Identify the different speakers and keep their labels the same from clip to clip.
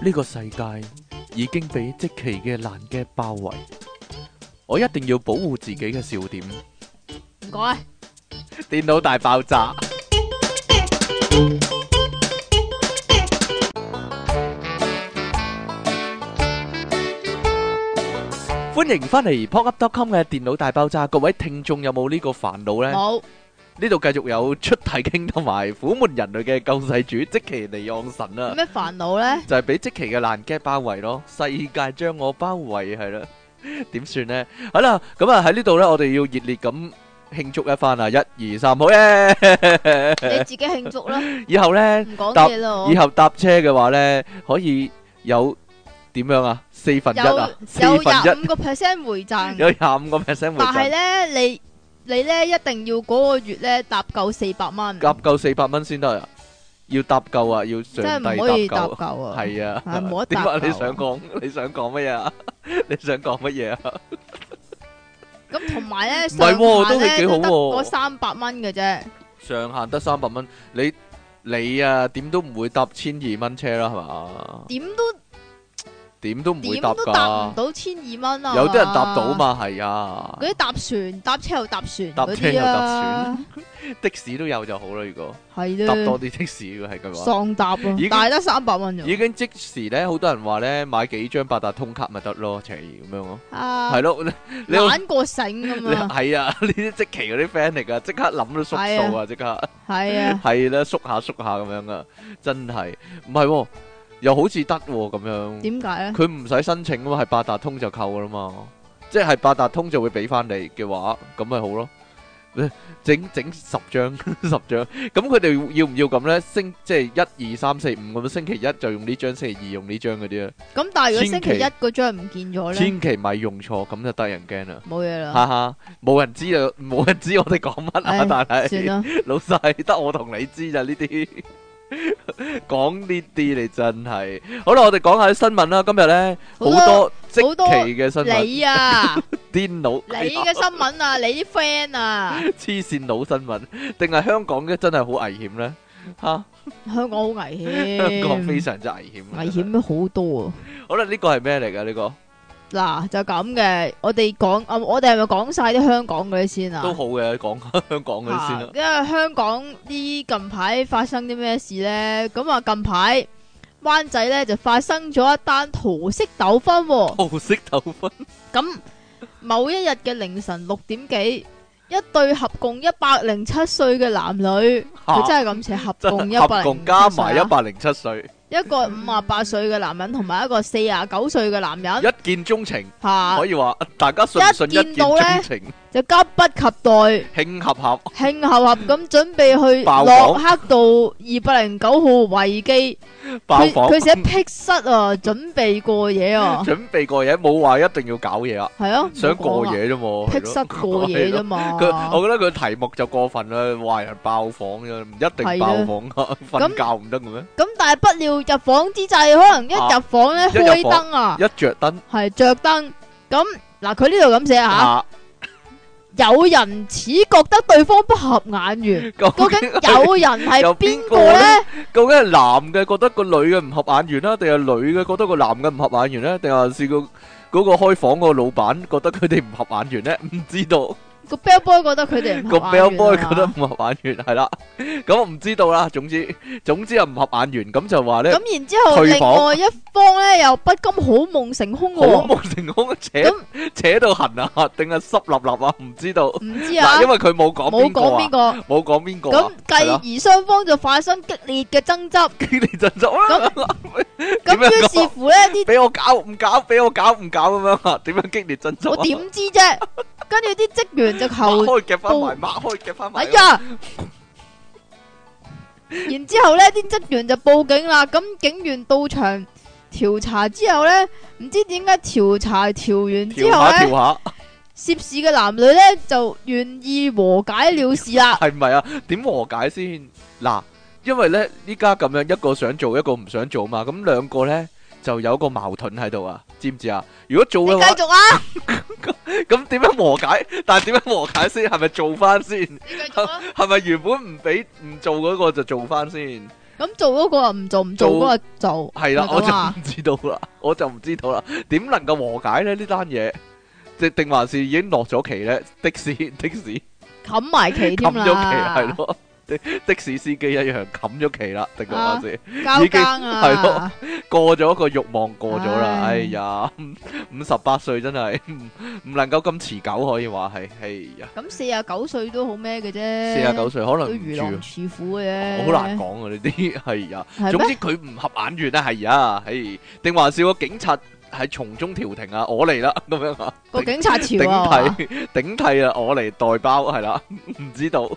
Speaker 1: 呢個世界已經俾即期嘅爛 gag 包圍，我一定要保護自己嘅笑點。
Speaker 2: 唔啊該，
Speaker 1: 電腦大爆炸。歡迎翻嚟 pocket.com 嘅電腦大爆炸，各位聽眾有冇呢個煩惱呢？
Speaker 2: 冇
Speaker 1: 呢度繼續有出體傾同埋苦悶人類嘅救世主即其尼昂神
Speaker 2: 有
Speaker 1: 啊！
Speaker 2: 咩煩惱咧？
Speaker 1: 就係俾即期嘅爛 gag 包圍咯，世界將我包圍係啦，點算呢？好啦，咁啊喺呢度呢，我哋要熱烈咁慶祝一番啊！一二三， 好耶！
Speaker 2: 你自己慶祝啦，唔
Speaker 1: 以後呢，
Speaker 2: 講嘢啦我
Speaker 1: 以。後搭車嘅話呢，可以有點樣啊？四分一
Speaker 2: 有
Speaker 1: 啊，四
Speaker 2: 有
Speaker 1: 分一，
Speaker 2: 廿五個 percent 回贈，
Speaker 1: 有廿五個 percent 回
Speaker 2: 但係
Speaker 1: 贈，
Speaker 2: 咧你你咧一定要嗰個月咧搭夠四百蚊，
Speaker 1: 夾夠四百蚊先得啊！要搭夠啊，要上
Speaker 2: 真係唔可
Speaker 1: 帝
Speaker 2: 以
Speaker 1: 搭
Speaker 2: 搭
Speaker 1: 夠。
Speaker 2: 夠啊！
Speaker 1: 係啊，
Speaker 2: 係冇 得
Speaker 1: 點啊？
Speaker 2: 搭
Speaker 1: 你
Speaker 2: 救
Speaker 1: 想講你想講乜嘢啊？ 你想講乜嘢啊？
Speaker 2: 咁同埋咧，
Speaker 1: 唔係喎都係幾好喎
Speaker 2: 嗰三百蚊嘅啫，
Speaker 1: 上限得三百蚊，你你啊點都唔會搭千二蚊車啦，係嘛？
Speaker 2: 點都
Speaker 1: 點都唔會
Speaker 2: 點
Speaker 1: 搭
Speaker 2: 都搭唔
Speaker 1: 噶，
Speaker 2: 到千二蚊啊！
Speaker 1: 有啲人搭到，嘛，係啊，
Speaker 2: 嗰啲搭船、搭車又搭船
Speaker 1: 搭
Speaker 2: 嗰
Speaker 1: 車又
Speaker 2: 啲
Speaker 1: 搭
Speaker 2: 啊，
Speaker 1: 的士都有就好啦。如果
Speaker 2: 係
Speaker 1: 搭多
Speaker 2: 啦，
Speaker 1: 啲的士嘅係咁話，
Speaker 2: 喪搭咯
Speaker 1: 已經，
Speaker 2: 但係得三百蚊啫
Speaker 1: 已經即時咧，好多人話咧買幾張八達通卡咪得咯，齊咁樣咯，
Speaker 2: 啊
Speaker 1: 係，咯，你你
Speaker 2: 懶過醒咁
Speaker 1: 你
Speaker 2: 啊！
Speaker 1: 係啊， 呢啲即期嗰啲 friend 嚟噶，即刻諗到縮數啊，即刻。
Speaker 2: 系啊，
Speaker 1: 系啦，縮下縮下咁樣噶，真係唔係喎，又好似得喎咁樣。
Speaker 2: 點 解咧？
Speaker 1: 佢唔使申請啊嘛，係八達通就扣噶啦嘛，即係八達通就會俾翻你嘅話，咁咪好咯。整整十張十張，咁佢哋要唔要咁呢？星即係一二三四五咁，星期一就用呢張，星期二用呢張嗰啲啊，
Speaker 2: 咁但係如果
Speaker 1: 千
Speaker 2: 星
Speaker 1: 祈
Speaker 2: 期一嗰張唔見咗咧，
Speaker 1: 千祈咪用錯，咁就得人驚啦。
Speaker 2: 冇嘢啦，
Speaker 1: 哈哈，冇人知啊， 冇人知我哋講乜
Speaker 2: 唉
Speaker 1: 啊，但
Speaker 2: 算
Speaker 1: 係。
Speaker 2: 啦，
Speaker 1: 老細，得我同你知咋呢啲， 講呢啲你真係。好啦，我哋講下啲新聞啦。今日咧好
Speaker 2: 好
Speaker 1: 多
Speaker 2: 多
Speaker 1: 即期
Speaker 2: 好多
Speaker 1: 嘅新聞，哎
Speaker 2: 你啊，
Speaker 1: 癲佬
Speaker 2: 你嘅新聞啊，你啲 friend 啊，
Speaker 1: 黐線佬新聞，定係香港嘅真係好危險咧？
Speaker 2: 嗯
Speaker 1: 吓，
Speaker 2: 香港好危
Speaker 1: 香
Speaker 2: 險，
Speaker 1: 港非常之危險。啊
Speaker 2: 嗯危險好多啊！
Speaker 1: 好啦，呢個係咩嚟㗎？呢個
Speaker 2: 嗱就咁嘅，我哋講啊，我哋係咪講晒啲香港嗰啲先啊？
Speaker 1: 都好嘅，講香港嗰啲先
Speaker 2: 啊
Speaker 1: 啦。
Speaker 2: 因為香港啲近排發生啲咩事咧？咁啊，近排灣仔咧就發生咗一單桃色糾紛喎。
Speaker 1: 桃色糾紛，
Speaker 2: 咁某一日嘅凌晨六點幾，一對合共一百零七歲嘅男女，佢
Speaker 1: 嚇
Speaker 2: 真係咁寫，合
Speaker 1: 真
Speaker 2: 共一
Speaker 1: 係合
Speaker 2: 百
Speaker 1: 共
Speaker 2: 零
Speaker 1: 加埋一百零七歲，
Speaker 2: 一個五啊八歲嘅男人同埋一個四啊九歲嘅男人，
Speaker 1: 一見鍾情，
Speaker 2: 吓
Speaker 1: 可以話大家信唔信一
Speaker 2: 一
Speaker 1: 見
Speaker 2: 見到呢
Speaker 1: 鍾情，
Speaker 2: 就急不及待，
Speaker 1: 慶合合。
Speaker 2: 慶合合咁準備去
Speaker 1: 爆
Speaker 2: 洛克道二百零九號維基，
Speaker 1: 爆
Speaker 2: 佢
Speaker 1: 房，
Speaker 2: 佢寫僻室啊，準備 過夜啊，
Speaker 1: 準備過夜，冇話一定要搞嘢啊，
Speaker 2: 係啊，
Speaker 1: 想過
Speaker 2: 過，
Speaker 1: 嘢啫喎。
Speaker 2: 僻
Speaker 1: 係
Speaker 2: 室
Speaker 1: 咯
Speaker 2: 過夜啫。嘛，
Speaker 1: 係 咯佢，我覺得佢題目就過分啦，話人爆房啫，唔一定爆房 啊，
Speaker 2: 係
Speaker 1: 瞓覺唔得嘅咩？
Speaker 2: 咁但係不料入房之際，可能一入房咧、
Speaker 1: 啊一入
Speaker 2: 開
Speaker 1: 房
Speaker 2: 燈啊，
Speaker 1: 一着燈
Speaker 2: 係着燈。咁嗱，佢呢度咁寫吓，
Speaker 1: 啊，
Speaker 2: 有人似覺得對方不合眼 緣，
Speaker 1: 究
Speaker 2: 究竟有人係
Speaker 1: 有
Speaker 2: 邊
Speaker 1: 邊
Speaker 2: 個
Speaker 1: 個
Speaker 2: 咧？
Speaker 1: 究竟係男嘅覺得個女嘅唔合眼緣啦，定係女嘅覺得個男嘅唔合眼緣咧，定係是個嗰個開房個老闆覺得佢哋唔合眼緣咧？唔知道
Speaker 2: 個 bell boy 覺得佢哋唔
Speaker 1: 個
Speaker 2: 合眼
Speaker 1: bell
Speaker 2: 緣
Speaker 1: boy
Speaker 2: 啊
Speaker 1: 覺得唔合眼緣係啦，咁我唔知道啦。總之總之又唔合眼緣，咁就話咧。
Speaker 2: 咁然之後，
Speaker 1: 退
Speaker 2: 另
Speaker 1: 房
Speaker 2: 外一方咧又不甘好夢成空
Speaker 1: 好
Speaker 2: 喎，
Speaker 1: 無成功扯
Speaker 2: 咁
Speaker 1: 扯到痕啊，定係濕立立啊？唔知道
Speaker 2: 唔知啊
Speaker 1: 嗱，，因為佢冇講
Speaker 2: 冇
Speaker 1: 邊個
Speaker 2: 講邊
Speaker 1: 啊，
Speaker 2: 個。
Speaker 1: 冇講邊個啊，係啦，
Speaker 2: 咁繼而雙方就發生激烈嘅爭執，
Speaker 1: 激烈振作啦，點
Speaker 2: 咁
Speaker 1: 樣
Speaker 2: 於
Speaker 1: 講
Speaker 2: 是乎咧 啲。
Speaker 1: 俾我搞唔搞，俾我搞唔搞咁樣啊？ 點樣激烈振作啊？
Speaker 2: 我點知啫？跟住啲職員就
Speaker 1: 擘
Speaker 2: 求，
Speaker 1: 開夾翻埋，擘開夾翻埋
Speaker 2: 哎，呀！然之後呢啲職員就報警啦。咁警員到場調查之後呢，唔知點解調查調完
Speaker 1: 調
Speaker 2: 之後
Speaker 1: 下調
Speaker 2: 呢，
Speaker 1: 下，
Speaker 2: 涉事嘅男女呢就願意和解了事啦。
Speaker 1: 係咪啊？點和解先？嗱，因為咧依家咁樣一個想做，一個唔想做嘛，咁兩個咧就有個矛盾喺度啊，知唔知啊？如果做
Speaker 2: 你
Speaker 1: 嘅話
Speaker 2: 繼。續啊，
Speaker 1: 咁點樣和解？但係點樣和解先？係咪做翻先？
Speaker 2: 你繼續啊，
Speaker 1: 係咪原本唔俾唔做嗰個就做翻先？
Speaker 2: 咁做嗰個唔做，唔做嗰個做，
Speaker 1: 系啦，
Speaker 2: 係
Speaker 1: 我
Speaker 2: 咁
Speaker 1: 就
Speaker 2: 啊
Speaker 1: 唔知道啦，我就唔知道啦，點能夠和解咧呢單嘢？即定還是已經落咗期咧？的士 的士
Speaker 2: 冚埋旗
Speaker 1: 冚
Speaker 2: 添
Speaker 1: 咗期
Speaker 2: 啦
Speaker 1: 係，咯，的的士司機一樣冚咗期啦，定還
Speaker 2: 啊
Speaker 1: 是
Speaker 2: 交
Speaker 1: 已經
Speaker 2: 更
Speaker 1: 係咯
Speaker 2: 啊，
Speaker 1: 過咗個慾望過咗啦？
Speaker 2: 唉
Speaker 1: 哎呀，五十八歲真係唔唔能夠咁持久，可以話係，哎呀，
Speaker 2: 咁四啊九歲都好咩嘅啫，
Speaker 1: 四十九歲可
Speaker 2: 都
Speaker 1: 能唔
Speaker 2: 如
Speaker 1: 住
Speaker 2: 狼，似虎嘅啫，
Speaker 1: 好難講啊呢啲， 係呀。
Speaker 2: 係
Speaker 1: 總
Speaker 2: 咩？
Speaker 1: 之佢唔合眼緣啊，係啊，唉，定還是個警察喺從中調停啊，我嚟啦咁樣啊，
Speaker 2: 個警察
Speaker 1: 頂
Speaker 2: 潮啊，
Speaker 1: 替頂替啊，我嚟代包係啦， 唔知道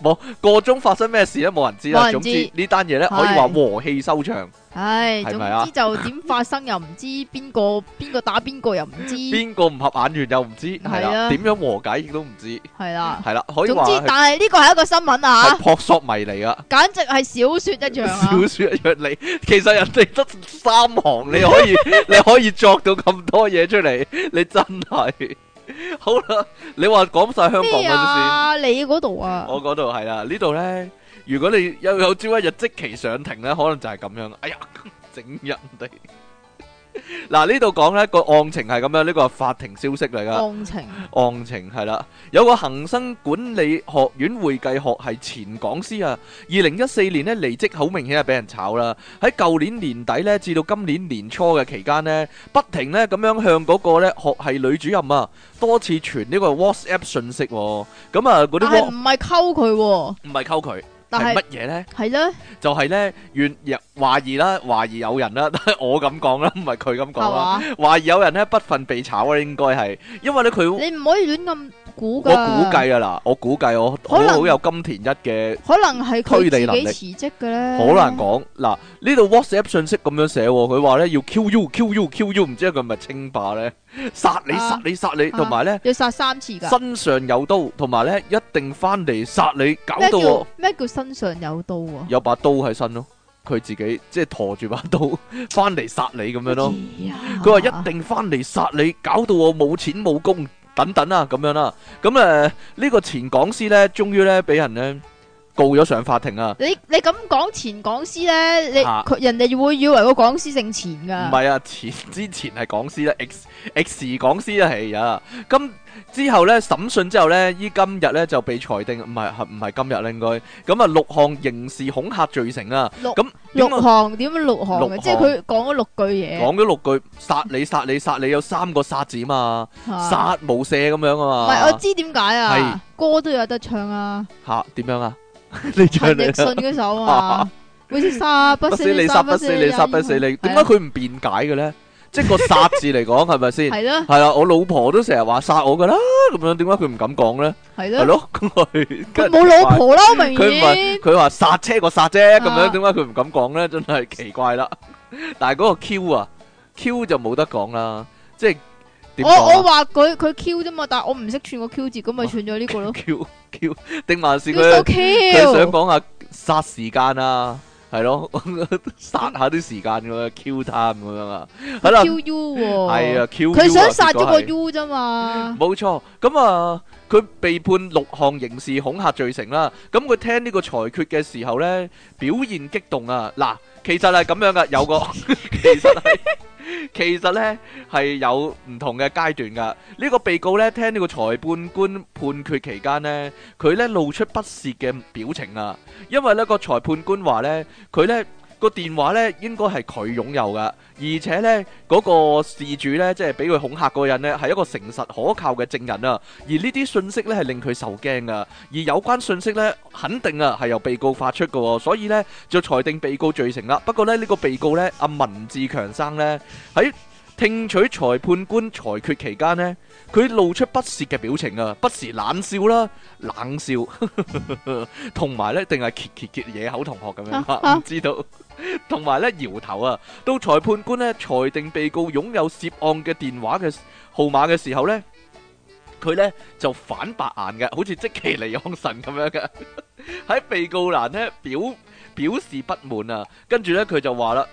Speaker 1: 冇個中發生咩事咧，冇人知
Speaker 2: 冇
Speaker 1: 啦。
Speaker 2: 人
Speaker 1: 總之
Speaker 2: 知
Speaker 1: 呢單嘢咧可以話和氣收場，
Speaker 2: 唉，
Speaker 1: 係
Speaker 2: 總
Speaker 1: 咪啊
Speaker 2: 之就點發生又唔知，邊個邊個打邊個又唔知，係
Speaker 1: 邊個唔合眼緣又唔知，係
Speaker 2: 係
Speaker 1: 啦，
Speaker 2: 啊
Speaker 1: 點樣和解亦都唔知，
Speaker 2: 啦。
Speaker 1: 係啦，可以
Speaker 2: 總
Speaker 1: 話
Speaker 2: 之，
Speaker 1: 係
Speaker 2: 但係呢個係一個新聞啊
Speaker 1: 係
Speaker 2: 嚇，
Speaker 1: 撲朔迷離啊。
Speaker 2: 簡直係小說一樣啊
Speaker 1: 小！说一樣你，其實人哋得三行，你可 以你可以作到咁多嘢出嚟，你真係好啦。你話講晒香港嗰
Speaker 2: 咩
Speaker 1: 啲
Speaker 2: 啊？你嗰度啊
Speaker 1: 先，？我嗰度係啦，呢度咧，如果你有有朝一日即期上庭咧，可能就係咁樣。哎呀， 整人哋。 嗱呢度講咧個案情係咁樣，呢個係法庭消息嚟噶。
Speaker 2: 案情
Speaker 1: 案情係啦，有個恒生管理學院會計學系前講師啊，二零一四年呢離職，好明顯係俾人炒啦。喺舊年年底呢，至到今年年初嘅期間呢，不停呢咁樣向嗰個呢學系女主任啊，多次傳呢個 WhatsApp 信息、喎。咁啊嗰啲
Speaker 2: 但係
Speaker 1: Wha-
Speaker 2: 唔係溝佢喎，
Speaker 1: 唔係溝佢，
Speaker 2: 但
Speaker 1: 係
Speaker 2: 係
Speaker 1: 乜嘢呢？
Speaker 2: 係咧，
Speaker 1: 就係、呢，原懷疑啦，懷疑有人啦， 但係我咁講啦，唔係佢咁講啊
Speaker 2: 係
Speaker 1: 啦，
Speaker 2: 嘛？
Speaker 1: 懷疑有人呢不忿被炒啦，應該係，因為呢佢。
Speaker 2: 你唔可以亂咁估噶。
Speaker 1: 我估計啊嗱，我估計我
Speaker 2: 可能
Speaker 1: 好好有金田一嘅，
Speaker 2: 可能係
Speaker 1: 推
Speaker 2: 佢
Speaker 1: 理能力
Speaker 2: 自己辭職嘅咧，
Speaker 1: 好難。講嗱。呢度 WhatsApp 信息咁樣寫喎，佢話咧要 QU QU QU，唔知佢係咪稱霸咧，殺你
Speaker 2: 啊
Speaker 1: 殺你殺你，
Speaker 2: 啊
Speaker 1: 同埋咧
Speaker 2: 要殺三次㗎。
Speaker 1: 身上有刀，同埋咧一定翻嚟殺你，搞
Speaker 2: 咩
Speaker 1: 到
Speaker 2: 叫
Speaker 1: 我
Speaker 2: 咩叫身上有刀啊？
Speaker 1: 有把刀喺身咯，佢自己即係陀住把刀 翻嚟殺你咁樣咯。
Speaker 2: 哎
Speaker 1: 佢話一定翻嚟殺你，搞到我冇錢冇工等等啊，咁樣啦。咁誒呢個前講師咧，終於咧俾人咧告咗上法庭啊。
Speaker 2: 你你咁講前講師咧，你
Speaker 1: 啊
Speaker 2: 佢人哋會以為個講師姓錢
Speaker 1: 唔
Speaker 2: 㗎。
Speaker 1: 係啊，前之前係講師啦，X X 講師啦，係啊。咁之後咧審訊之後咧，依今日咧就被裁定唔係唔係今日啦，應該咁啊六項刑事恐嚇罪成啊。
Speaker 2: 六
Speaker 1: 咁
Speaker 2: 六
Speaker 1: 點啊
Speaker 2: 行點樣六行
Speaker 1: 六
Speaker 2: 嘅？即係佢講咗六句嘢。
Speaker 1: 講咗六句殺你殺你殺你，有三個殺字嘛，
Speaker 2: 啊
Speaker 1: 殺無赦咁樣
Speaker 2: 唔
Speaker 1: 啊嘛。
Speaker 2: 係我知點解
Speaker 1: 係
Speaker 2: 啊？歌都有得唱啊，
Speaker 1: 吓點樣啊？你 唱
Speaker 2: 陳
Speaker 1: 你
Speaker 2: 奕
Speaker 1: 啊
Speaker 2: 迅嗰首 啊，好似殺不
Speaker 1: 不
Speaker 2: 死
Speaker 1: 死
Speaker 2: 你，哎
Speaker 1: 你
Speaker 2: 殺
Speaker 1: 殺不死你殺不死你，點
Speaker 2: 點
Speaker 1: 解佢唔辯解嘅咧？即係個殺字嚟講係咪先？
Speaker 2: 係咯
Speaker 1: 係啦，我老婆都成日話殺我噶啦，咁樣點解佢唔敢講咧？
Speaker 2: 係
Speaker 1: 係
Speaker 2: 咯，
Speaker 1: 咯，咁佢
Speaker 2: 佢冇老，婆啦，明
Speaker 1: 佢唔
Speaker 2: 顯
Speaker 1: 係。佢話殺車個殺啫，咁樣
Speaker 2: 啊
Speaker 1: 點解佢唔敢講咧？真係奇怪啦。但係嗰個 Q 啊，Q 就冇得講啦，即係點
Speaker 2: 我我
Speaker 1: 講啊
Speaker 2: 话佢佢 Q 啫嘛，但系我唔識串個 Q 字，咁咪串咗呢個咯。
Speaker 1: ？Q Q 定還是
Speaker 2: You so
Speaker 1: 佢佢想
Speaker 2: Q，
Speaker 1: 講下殺時間啊？係咯， 殺下啲時間咁樣，Q time 咁樣啊，係啦。
Speaker 2: Q U 喎。
Speaker 1: 系啊，，Q
Speaker 2: 佢
Speaker 1: U 啊
Speaker 2: 想殺咗個
Speaker 1: 結果
Speaker 2: U 啫嘛
Speaker 1: 係。冇錯。咁啊，佢被判六項刑事恐嚇罪成啦。咁佢聽呢個裁決嘅時候呢，表現激動啊！嗱，其實係咁樣噶，有個其實係。 其實呢係有唔同嘅階段噶，呢、個被告呢，聽呢個裁判官判決期間呢，佢呢露出不屑嘅表情啊，因為呢個裁判官話呢，佢呢個電話呢應該係佢擁有噶，而且呢嗰、個事主呢，即係俾佢恐嚇嗰個人呢，係一個誠實可靠嘅證人啊，而呢啲信息呢係令佢受驚噶，而有關信息呢，肯定啊係由被告發出噶、喎，所以呢，就裁定被告罪成啦。不過呢，呢、個被告呢，阿文志強生呢。聽取裁判官裁決期間呢，佢露出不屑嘅表情啊，不時冷笑啦，冷笑， 同埋呢，定係揭揭揭野口同學咁樣啊，唔知道。同埋呢，搖頭啊，到裁判官呢，裁定被告擁有涉案嘅電話嘅號碼嘅時候呢，佢呢就反白眼嘅，好似即其尼昂神咁樣嘅。 喺被告欄呢，表表示不滿啊，跟住呢，佢就話啦。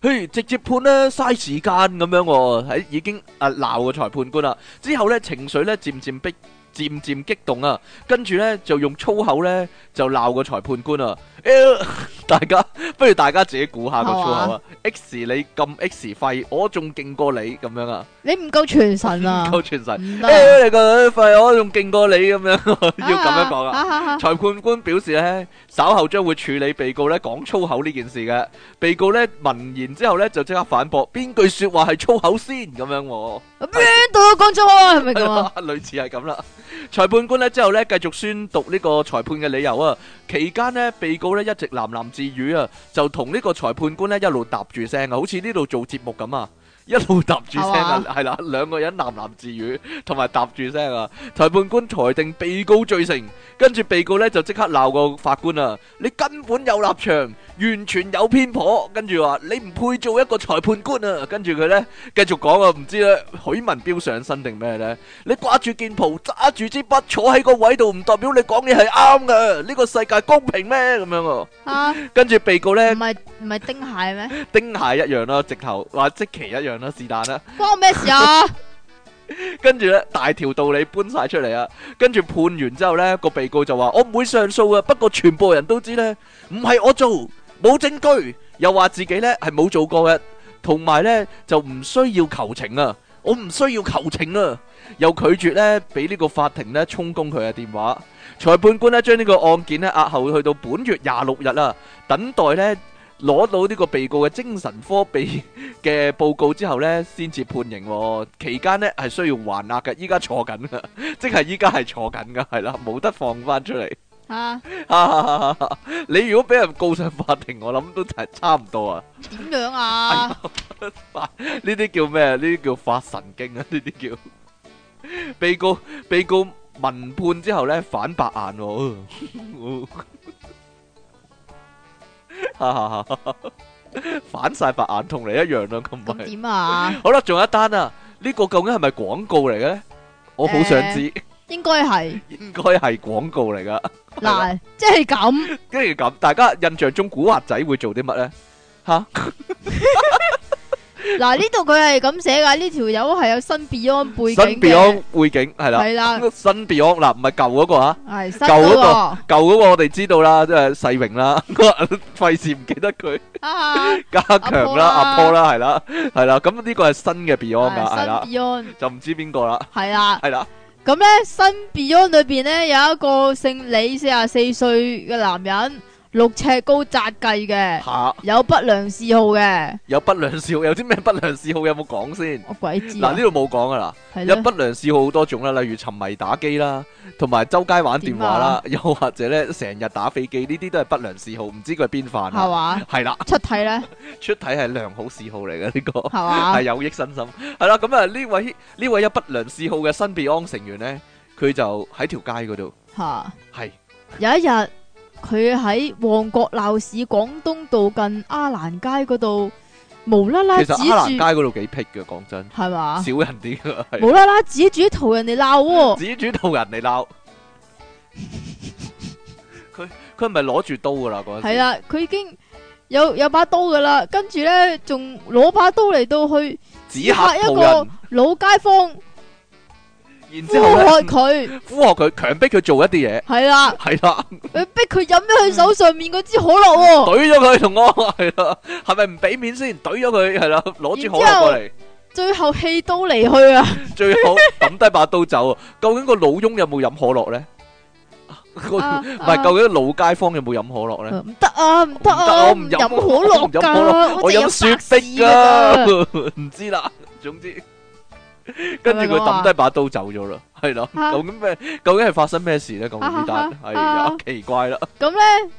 Speaker 1: 嘿，直接判啦，嘥時間咁樣喎、喺已經啊鬧個裁判官啦。之後呢，情緒呢漸漸逼，漸漸激動啊，跟住呢，就用粗口呢，就鬧個裁判官啊。L 大家不如大家自己估下個粗口
Speaker 2: 係
Speaker 1: 啊！X 你咁 X 廢，我仲勁過你咁樣啊，
Speaker 2: 你唔夠全神 啊，
Speaker 1: 夠全神。
Speaker 2: 唔
Speaker 1: 誒、
Speaker 2: 得啊
Speaker 1: 哎你個廢，我仲勁過你咁樣， 要咁樣講啊！
Speaker 2: 啊！
Speaker 1: 裁判官表示咧，稍後將會處理被告咧講粗口呢件事嘅。被告咧聞言之後咧就即刻反駁，邊句说話係粗口先咁樣喎。
Speaker 2: 啊邊度都講咗啊，係咪咁 啊？
Speaker 1: 類似係咁啦。裁判官咧之後咧繼續宣讀呢個裁判嘅理由啊。期間呢，被告咧一直喃喃自語啊，就同呢個裁判官咧一路搭住聲啊，好似呢度做節目咁啊。一路搭住聲啊，係啦，兩個人喃喃自語，同埋搭住聲啊。裁判官裁定被告罪成，跟住被告咧就即刻鬧個法官啊！你根本有立場，完全有偏頗，跟住話你唔配做一個裁判官啊！跟住佢咧繼續講啊，唔知咧許文彪上身定咩咧？你掛住件袍，揸住支筆，坐喺個位度，唔代表你講嘢係啱嘅。呢個世界公平咩？咁樣啊！
Speaker 2: 啊，唔
Speaker 1: 跟住被告咧
Speaker 2: 係唔係丁蟹咩？
Speaker 1: 丁蟹一樣啦，直頭話即其一樣啦，是但啦。
Speaker 2: 關我咩 事啊？
Speaker 1: 跟住咧大條道理搬晒出嚟啊！跟住判完之後咧，個被告就話：我唔會上訴啊！不過全部人都知咧，唔係我做，冇證據，又話自己咧係冇做過嘅，同埋咧就唔需要求情啊！我唔需要求情啊！又拒絕咧俾呢個法庭咧充公佢嘅電話。裁判官咧將呢個案件咧押後去到本月廿六日啊，等待咧攞到呢個被告嘅精神科被。嘅報告之後呢，先至判刑、喎。期間呢係需要還押嘅，依家坐緊噶，即係依家係坐緊噶，係啦，冇得放翻出嚟。
Speaker 2: 啊，
Speaker 1: 你如果俾人告上法庭，我諗都係差唔多啊。
Speaker 2: 點樣
Speaker 1: 哎
Speaker 2: 啊？
Speaker 1: 呢啲叫咩？呢啲叫發神經啊！ 呢啲叫被告被告聞判之後呢，反白眼、喎。 反晒白眼同你一樣啦，咁咪
Speaker 2: 咁。點啊？
Speaker 1: 好啦，仲有一單啊！呢、個究竟係咪廣告嚟嘅咧？我好想知，
Speaker 2: 應該係
Speaker 1: 應該係廣告嚟噶。
Speaker 2: 嗱，即係咁，
Speaker 1: 跟住咁，大家印象中古惑仔會做啲乜咧？吓，
Speaker 2: 嗱呢度佢係咁寫噶，呢條友係有新 Beyond 背
Speaker 1: 新
Speaker 2: 景嘅
Speaker 1: Beyond，背景係啦，
Speaker 2: 係啦，
Speaker 1: 新 Beyond 嗱，唔係舊嗰個啊，
Speaker 2: 係新
Speaker 1: 舊嗰
Speaker 2: 嗰
Speaker 1: 個
Speaker 2: 個啊
Speaker 1: 舊嗰個我哋知道啦，即係世榮啦， 費事唔記得佢，
Speaker 2: 啊，
Speaker 1: 加強啦，
Speaker 2: 阿
Speaker 1: 阿
Speaker 2: 坡
Speaker 1: Po
Speaker 2: 啦
Speaker 1: 啦，係啦，係啦，咁呢個係新嘅 Beyond 噶，係
Speaker 2: 係
Speaker 1: 啦，
Speaker 2: 新 Beyond
Speaker 1: 就唔知邊個啦，
Speaker 2: 係啦。
Speaker 1: 係啦，
Speaker 2: 咁咧新 Beyond 裏边咧有一個姓李四十四歲嘅男人，六尺高扎計嘅，
Speaker 1: 吓，
Speaker 2: 有不良嗜好嘅，
Speaker 1: 有不良嗜好，有啲咩不良嗜好有冇講先？
Speaker 2: 我鬼知
Speaker 1: 嗱，
Speaker 2: 啊
Speaker 1: 呢，度冇講噶啦。
Speaker 2: 係
Speaker 1: 有
Speaker 2: 咯
Speaker 1: 不良嗜好好多種啦，例如沉迷打機啦，同埋周街玩電話啦，又或者咧成日打飛機，呢啲都係不良嗜好，唔知佢係邊犯
Speaker 2: 係
Speaker 1: 啊？
Speaker 2: 嘛？
Speaker 1: 係啦，
Speaker 2: 出 體咧
Speaker 1: 出體係良好嗜好嚟嘅 呢個，
Speaker 2: 係嘛
Speaker 1: 係？有益身心。係啦，咁啊呢位呢位有不良嗜好嘅新 Beyond 成員呢，佢就喺條街嗰度，
Speaker 2: 吓
Speaker 1: 係
Speaker 2: 有一日佢喺旺角鬧市廣東道近阿蘭街嗰度，無啦啦
Speaker 1: 其
Speaker 2: 指
Speaker 1: 實阿蘭
Speaker 2: 住
Speaker 1: 街嗰度幾僻嘅，講真，
Speaker 2: 係嘛？
Speaker 1: 少人啲嘅，係嗯
Speaker 2: 無啦啦指住啲途人嚟鬧喎，
Speaker 1: 指主導人嚟 鬧。佢佢係咪攞住刀噶啦嗰陣時
Speaker 2: 係啦，佢已經有有把刀噶啦，跟住咧仲攞把刀嚟到去。
Speaker 1: 指嚇
Speaker 2: 一
Speaker 1: 途
Speaker 2: 個
Speaker 1: 人，
Speaker 2: 老街坊
Speaker 1: 然
Speaker 2: 呼
Speaker 1: 之後呢
Speaker 2: 喝佢，
Speaker 1: 呼學佢，強迫佢做一啲嘢，
Speaker 2: 係啦，
Speaker 1: 係啦，
Speaker 2: 佢逼佢飲咗佢手上面嗰支可樂喎，
Speaker 1: 懟咗佢同我，係啦，係咪唔俾面先？懟咗佢，係啦，攞支可
Speaker 2: 然之
Speaker 1: 樂
Speaker 2: 後
Speaker 1: 過嚟，
Speaker 2: 最後氣都離去啊！
Speaker 1: 最好抌低把刀走啊。究竟個老翁有冇飲可樂咧？ 個
Speaker 2: 啊
Speaker 1: 唔係，究竟老街坊有冇飲可樂咧？
Speaker 2: 唔得啊，唔得啊，
Speaker 1: 我
Speaker 2: 我
Speaker 1: 唔
Speaker 2: 唔
Speaker 1: 飲
Speaker 2: 飲可樂
Speaker 1: 我唔飲可
Speaker 2: 㗎，
Speaker 1: 我
Speaker 2: 淨
Speaker 1: 飲雪
Speaker 2: 白啊
Speaker 1: 碧
Speaker 2: 士㗎
Speaker 1: 㗎， 唔知啦。總之，跟住佢抌低把刀走咗啦，係啦。
Speaker 2: 啊
Speaker 1: 究竟咩？究竟係發生咩事咧？究竟呢單
Speaker 2: 啊
Speaker 1: 係
Speaker 2: 啊
Speaker 1: 呀，奇怪啦，
Speaker 2: 咋。咁咧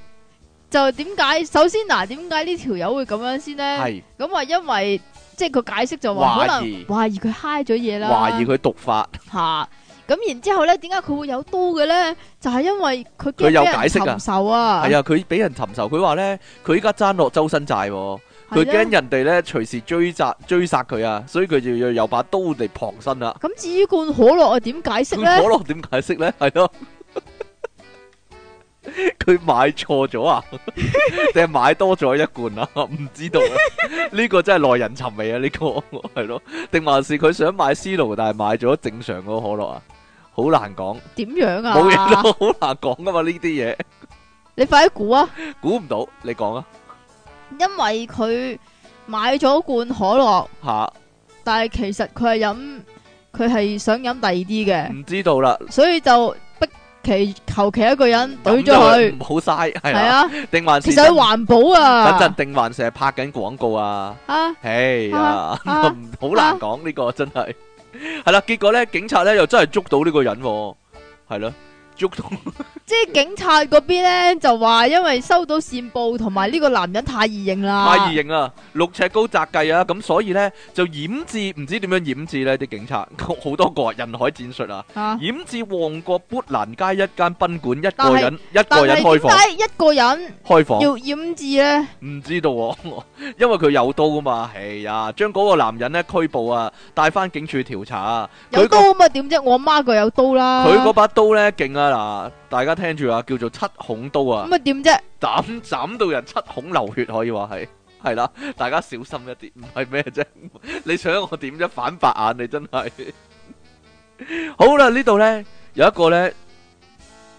Speaker 2: 就點解？首先嗱，點解呢條友會咁樣先咧？
Speaker 1: 係
Speaker 2: 咁啊，因為即係佢解釋就話可
Speaker 1: 懷
Speaker 2: 能
Speaker 1: 疑
Speaker 2: 懷疑佢嗨咗嘢啦，
Speaker 1: 懷疑佢毒發。
Speaker 2: 吓。咁然之後咧，點解佢會有刀嘅咧？就係因為佢
Speaker 1: 佢有
Speaker 2: 驚俾人
Speaker 1: 解釋㗎
Speaker 2: 尋仇啊，
Speaker 1: 係啊，佢俾人尋仇，佢話咧，佢依家爭落周身債喎，佢
Speaker 2: 係啊
Speaker 1: 驚人哋咧隨時追殺追殺佢啊，所以佢就要有把刀嚟傍身啦。
Speaker 2: 咁至於罐可樂啊，點解釋
Speaker 1: 咁可
Speaker 2: 咧？
Speaker 1: 樂點解釋咧？係咯， 佢買錯咗啊， 定係買多咗一罐啊？ 唔知道啊，呢個真係耐人尋味啊！呢個 係咯，定還是佢想買思路，但係買咗正常嗰個可樂啊？好難講，
Speaker 2: 點樣啊？
Speaker 1: 冇嘢都好難講噶嘛呢啲嘢。
Speaker 2: 你快啲估啊！
Speaker 1: 估唔到，你講啊
Speaker 2: 因為佢買咗罐可樂，
Speaker 1: 吓，
Speaker 2: 但係其實佢係飲，佢係想飲第二啲
Speaker 1: 唔知道啦，
Speaker 2: 嘅，所以就逼其求其一個人
Speaker 1: 咁
Speaker 2: 懟
Speaker 1: 就
Speaker 2: 咗佢。
Speaker 1: 唔好嘥，係
Speaker 2: 係
Speaker 1: 啦，
Speaker 2: 啊，
Speaker 1: 定還是
Speaker 2: 其實佢環保
Speaker 1: 等
Speaker 2: 啊
Speaker 1: 陣，定還是係拍緊廣告啊？
Speaker 2: 啊
Speaker 1: 哎 呀，
Speaker 2: 啊啊
Speaker 1: 唔好難講呢個真係係啦。結果咧，警察咧又真係捉到呢個人喎，係咯，捉到
Speaker 2: 即係警察嗰邊咧就話，因為收到線報同埋呢個男人太易認啦，
Speaker 1: 太易型啦，六尺高窄計啊，咁所以咧就掩置，唔知點樣掩置咧啲警察 好多個啊人海戰 術啊，
Speaker 2: 啊！
Speaker 1: 掩置旺角砵蘭街一間賓館一
Speaker 2: 但
Speaker 1: 個
Speaker 2: 係
Speaker 1: 人一
Speaker 2: 但
Speaker 1: 個人
Speaker 2: 係
Speaker 1: 開
Speaker 2: 點
Speaker 1: 房
Speaker 2: 解一個人
Speaker 1: 開房。
Speaker 2: 要掩字咧？
Speaker 1: 唔知道喎、 因為佢有刀啊嘛，係啊，將嗰個男人咧拘捕啊，帶翻警署調查啊。
Speaker 2: 有
Speaker 1: 佢
Speaker 2: 刀啊
Speaker 1: 個
Speaker 2: 咁啊？點啫？我阿媽佢有刀啦，
Speaker 1: 佢嗰把刀咧勁啊嗱，大家聽住啊，叫做七孔刀啊，
Speaker 2: 咁啊點啫？
Speaker 1: 斬斬到人七孔流血可以話係，係啦，大家小心一啲，唔係咩啫？ 你想我點啫？反白眼你真係。 好啦，呢度咧有一個咧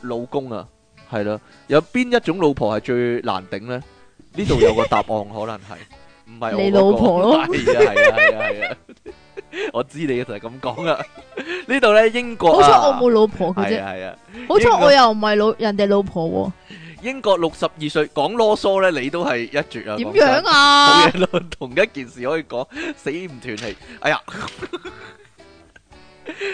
Speaker 1: 老公啊，係啦，有邊一種老婆係最難頂咧？呢度有個答案可能 係唔係我嗰個
Speaker 2: 你老婆咯
Speaker 1: 係啊係啊係啊 係啊！我知你就係咁講啊！呢度咧英國
Speaker 2: 好
Speaker 1: 啊，
Speaker 2: 彩我冇老婆嘅
Speaker 1: 係
Speaker 2: 啫，
Speaker 1: 啊係啊。
Speaker 2: 好彩
Speaker 1: 應該
Speaker 2: 我又唔係老人哋老婆
Speaker 1: 英國六十二歲講啰嗦咧，你都係一絕啊！
Speaker 2: 喎，點
Speaker 1: 講真
Speaker 2: 樣啊
Speaker 1: 冇？嘢咯， 同一件事可以講死唔斷氣。哎呀，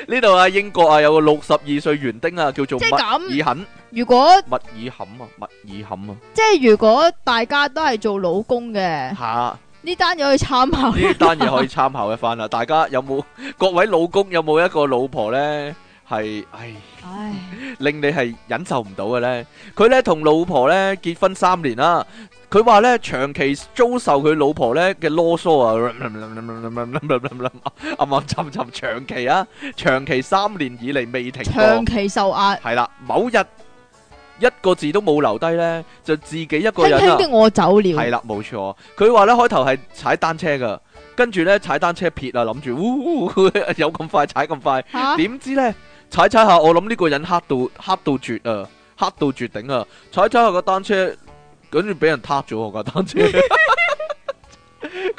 Speaker 1: 呢度啊，英國啊，有個六十二歲園丁啊，叫做
Speaker 2: 即
Speaker 1: 麥
Speaker 2: 係咁，
Speaker 1: 爾肯，
Speaker 2: 如果
Speaker 1: 麥爾肯啊，麥爾肯啊，
Speaker 2: 即係如果大家都係做老公嘅，
Speaker 1: 嚇！
Speaker 2: 呢單嘢可以參考。
Speaker 1: 呢單嘢可以參考一番啊啦。大家有冇各位老公有冇一個老婆咧係唉？
Speaker 2: 唉，
Speaker 1: 令你係忍受唔到嘅呢？佢呢同老婆呢結婚三年啦，佢話呢長期遭受佢老婆呢嘅囉嗦啊，暗暗沉沉長期啊，長期三年以嚟未停過
Speaker 2: 長，期受壓，
Speaker 1: 係啦，某日一個字都冇留低呢，就自己一個
Speaker 2: 輕
Speaker 1: 人
Speaker 2: 輕
Speaker 1: 啊。
Speaker 2: 的我走了。
Speaker 1: 係啦，冇錯。佢話咧開頭係踩單車噶，跟住呢踩單車撇啊，諗住呜呼有咁快踩咁快，
Speaker 2: 吓，
Speaker 1: 點知呢？踩踩下，我諗呢個人黑到黑到絕啊，黑到絕頂啊！踩踩下個單車，跟住俾人撻咗我架單車。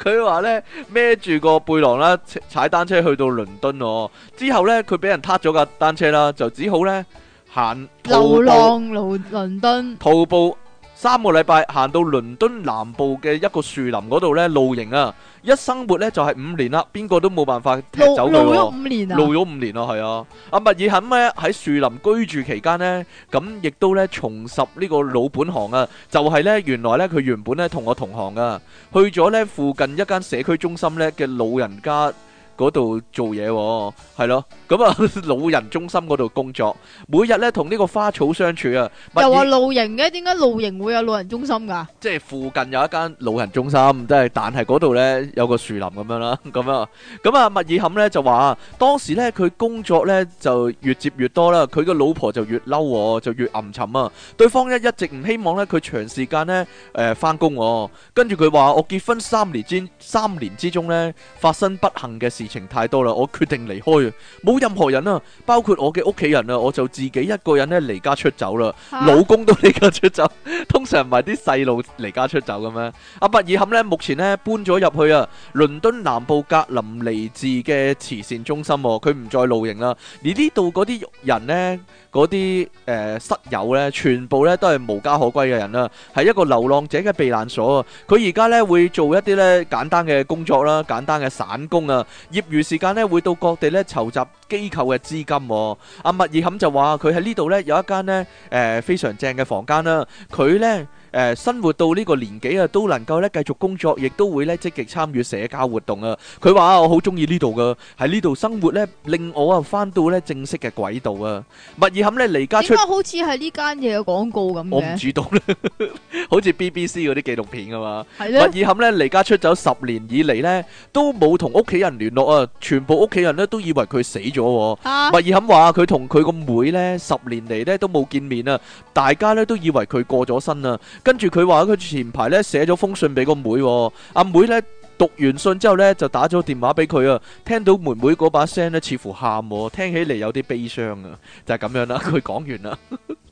Speaker 1: 佢話呢，孭住個背囊啦，踩踩單車去到倫敦喎。之後呢，佢俾人撻咗架單車啦，就只好呢，行徒
Speaker 2: 流
Speaker 1: 步
Speaker 2: 浪倫倫敦，
Speaker 1: 徒步三個禮拜行到倫敦南部嘅一個樹林嗰度呢，露營啊！一生活呢，就係五年啦，邊個都冇辦法踢
Speaker 2: 露
Speaker 1: 走佢
Speaker 2: 露
Speaker 1: 喎
Speaker 2: 咗。五年啊，
Speaker 1: 露咗五年咯，係啊！阿麥爾肯咧喺樹林居住期間呢，咁亦都咧重拾呢個老本行啊！就係、呢，原來呢，佢原本咧同我同行啊，去咗呢附近一間社區中心呢嘅老人家嗰度做嘢喎，係咯，咁啊老人中心嗰度工作，每日呢同呢個花草相處啊，
Speaker 2: 又
Speaker 1: 麥
Speaker 2: 話
Speaker 1: 爾
Speaker 2: 露營嘅，點解露營會有老人中心㗎？
Speaker 1: 即係附近有一間老人中心，即係但係嗰度呢有個樹林咁樣啦， 咁啊，咁啊麥爾坎呢就話當時呢，佢工作呢就越接越多啦，佢個老婆就越嬲喎，就越暗沉啊，對方呢一直唔希望呢佢長時間呢誒翻工喎，跟住佢話我結婚三年之三年之中呢，發生不幸嘅事情太多啦，我決定離開啊，冇任何人啊，包括我嘅屋企人啊，我就自己一個人呢離家出走啦。
Speaker 2: 嚇
Speaker 1: 老公都離家出走， 通常唔係啲細路離家出走嘅咩？阿麥爾坎呢，目前呢搬咗入去啊，倫敦南部格林尼治嘅慈善中心喎，佢唔再露營啦。而呢度嗰啲人呢，嗰啲呃誒室友呢，全部呢都係無家可歸嘅人啦，係一個流浪者嘅避難所啊。佢而家呢會做一啲呢簡單嘅工作啦，簡單嘅散工啊，業餘時間呢會到各地呢籌集機構嘅資金喎。阿麥爾坎就話佢喺呢度呢有一間呢。誒、非常正嘅房間啦。佢呢誒、生活到呢個年紀啊，都能夠呢繼續工作，亦都會呢積極參與社交活動啊。佢話啊我好中意呢度噶，喺呢度生活呢，令我啊翻到呢正式嘅軌道啊。麥爾坎呢離家出
Speaker 2: 點解好似係呢間嘢嘅廣告咁
Speaker 1: 我唔
Speaker 2: 嘅？
Speaker 1: 主動啦， 好似 BBC 嗰啲紀錄片啊嘛。
Speaker 2: 係
Speaker 1: 麥
Speaker 2: 咧，
Speaker 1: 爾坎咧離家出走十年以嚟呢，都冇同屋企人聯絡啊，全部屋企人呢都以為佢死咗喎。
Speaker 2: 啊，
Speaker 1: 麥爾坎話：佢同佢個妹呢，十年嚟呢都冇見面啊，大家呢都以為佢過咗身啊。跟住佢話佢前排呢寫咗封信俾個妹喎，阿妹呢讀完信之後呢，就打咗電話俾佢啊。聽到妹妹嗰把聲呢，似乎喊喎，聽起嚟有啲悲傷啊。就係、咁樣啦，佢講完啦，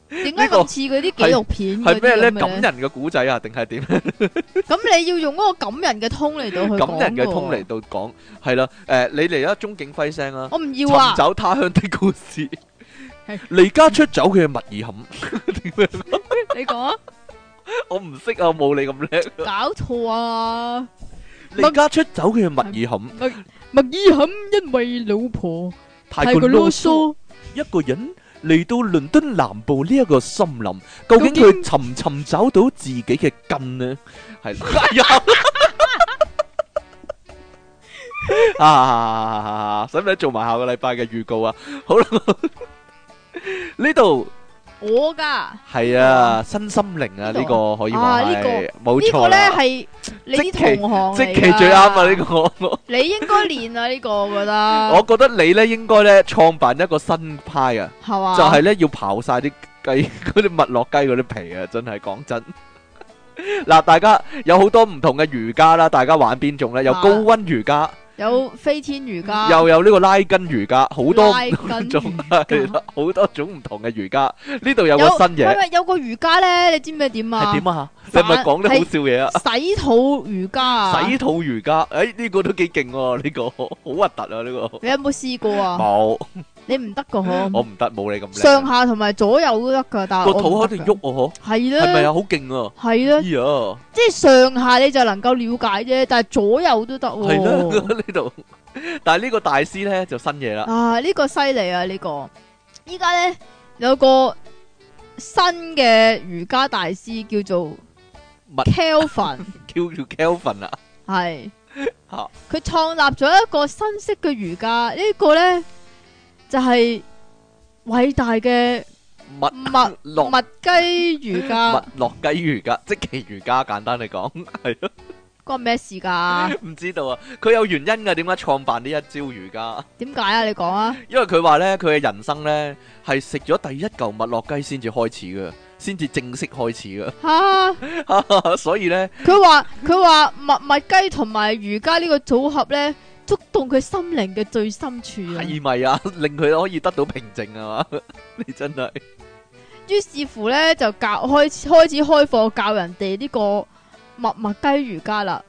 Speaker 2: 點解
Speaker 1: 呢個
Speaker 2: 咁似嗰啲紀錄片嗰
Speaker 1: 係咩
Speaker 2: 啲
Speaker 1: 呢？
Speaker 2: 咁嘅
Speaker 1: 感
Speaker 2: 咧？
Speaker 1: 人嘅古仔啊，定係點呢？
Speaker 2: 咁你要用嗰個感人嘅通嚟到去
Speaker 1: 感人嘅
Speaker 2: 講
Speaker 1: 通
Speaker 2: 喎
Speaker 1: 嚟到講，係啦，誒、你嚟啦，鐘景輝聲啦。
Speaker 2: 我唔要啊
Speaker 1: 尋！找他鄉的故事
Speaker 2: 係，
Speaker 1: 離家出走嘅密爾坎，
Speaker 2: 你講啊，
Speaker 1: 我唔識啊，冇你咁叻。
Speaker 2: 搞錯啊！
Speaker 1: 離家出走嘅密爾坎，
Speaker 2: 麥爾坎因為老婆
Speaker 1: 太過囉嗦，，一個人嚟到倫敦南部呢一個森林，究竟
Speaker 2: 究竟
Speaker 1: 佢尋唔尋找到自己嘅根呢？ 係 啦，哎呀，啊，使唔使做埋下個禮拜嘅預告啊？好啦，呢度。
Speaker 2: 我㗎。
Speaker 1: 系啊，新心靈啊，
Speaker 2: 呢
Speaker 1: 呢
Speaker 2: 度
Speaker 1: 個可以
Speaker 2: 啊
Speaker 1: 話
Speaker 2: 呢個
Speaker 1: 係冇
Speaker 2: 呢
Speaker 1: 錯
Speaker 2: 個咧
Speaker 1: 啦。
Speaker 2: 係你啲同行
Speaker 1: 即
Speaker 2: 嚟
Speaker 1: 期
Speaker 2: 㗎
Speaker 1: 最啱啊！呢個，
Speaker 2: 你應該練啊呢個，我覺得
Speaker 1: 我覺得你咧應該咧創辦一個新派啊，
Speaker 2: 係嘛？
Speaker 1: 就係咧要刨晒啲雞 嗰啲麥樂雞嗰啲皮啊！真係講真， 嗱，大家有好多唔同嘅瑜伽啦，大家玩邊種咧？有
Speaker 2: 啊
Speaker 1: 高溫瑜伽，
Speaker 2: 有飛天瑜伽，
Speaker 1: 又有呢個拉筋瑜伽，好多
Speaker 2: 拉筋
Speaker 1: 種 係啦好多種唔同嘅瑜伽。呢度有
Speaker 2: 有
Speaker 1: 個新嘢
Speaker 2: 唔係唔係有個瑜伽咧，你知唔知點啊？
Speaker 1: 係點啊？你係咪講啲好笑嘢啊？
Speaker 2: 洗肚瑜伽啊？
Speaker 1: 洗肚瑜伽，诶、呢、個都幾勁喎，呢、個好核突啊呢、個
Speaker 2: 你有冇試過啊？
Speaker 1: 冇，
Speaker 2: 你唔得噶
Speaker 1: 我
Speaker 2: 嗬，
Speaker 1: 唔得，冇你咁
Speaker 2: 上
Speaker 1: 靚。
Speaker 2: 下同埋左右都得噶，但係
Speaker 1: 個
Speaker 2: 啊我
Speaker 1: 肚
Speaker 2: 唔
Speaker 1: 喺
Speaker 2: 得
Speaker 1: 度喐我
Speaker 2: 㗎，係
Speaker 1: 嗬，係咪
Speaker 2: 啦，
Speaker 1: 啊？好勁啊！
Speaker 2: 係啦，
Speaker 1: 呀，
Speaker 2: 即係上下你就能夠了解啫，但係左右都得
Speaker 1: 係
Speaker 2: 喎。
Speaker 1: 啦， 呢度。但係呢個大師咧就新嘢啦，
Speaker 2: 啊，呢個犀利啊！呢個依家咧有個新嘅瑜伽大師叫做
Speaker 1: 麥
Speaker 2: Kelvin。
Speaker 1: 叫住 Kelvin 啊啦，
Speaker 2: 系
Speaker 1: 嚇
Speaker 2: 佢創立咗一個新式嘅瑜伽，呢、個咧就係偉大嘅
Speaker 1: 麥
Speaker 2: 麥
Speaker 1: 落
Speaker 2: 麥啊雞瑜
Speaker 1: 麥
Speaker 2: 伽，
Speaker 1: 落雞瑜伽，即其瑜伽，簡單嚟講， 係咯，
Speaker 2: 關咩事噶？
Speaker 1: 唔知道啊。佢有原因㗎，點解創辦呢一招瑜伽？
Speaker 2: 點解啊？你講啊？
Speaker 1: 因為佢話咧，佢嘅人生咧係食咗第一嚿麥樂雞先至開始嘅，先至正式開始嘅。
Speaker 2: 吓，
Speaker 1: 所以咧，
Speaker 2: 佢話佢話麥麥雞同埋瑜伽呢個組合咧，觸動佢心靈嘅最深處啊！
Speaker 1: 係咪 啊？令佢可以得到平靜 啊嘛？你真係
Speaker 2: 於是乎咧就教開開始開課教人哋呢個麥麥雞瑜伽啦。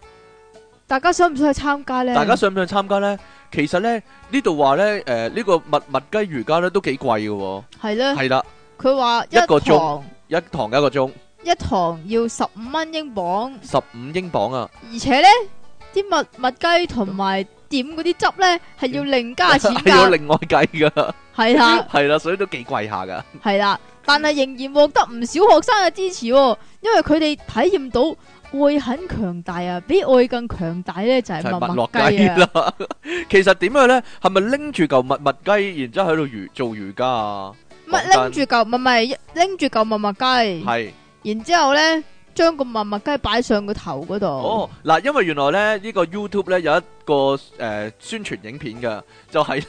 Speaker 2: 大家想唔想去參加咧？
Speaker 1: 大家想唔想參加咧？其實咧呢度話咧，诶呢個蜜蜜雞瑜伽咧都幾貴嘅喎，
Speaker 2: 係咧。
Speaker 1: 係啦，
Speaker 2: 佢話一
Speaker 1: 一個鐘
Speaker 2: 堂
Speaker 1: 一堂一個鐘，
Speaker 2: 一堂要十五蚊英鎊，
Speaker 1: 十五英鎊啊！
Speaker 2: 而且呢啲蜜蜜雞同埋點嗰啲汁呢係要另加 錢
Speaker 1: 係要
Speaker 2: 㗎，
Speaker 1: 另外計噶，
Speaker 2: 係 啦
Speaker 1: 係啦，所以都幾貴下噶。
Speaker 2: 係啦，但係仍然獲得唔少學生嘅支持、喎，因為佢哋體驗到愛很強大啊，比愛更強大呢就係
Speaker 1: 就係
Speaker 2: 蜜
Speaker 1: 蜜樂
Speaker 2: 雞
Speaker 1: 雞
Speaker 2: 啊，
Speaker 1: 啦。其實點樣咧？係咪拎住嚿蜜蜜雞，然之後喺度瑜做瑜伽啊？
Speaker 2: 咪拎住嚿咪咪拎住嚿蜜蜜雞，
Speaker 1: 係。
Speaker 2: 然之後咧將個蜜蜜雞擺上個頭嗰度，
Speaker 1: 哦，嗱，因為原來咧呢、個 YouTube 咧有一個誒、呃宣傳影片嘅，就係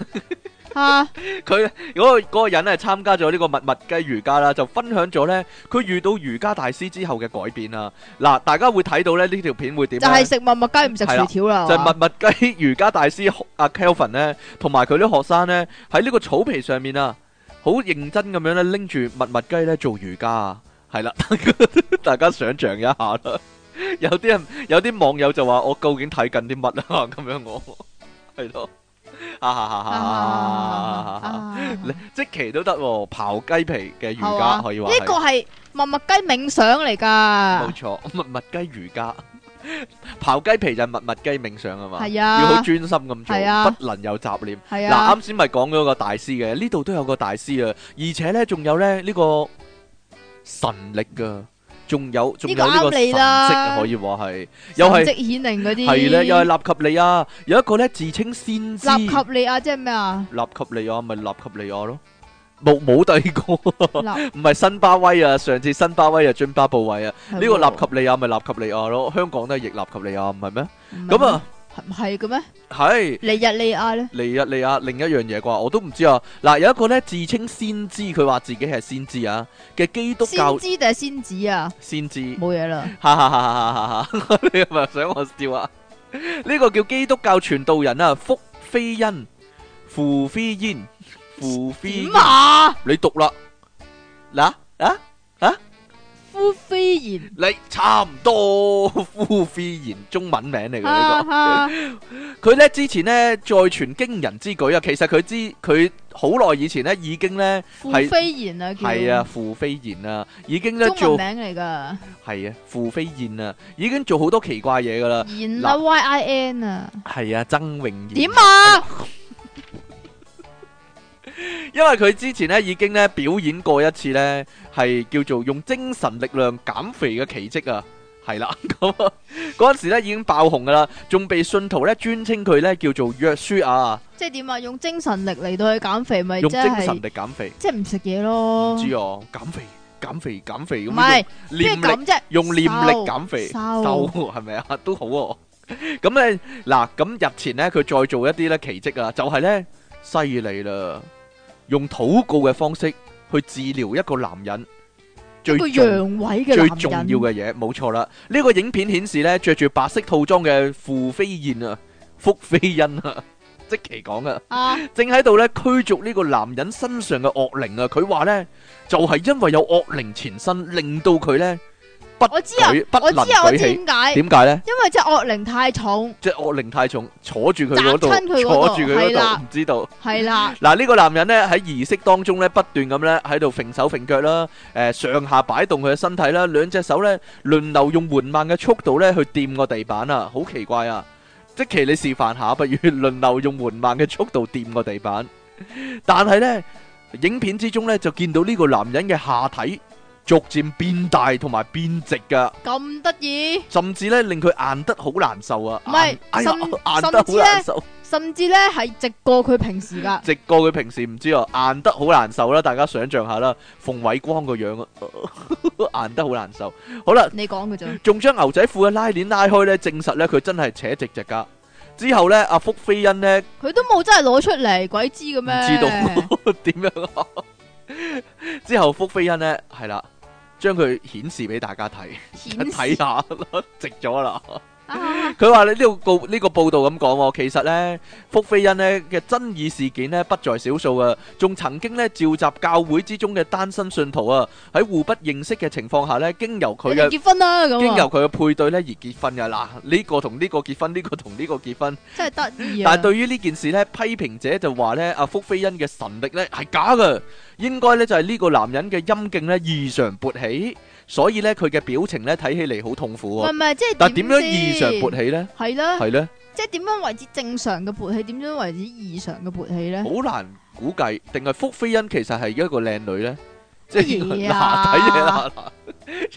Speaker 2: 啊
Speaker 1: 佢嗰個嗰個人咧參加咗呢個密密雞瑜伽啦，就分享咗咧佢遇到瑜伽大師之後嘅改變啊！嗱，大家會睇到咧呢條片會點
Speaker 2: 就
Speaker 1: 呢？
Speaker 2: 係食蜜蜜雞唔食
Speaker 1: 係啦
Speaker 2: 薯條啦，
Speaker 1: 就
Speaker 2: 係嘛
Speaker 1: 係密密雞瑜伽大師阿 Kelvin 咧，同埋佢啲學生咧喺呢個草皮上面啊，好認真咁樣咧拎住密密雞咧做瑜伽啊，係啦， 大家想象一下啦。有啲人有啲網友就話：我究竟睇緊啲乜啊？咁樣我係咯，啊哈哈哈！
Speaker 2: 啊
Speaker 1: 你即期都得喎，刨雞皮嘅瑜
Speaker 2: 係嘛
Speaker 1: 伽可以話
Speaker 2: 呢個
Speaker 1: 係
Speaker 2: 係默默雞冥想嚟㗎
Speaker 1: 冇，錯， 密密雞瑜伽。 刨雞皮就係密密雞冥想啊嘛，
Speaker 2: 係
Speaker 1: 要好
Speaker 2: 啊
Speaker 1: 專，心咁
Speaker 2: 係啊
Speaker 1: 做，不能有雜念。
Speaker 2: 係
Speaker 1: 嗱，
Speaker 2: 啊，
Speaker 1: 啱先咪講咗個大師嘅，呢度都有個大師啊，而且咧仲有咧呢個神力噶，仲有仲有呢個
Speaker 2: 呢個啱
Speaker 1: 神啊
Speaker 2: 你啦
Speaker 1: 跡可以話係，又係
Speaker 2: 神跡顯靈嗰啲，
Speaker 1: 係咧，又係納及利亞，有一個咧自稱先知，
Speaker 2: 納
Speaker 1: 納
Speaker 2: 及利亞即係咩啊？
Speaker 1: 及利亞咪納及利亞咯，冇冇第二 個，
Speaker 2: 納
Speaker 1: 唔係津巴威啊，上次津巴威啊，津巴布韋啊，呢個納
Speaker 2: 立
Speaker 1: 及利亞咪納及利亞咯，香港都係譯納及利亞，唔係咩？
Speaker 2: 咁
Speaker 1: 咁，啊，
Speaker 2: 唔係嘅咩？
Speaker 1: 係。
Speaker 2: 尼日利亞咧，
Speaker 1: 尼日利亞另一樣嘢啩，我都唔知啊。嗱，有一個咧自稱先知，佢話自己係先知啊嘅基督
Speaker 2: 先
Speaker 1: 教
Speaker 2: 知定係先子啊？
Speaker 1: 先知，
Speaker 2: 冇嘢啦，
Speaker 1: 哈哈哈哈哈哈！你係咪想我笑啊？呢個叫基督教傳道人啊，福飛恩、傅飛燕、傅飛
Speaker 2: 點
Speaker 1: 燕，
Speaker 2: 啊？
Speaker 1: 你讀啦，嗱啊！
Speaker 2: 夫飛言
Speaker 1: 你差唔多呼飛言中文名嚟嘅呢
Speaker 2: 哈哈
Speaker 1: 個，佢呢之前呢再傳驚人之舉啊，其實佢知佢好耐以前呢已經呢
Speaker 2: 夫
Speaker 1: 係
Speaker 2: 飛言啊，叫
Speaker 1: 係啊，傅飛燕啊，已經呢
Speaker 2: 中
Speaker 1: 做
Speaker 2: 文名嚟噶，
Speaker 1: 係啊傅飛燕啊，已經做好多奇怪嘢噶啦，
Speaker 2: 言啊 Y I N 啊，
Speaker 1: 係啊曾永
Speaker 2: 點
Speaker 1: 賢，
Speaker 2: 啊？
Speaker 1: 因為佢之前呢已經呢表演過一次呢係叫做用精神力量減肥嘅奇蹟啊。係啦， 咁啊嗰陣時咧已經爆紅噶啦，仲被信徒咧尊稱佢咧叫做約書亞啊
Speaker 2: 即係點啊？用精神力嚟到去減肥，咪即
Speaker 1: 用精神
Speaker 2: 係
Speaker 1: 力減肥，
Speaker 2: 即係唔食嘢咯？
Speaker 1: 唔知
Speaker 2: 唔
Speaker 1: 啊，減肥、減肥、減肥咁
Speaker 2: 係
Speaker 1: 樣，
Speaker 2: 邊係
Speaker 1: 念力啊
Speaker 2: 咁啫？
Speaker 1: 用念力
Speaker 2: 瘦
Speaker 1: 減肥，
Speaker 2: 瘦
Speaker 1: 瘦係咪啊？ 都好喎。咁咧嗱，咁日前咧佢再做一啲咧奇蹟啊，就係咧犀利啦，用禱告嘅方式去治療一個男人，最
Speaker 2: 一個
Speaker 1: 重
Speaker 2: 陽痿嘅
Speaker 1: 最
Speaker 2: 男
Speaker 1: 重要
Speaker 2: 人
Speaker 1: 嘅嘢，冇錯啦。呢、個影片顯示咧，着住白色套裝嘅傅飛燕啊， 福飛恩啊， 即其講啊。
Speaker 2: 啊，
Speaker 1: 正喺度咧驅逐呢個男人身上嘅惡靈啊！佢話咧就係、因為有惡靈纏身，令到佢咧不
Speaker 2: 我知啊
Speaker 1: 舉不
Speaker 2: 我
Speaker 1: 能
Speaker 2: 知啊，我
Speaker 1: 舉
Speaker 2: 知
Speaker 1: 起。
Speaker 2: 點解，
Speaker 1: 點解咧？
Speaker 2: 因為隻惡靈太重，
Speaker 1: 即係惡靈太重，坐住佢嗰度，
Speaker 2: 砸親佢嗰度
Speaker 1: 坐住佢
Speaker 2: 係
Speaker 1: 嗰
Speaker 2: 啦
Speaker 1: 度，唔知道。
Speaker 2: 係啦，
Speaker 1: 嗱，呢個男人咧喺儀式當中咧不斷咁咧喺度揈手揈腳啦，誒、上下擺動佢嘅身體啦，兩隻手咧輪流用緩慢嘅速度咧去掂個地板啊，好奇怪啊！即其你示範下，不如 輪流用緩慢嘅速度掂個地板。但係咧，影片之中咧就見到呢個男人嘅下體逐漸變大同埋變直噶，
Speaker 2: 咁得意，
Speaker 1: 甚至咧令佢硬得好難受啊！
Speaker 2: 唔係
Speaker 1: 硬哎呀，
Speaker 2: 甚
Speaker 1: 硬得
Speaker 2: 甚
Speaker 1: 好
Speaker 2: 至呢
Speaker 1: 難受。
Speaker 2: 甚至咧係直過佢平時 噶，
Speaker 1: 直過佢平時唔知啊，硬得好難受啦，大家想象下啦，馮偉光個樣啊， 硬得好難受。好啦，
Speaker 2: 你講嘅啫，
Speaker 1: 仲將牛仔褲嘅拉鏈拉開咧，證實咧佢真係扯直直噶。之後咧，阿福飛恩咧唔
Speaker 2: 佢都冇真係攞出嚟，鬼知嘅
Speaker 1: 知
Speaker 2: 咩？
Speaker 1: 道 點樣啊。 之後福飛恩咧係啦，將佢顯示俾大家 睇，
Speaker 2: 顯
Speaker 1: 睇啊
Speaker 2: 示
Speaker 1: 下啦直咗啦。
Speaker 2: 啊，
Speaker 1: 佢話：你呢個告呢、個報道咁講喎，其實呢，福菲恩呢嘅爭議事件呢不在少數啊，仲曾經呢召集教會之中嘅單身信徒啊，喺互不認識嘅情況下呢，經由佢
Speaker 2: 佢
Speaker 1: 嘅
Speaker 2: 哋結婚啦咁啊，
Speaker 1: 經由佢嘅配對呢而結婚嘅嗱，呢、個同呢個結婚，呢、個同呢個結婚。
Speaker 2: 真係得意啊！
Speaker 1: 但係對於呢件事呢，批評者就話呢，阿福菲恩嘅神力呢係假嘅，應該呢就係呢個男人嘅陰莖呢異常勃起，所以呢，佢嘅表情呢睇起嚟好痛苦
Speaker 2: 唔
Speaker 1: 喎
Speaker 2: 係。唔係，即係
Speaker 1: 但係點樣異常勃
Speaker 2: 起？
Speaker 1: 起呢？
Speaker 2: 係啦，
Speaker 1: 係呢。
Speaker 2: 即係點樣為之正常嘅勃起？點樣為之異常嘅勃起 咧？
Speaker 1: 好難估計，定係福菲恩其實係一個靚女 咧？即係
Speaker 2: 乜嘢
Speaker 1: 嗱
Speaker 2: 啊
Speaker 1: 睇嘢啦，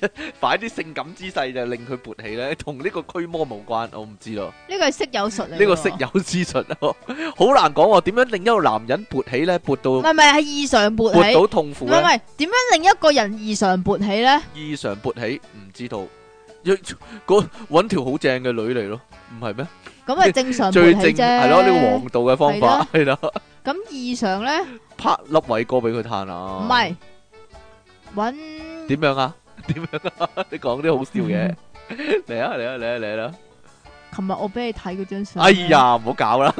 Speaker 1: 嗱擺啲性感姿勢就令佢勃起咧，同呢個驅魔無關，我唔知咯。
Speaker 2: 呢個係色友術嚟㗎喎，
Speaker 1: 呢個色有之術咯， 好難講喎。點樣令一個男人勃起咧？勃
Speaker 2: 唔
Speaker 1: 到
Speaker 2: 係唔係係異常 勃
Speaker 1: 勃
Speaker 2: 起，
Speaker 1: 到痛苦
Speaker 2: 唔係唔
Speaker 1: 咧？
Speaker 2: 係點樣令一個人異常勃起咧？
Speaker 1: 異常勃起唔知道，要嗰揾條好正嘅女嚟咯，唔係咩？
Speaker 2: 咁係正常勃
Speaker 1: 最正
Speaker 2: 起啫。
Speaker 1: 係咯，呢個王道嘅方法係啦，
Speaker 2: 咁異常咧，
Speaker 1: 拍粒偉哥俾佢嘆啊！
Speaker 2: 唔係揾
Speaker 1: 點樣 啊？點樣啊？你講啲好笑嘢嚟啊嚟啊嚟啊嚟啦！
Speaker 2: 琴日我俾你睇嗰張相。
Speaker 1: 哎，呀，唔好搞 啦！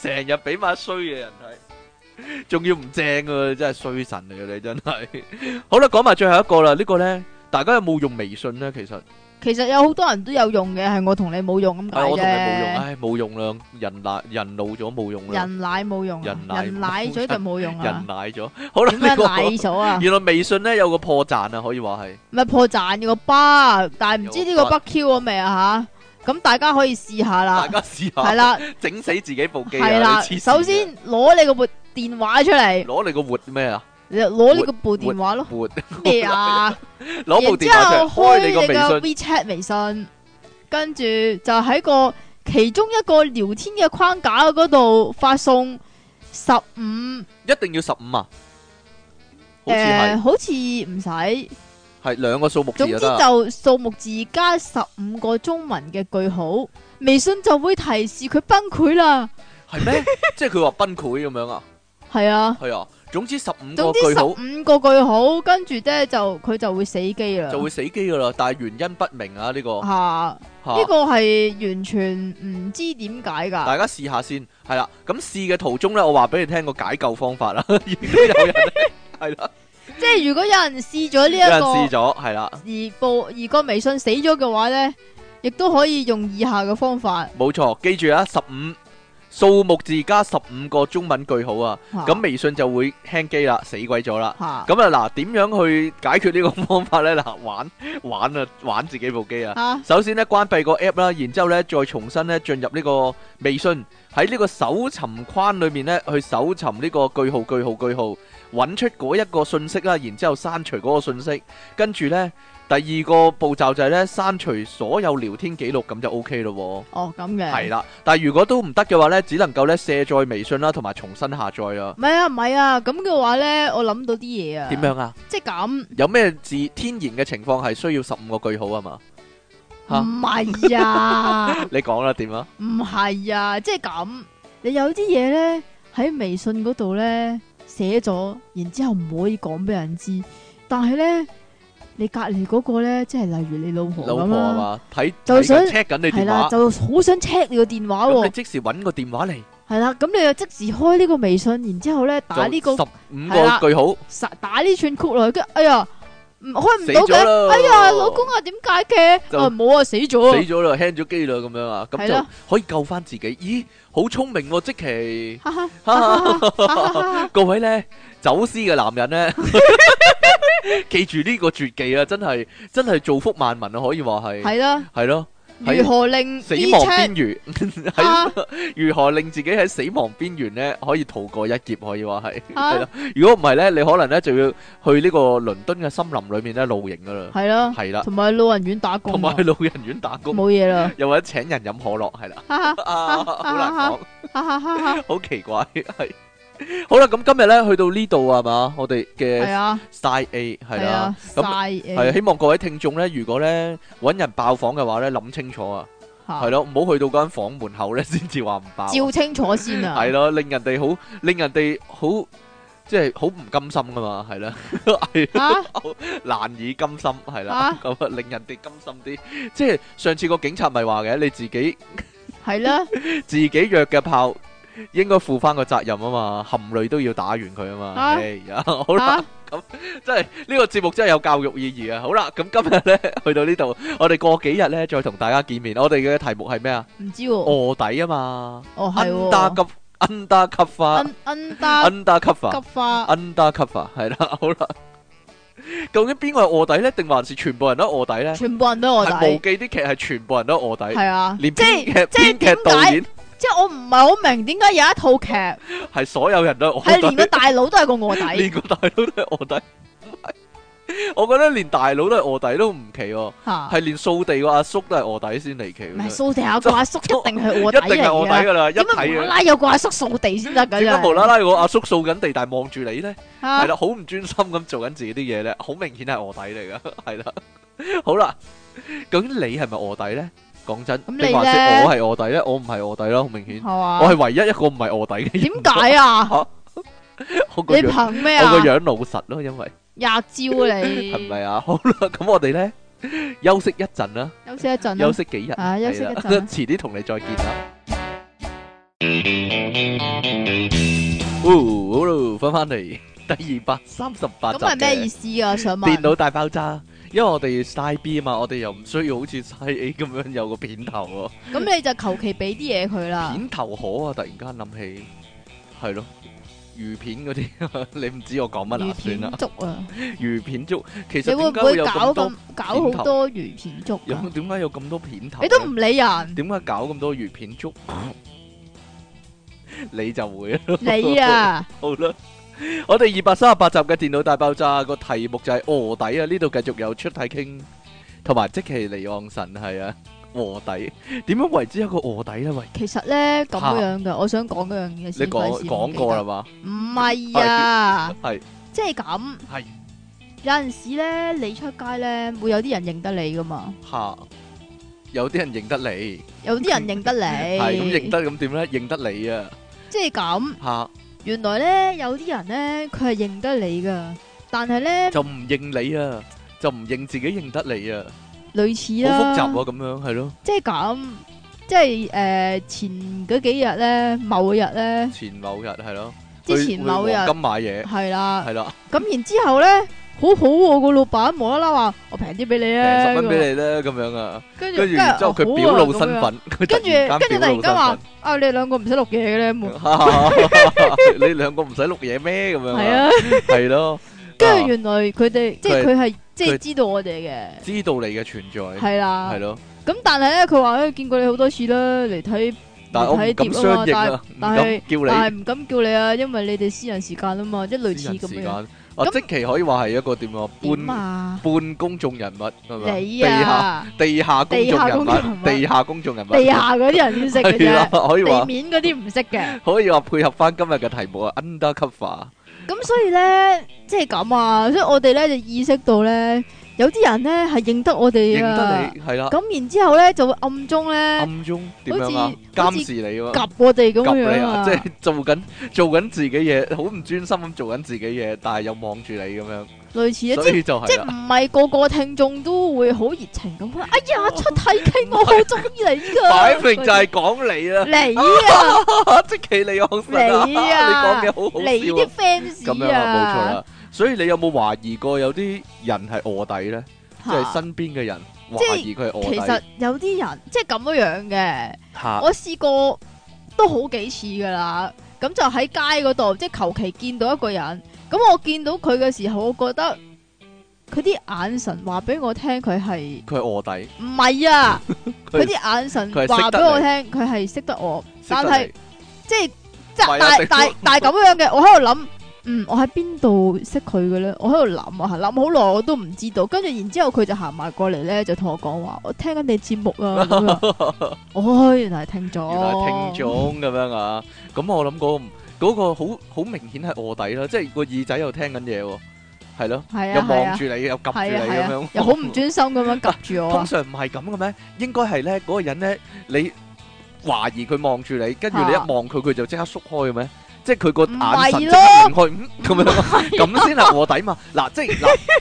Speaker 1: 成日俾埋衰嘅人睇，仲要唔正啊！真係衰神嚟嘅你真 係。好啦，講埋最後一個啦，呢個呢，大家有冇用微信呢？其實
Speaker 2: 其實有好多人都有用嘅，係我同你冇用咁解
Speaker 1: 哎唉，我同你冇用，啊
Speaker 2: 啫。
Speaker 1: 唉，冇用啦，人奶人老咗冇用啦，
Speaker 2: 人奶冇用啊，
Speaker 1: 人奶
Speaker 2: 人奶咗就冇用啊
Speaker 1: 人。奶咗。好啦，
Speaker 2: 點解
Speaker 1: 呢個
Speaker 2: 奶 咗啊？
Speaker 1: 原來微信呢有個破綻啊，可以話係。
Speaker 2: 咪破綻有個巴，但係唔知呢
Speaker 1: 有
Speaker 2: 個
Speaker 1: 個巴
Speaker 2: 北 Q 咗未啊吓？咁大家可以試
Speaker 1: 大
Speaker 2: 下啦，
Speaker 1: 家試
Speaker 2: 係
Speaker 1: 下
Speaker 2: 啦，
Speaker 1: 整死自己部機
Speaker 2: 係啦。
Speaker 1: 啊！你黐線嘅
Speaker 2: 首先攞你個部電話出嚟，
Speaker 1: 攞你個活咩啊？
Speaker 2: 你就攞呢個部電話 咯，
Speaker 1: 活
Speaker 2: 咩啊？
Speaker 1: 攞部電話
Speaker 2: 然
Speaker 1: 出
Speaker 2: 之後
Speaker 1: 嚟，開你個
Speaker 2: 你個
Speaker 1: 微
Speaker 2: WeChat 微信，跟住就喺個其中一個聊天嘅框架嗰度發送十五，
Speaker 1: 信，一定要十五啊！好似
Speaker 2: 誒，
Speaker 1: 係
Speaker 2: 呃好似唔使，
Speaker 1: 係兩個數目字
Speaker 2: 總
Speaker 1: 就
Speaker 2: 之
Speaker 1: 得啊。
Speaker 2: 就數目字加十五個中文嘅句號，微信就會提示佢崩潰啦。
Speaker 1: 係咩？即係佢話崩潰咁樣啊？
Speaker 2: 系啊，
Speaker 1: 係啊，總之十五個
Speaker 2: 总之
Speaker 1: 句
Speaker 2: 十
Speaker 1: 號
Speaker 2: 五個句號，跟住咧就佢就會死機啦。
Speaker 1: 就會死機噶啦，但係原因不明啊呢、個
Speaker 2: 吓，
Speaker 1: 嚇。
Speaker 2: 呢、個係完全唔知點解
Speaker 1: 大
Speaker 2: 㗎。
Speaker 1: 家試下先，係啦。咁試嘅途中咧，我話俾你聽個解救方 法啦。已經有人係啦，
Speaker 2: 即係如果有人試咗呢
Speaker 1: 有人試
Speaker 2: 一
Speaker 1: 咗，係啦，
Speaker 2: 個而部而個微信死咗嘅話咧，亦都可以用以下嘅方法。
Speaker 1: 冇錯。記住啊，十五數目字加十五個中文句號啊，
Speaker 2: 嚇
Speaker 1: 咁微信就會輕機啦，死鬼咗啦。
Speaker 2: 吓
Speaker 1: 咁啊嗱，點樣去解決呢個方法咧？嗱，玩 玩啊，玩自己部機啊！
Speaker 2: 吓
Speaker 1: 首先咧，關閉個 app 啦，然之後咧，再重新咧進入呢個微信，喺呢個搜尋框裏面咧去搜尋呢個句號、句號、句號，揾出嗰一個信息啦，然之後刪除嗰個信息，跟住咧第二個步驟就係咧刪除所有聊天記錄，咁就 OK 咯
Speaker 2: 哦咁
Speaker 1: 喎。
Speaker 2: 嘅
Speaker 1: 係啦，但係如果都唔得嘅話咧，只能夠咧卸載微信啦，同埋重新下載啦。
Speaker 2: 唔係啊，唔係啊，咁嘅話咧，我諗到啲嘢啊。
Speaker 1: 點？樣啊？
Speaker 2: 即係咁，
Speaker 1: 有咩自天然嘅情況係需要十五個句號啊嘛？嚇
Speaker 2: 唔 係啊，
Speaker 1: 你講啦，點啊？
Speaker 2: 唔係啊，即係咁，你有啲嘢咧喺微信嗰度咧寫咗，然之後唔可以講俾人知，但係咧你隔離嗰個咧，即係例如你老婆
Speaker 1: 老婆
Speaker 2: 咁
Speaker 1: 係
Speaker 2: 啊，
Speaker 1: 嘛？睇
Speaker 2: 就想
Speaker 1: check 緊你
Speaker 2: 係
Speaker 1: 電
Speaker 2: 啦，
Speaker 1: 話。
Speaker 2: 就哦好想 check 你個電話
Speaker 1: 咁你
Speaker 2: 喎，
Speaker 1: 即時揾個電話嚟，
Speaker 2: 係啦，咁你就即時開呢個微信，然之後咧打呢個
Speaker 1: 十五
Speaker 2: 係啦
Speaker 1: 個句號，
Speaker 2: 實打呢串曲落去，跟住哎呀，唔開唔
Speaker 1: 死
Speaker 2: 到
Speaker 1: 咗
Speaker 2: 嘅。
Speaker 1: 啦！
Speaker 2: 哎呀，老公啊，點解嘅？
Speaker 1: 就
Speaker 2: 啊，冇啊，死咗
Speaker 1: 死
Speaker 2: 啊，
Speaker 1: 咗啦，hang 咗機啦，咁樣啊，咁
Speaker 2: 係啦
Speaker 1: 就可以救翻自己。咦，好聰明喎，即其
Speaker 2: 哈哈哈哈哈哈哈哈
Speaker 1: 各位呢，走私嘅男人 呢，記住呢個絕技啊，真係真係造福萬民啊，可以話 係
Speaker 2: 係啦，
Speaker 1: 係咯，喺
Speaker 2: 如何令 E
Speaker 1: 死
Speaker 2: B
Speaker 1: 亡
Speaker 2: check
Speaker 1: 邊緣喺
Speaker 2: 啊
Speaker 1: 如何令自己喺死亡邊緣呢，可以逃過一劫，可以話係 係
Speaker 2: 啊
Speaker 1: 咯。如果唔係呢，你可能呢就要去呢個倫敦嘅森林裏面呢露營噶啦，
Speaker 2: 係啦，
Speaker 1: 係啦。
Speaker 2: 同埋老人院打工
Speaker 1: 同
Speaker 2: 啊，
Speaker 1: 埋去老人院打工，
Speaker 2: 冇嘢啦，
Speaker 1: 又或者請人飲可樂，係啦，
Speaker 2: 哈哈
Speaker 1: 啊，
Speaker 2: 啊
Speaker 1: 好難
Speaker 2: 啊
Speaker 1: 講，
Speaker 2: 哈哈哈哈，
Speaker 1: 好奇怪，係。好啦，咁今日咧去到呢度啊係嘛，我哋
Speaker 2: 係
Speaker 1: 嘅
Speaker 2: 啊，
Speaker 1: 晒 A 係
Speaker 2: 係
Speaker 1: 啦
Speaker 2: 啊，，
Speaker 1: 咁
Speaker 2: 曬
Speaker 1: 係
Speaker 2: 誒，
Speaker 1: 希望各位聽眾咧，如果咧揾人爆房嘅話咧，諗清楚啊，
Speaker 2: 嚇
Speaker 1: 係咯，唔好去到嗰間房門口咧先至話唔爆啊，
Speaker 2: 照清楚先啊，
Speaker 1: 係咯，令人哋好，令人哋好，即係好唔甘心噶嘛， 係啦，係
Speaker 2: 嚇
Speaker 1: 難以甘心係啦
Speaker 2: 啊，
Speaker 1: 咁啊令人哋甘心啲。即係上次個警察咪話嘅，你自己
Speaker 2: 係啦，
Speaker 1: 自己約嘅炮應該負翻個責任啊嘛，含淚都要打完佢啊嘛。
Speaker 2: 啊
Speaker 1: 哎呀，好啦，真係呢個節目真係有教育意義啊！好啦，咁今日 呢，去到呢度，我哋過幾日呢，再同大家見面。我哋嘅題目係咩啊？
Speaker 2: 唔知喎，
Speaker 1: 卧底啊嘛
Speaker 2: 哦係喎
Speaker 1: ，under under cover
Speaker 2: 恩恩達
Speaker 1: under cover
Speaker 2: 急花
Speaker 1: under cover 係啦， 好啦。究竟邊個係卧底呢？定還是全部人都卧底呢？
Speaker 2: 全部人都我
Speaker 1: 係無
Speaker 2: 底，
Speaker 1: 記啲劇係全部人都卧底，
Speaker 2: 係啊，即
Speaker 1: 連編劇
Speaker 2: 係即
Speaker 1: 編
Speaker 2: 係
Speaker 1: 劇
Speaker 2: 點
Speaker 1: 導
Speaker 2: 解？
Speaker 1: 演
Speaker 2: 即係我唔係好明點解有 一套劇。
Speaker 1: 係所有人都係卧
Speaker 2: 系
Speaker 1: 底
Speaker 2: 连。个大佬都系个 卧
Speaker 1: 連
Speaker 2: 底
Speaker 1: 個大佬都係卧底，我覺得連大佬都係卧底都唔奇喎，
Speaker 2: 吓，
Speaker 1: 係連掃地個阿叔都係卧底先離奇
Speaker 2: 唔
Speaker 1: 喎，真
Speaker 2: 系
Speaker 1: 係
Speaker 2: 扫地下个阿叔一定系卧底
Speaker 1: 一定係卧
Speaker 2: 嚟
Speaker 1: 底
Speaker 2: 嘅，
Speaker 1: 㗎啦，一
Speaker 2: 点解无
Speaker 1: 睇
Speaker 2: 啦
Speaker 1: 啊，
Speaker 2: 啦有个阿叔扫地先得噶
Speaker 1: 點
Speaker 2: 啫？
Speaker 1: 解無啦啦個阿叔掃緊地，但係望住你咧，係
Speaker 2: 啦，
Speaker 1: 啦，好唔專心咁做緊自己啲嘢咧，好明顯係卧底嚟噶， 係啦，好啦，究竟你係咪卧底咧？講真，
Speaker 2: 咁你
Speaker 1: 定還是
Speaker 2: 呢
Speaker 1: 我係卧底咧？我唔係卧底啦，好明
Speaker 2: 系
Speaker 1: 顯，
Speaker 2: 嘛？
Speaker 1: 我係唯一一個唔係卧底嘅人，
Speaker 2: 点解啊？
Speaker 1: 我個
Speaker 2: 你
Speaker 1: 樣
Speaker 2: 凭咩
Speaker 1: 我
Speaker 2: 啊
Speaker 1: 個？樣老實咯，因為。
Speaker 2: 廿招啊你，
Speaker 1: 系咪啊？ 好啦，咁我哋咧休息一陣啦，
Speaker 2: 休息一阵
Speaker 1: 休
Speaker 2: 啦，
Speaker 1: 息幾日，
Speaker 2: 啊休息一
Speaker 1: 係啦
Speaker 2: 陣啦
Speaker 1: 遲啲同你再見啦。哦，好咯，翻翻嚟第二百三十八集
Speaker 2: 咁系咩意
Speaker 1: 思？
Speaker 2: 思啊？想问
Speaker 1: 電腦大爆炸，因為我哋晒 B 啊嘛，我哋又唔需要好似晒 A 咁樣有個片頭
Speaker 2: 咁你就求其俾啲嘢佢
Speaker 1: 喎，
Speaker 2: 啦，
Speaker 1: 片頭可啊！突然間諗起，係咯，魚片嗰啲， 你唔知我講乜
Speaker 2: 鱼
Speaker 1: 啦，算
Speaker 2: 片
Speaker 1: 啦，
Speaker 2: 粥啊！
Speaker 1: 魚片粥其
Speaker 2: 你
Speaker 1: 實
Speaker 2: 会唔
Speaker 1: 點解會
Speaker 2: 会
Speaker 1: 有
Speaker 2: 搞
Speaker 1: 咁多
Speaker 2: 咁？搞好多鱼片粥
Speaker 1: 有
Speaker 2: 噶？
Speaker 1: 點解有咁多片頭呢？
Speaker 2: 你都唔理人，
Speaker 1: 點解搞咁多粵片粥？ 你就會啦。
Speaker 2: 你啊，
Speaker 1: 好啦，我哋二百三十八集嘅電腦大爆炸個題目就係卧底啊！呢度繼續有出體傾，同埋即其離岸神係啊卧底。點樣為之一個卧底咧？喂，
Speaker 2: 其实咧咁樣嘅，我想讲嗰样嘢
Speaker 1: 你
Speaker 2: 先。
Speaker 1: 講
Speaker 2: 費事唔
Speaker 1: 講
Speaker 2: 記
Speaker 1: 過
Speaker 2: 得
Speaker 1: 啦嘛？
Speaker 2: 唔係啊，
Speaker 1: 係
Speaker 2: 即係咁，
Speaker 1: 係
Speaker 2: 有陣時咧，你出街咧會有啲人認得你噶嘛，
Speaker 1: 吓，有啲人認得你，
Speaker 2: 有啲人認得你，
Speaker 1: 係咁認，得咁點咧？認得你啊
Speaker 2: 即係咁，
Speaker 1: 吓，
Speaker 2: 原來咧有啲人咧佢係認得你噶，但係咧
Speaker 1: 就唔認你啊，就唔認自己認得你啊，
Speaker 2: 類似
Speaker 1: 好
Speaker 2: 啦，
Speaker 1: 複雜啊，咁樣係咯，
Speaker 2: 即係咁，即係诶、誒前嗰幾日咧，某日咧，
Speaker 1: 前某日係咯，
Speaker 2: 之前某日
Speaker 1: 今買嘢
Speaker 2: 係啦，
Speaker 1: 係啦，
Speaker 2: 咁然之后咧，好好喎個老闆無啦啦話我平啲俾你啊，
Speaker 1: 平十蚊俾你咧，咁樣啊，
Speaker 2: 跟住
Speaker 1: 跟住然之後
Speaker 2: 跟住
Speaker 1: 佢
Speaker 2: 哦
Speaker 1: 表
Speaker 2: 好啊
Speaker 1: 露
Speaker 2: 咁
Speaker 1: 身
Speaker 2: 樣
Speaker 1: 份，啊佢
Speaker 2: 跟住跟住突然
Speaker 1: 間表
Speaker 2: 間
Speaker 1: 露
Speaker 2: 話
Speaker 1: 身
Speaker 2: 啊，你兩個唔使錄嘢嘅咧，冇
Speaker 1: 份，你兩個唔使錄嘢咩？咁樣
Speaker 2: 係，啊，
Speaker 1: 係咯，
Speaker 2: 跟住
Speaker 1: 啊
Speaker 2: 原來佢哋即係
Speaker 1: 佢
Speaker 2: 佢係即係
Speaker 1: 佢
Speaker 2: 知道我哋
Speaker 1: 啊知道你嘅存在
Speaker 2: 嘅，係啊啦
Speaker 1: 係，咯，
Speaker 2: 咁但係咧佢話诶見過你好多次啦，嚟睇
Speaker 1: 但係我
Speaker 2: 睇
Speaker 1: 唔敢
Speaker 2: 碟啊
Speaker 1: 相
Speaker 2: 嘛
Speaker 1: 應啊，唔
Speaker 2: 但
Speaker 1: 敢
Speaker 2: 係
Speaker 1: 叫你
Speaker 2: 但係唔敢叫你啊，因為你哋私人時間啊嘛，即係類似
Speaker 1: 私人
Speaker 2: 咁
Speaker 1: 時
Speaker 2: 樣。
Speaker 1: 間啊，
Speaker 2: 咁
Speaker 1: 即其可以話係一個點啊，
Speaker 2: 點
Speaker 1: 半
Speaker 2: 啊？
Speaker 1: 半公眾人物係咪？
Speaker 2: 你
Speaker 1: 地下。
Speaker 2: 啊，
Speaker 1: 地下公眾人物，
Speaker 2: 地
Speaker 1: 地下公眾人物，
Speaker 2: 地下嗰啲人先識 嘅
Speaker 1: 係啦，
Speaker 2: 啫，
Speaker 1: 可以
Speaker 2: 地
Speaker 1: 話
Speaker 2: 面嗰啲唔識嘅。
Speaker 1: 可以話配合翻今日嘅題目啊，undercover
Speaker 2: 咁所以咧，即係咁啊，所以我哋咧就意識到咧，有啲人咧係認得我
Speaker 1: 認
Speaker 2: 哋
Speaker 1: 得
Speaker 2: 啊。
Speaker 1: 你係啦，
Speaker 2: 咁然之後咧就會暗中咧
Speaker 1: 暗中點樣啊？
Speaker 2: 好似
Speaker 1: 監視你喎，
Speaker 2: 及我哋咁
Speaker 1: 及你
Speaker 2: 樣
Speaker 1: 啊！
Speaker 2: 啊
Speaker 1: 即。係做緊做緊自己嘢，好唔專心咁做緊自己嘢，但係又望住你咁樣，
Speaker 2: 類似啊，
Speaker 1: 所
Speaker 2: 即係
Speaker 1: 以就
Speaker 2: 即
Speaker 1: 係
Speaker 2: 係
Speaker 1: 啦。
Speaker 2: 唔係個個聽眾都會好熱情咁話，哎呀出體傾我好中意你㗎，
Speaker 1: 哦擺明就係講你 啦，
Speaker 2: 你啊，
Speaker 1: 即其你昂神啊！你
Speaker 2: 你啊
Speaker 1: 講嘅好好
Speaker 2: 你
Speaker 1: 笑
Speaker 2: 啲
Speaker 1: 啊！咁
Speaker 2: fans
Speaker 1: 樣啊，冇錯
Speaker 2: 啊，
Speaker 1: 啦。所以你有冇懷疑過有啲人係卧底咧？即係
Speaker 2: 嚇
Speaker 1: 身邊嘅人
Speaker 2: 即係
Speaker 1: 懷疑佢係卧
Speaker 2: 其
Speaker 1: 底。
Speaker 2: 實有啲人即係咁樣嘅，
Speaker 1: 嚇
Speaker 2: 我試過都好幾次噶啦。咁就喺街嗰度，即係求其見到一個人，咁我見到佢嘅時候，我覺得佢啲眼神話俾我聽，佢係
Speaker 1: 佢係卧底，
Speaker 2: 唔 係啊？
Speaker 1: 佢
Speaker 2: 佢啲眼神
Speaker 1: 佢係識得
Speaker 2: 話俾我聽，佢係識得我，但係即係即
Speaker 1: 唔係
Speaker 2: 係
Speaker 1: 啊
Speaker 2: 但但但係咁樣嘅，我喺度諗。嗯，我喺邊度識佢嘅咧？我喺度諗啊，諗好耐我都唔知道。跟住然之後佢就行埋過嚟咧，就同我講話：我聽緊你節目 啊！咁樣哦，原來係聽咗，
Speaker 1: 原來係聽眾咁樣啊。咁我諗嗰個嗰個好好明顯係卧底啦，即係個耳仔又聽緊嘢喎，係咯，又
Speaker 2: 係啊，係
Speaker 1: 望
Speaker 2: 啊，
Speaker 1: 住你，又及住
Speaker 2: 係啊，
Speaker 1: 你咁
Speaker 2: 係
Speaker 1: 樣
Speaker 2: 啊，，又好唔。專心咁樣夾住我
Speaker 1: 通
Speaker 2: 啊。
Speaker 1: 常唔係 咁嘅咩？應該係咧，嗰個人咧，你懷疑佢望住你，跟住你一
Speaker 2: 嚇
Speaker 1: 望佢，佢就即刻縮開嘅咩？即係佢個眼神即刻
Speaker 2: 唔係咯
Speaker 1: 擰開，嗯咁樣。咁先係卧底嘛？嗱，即 係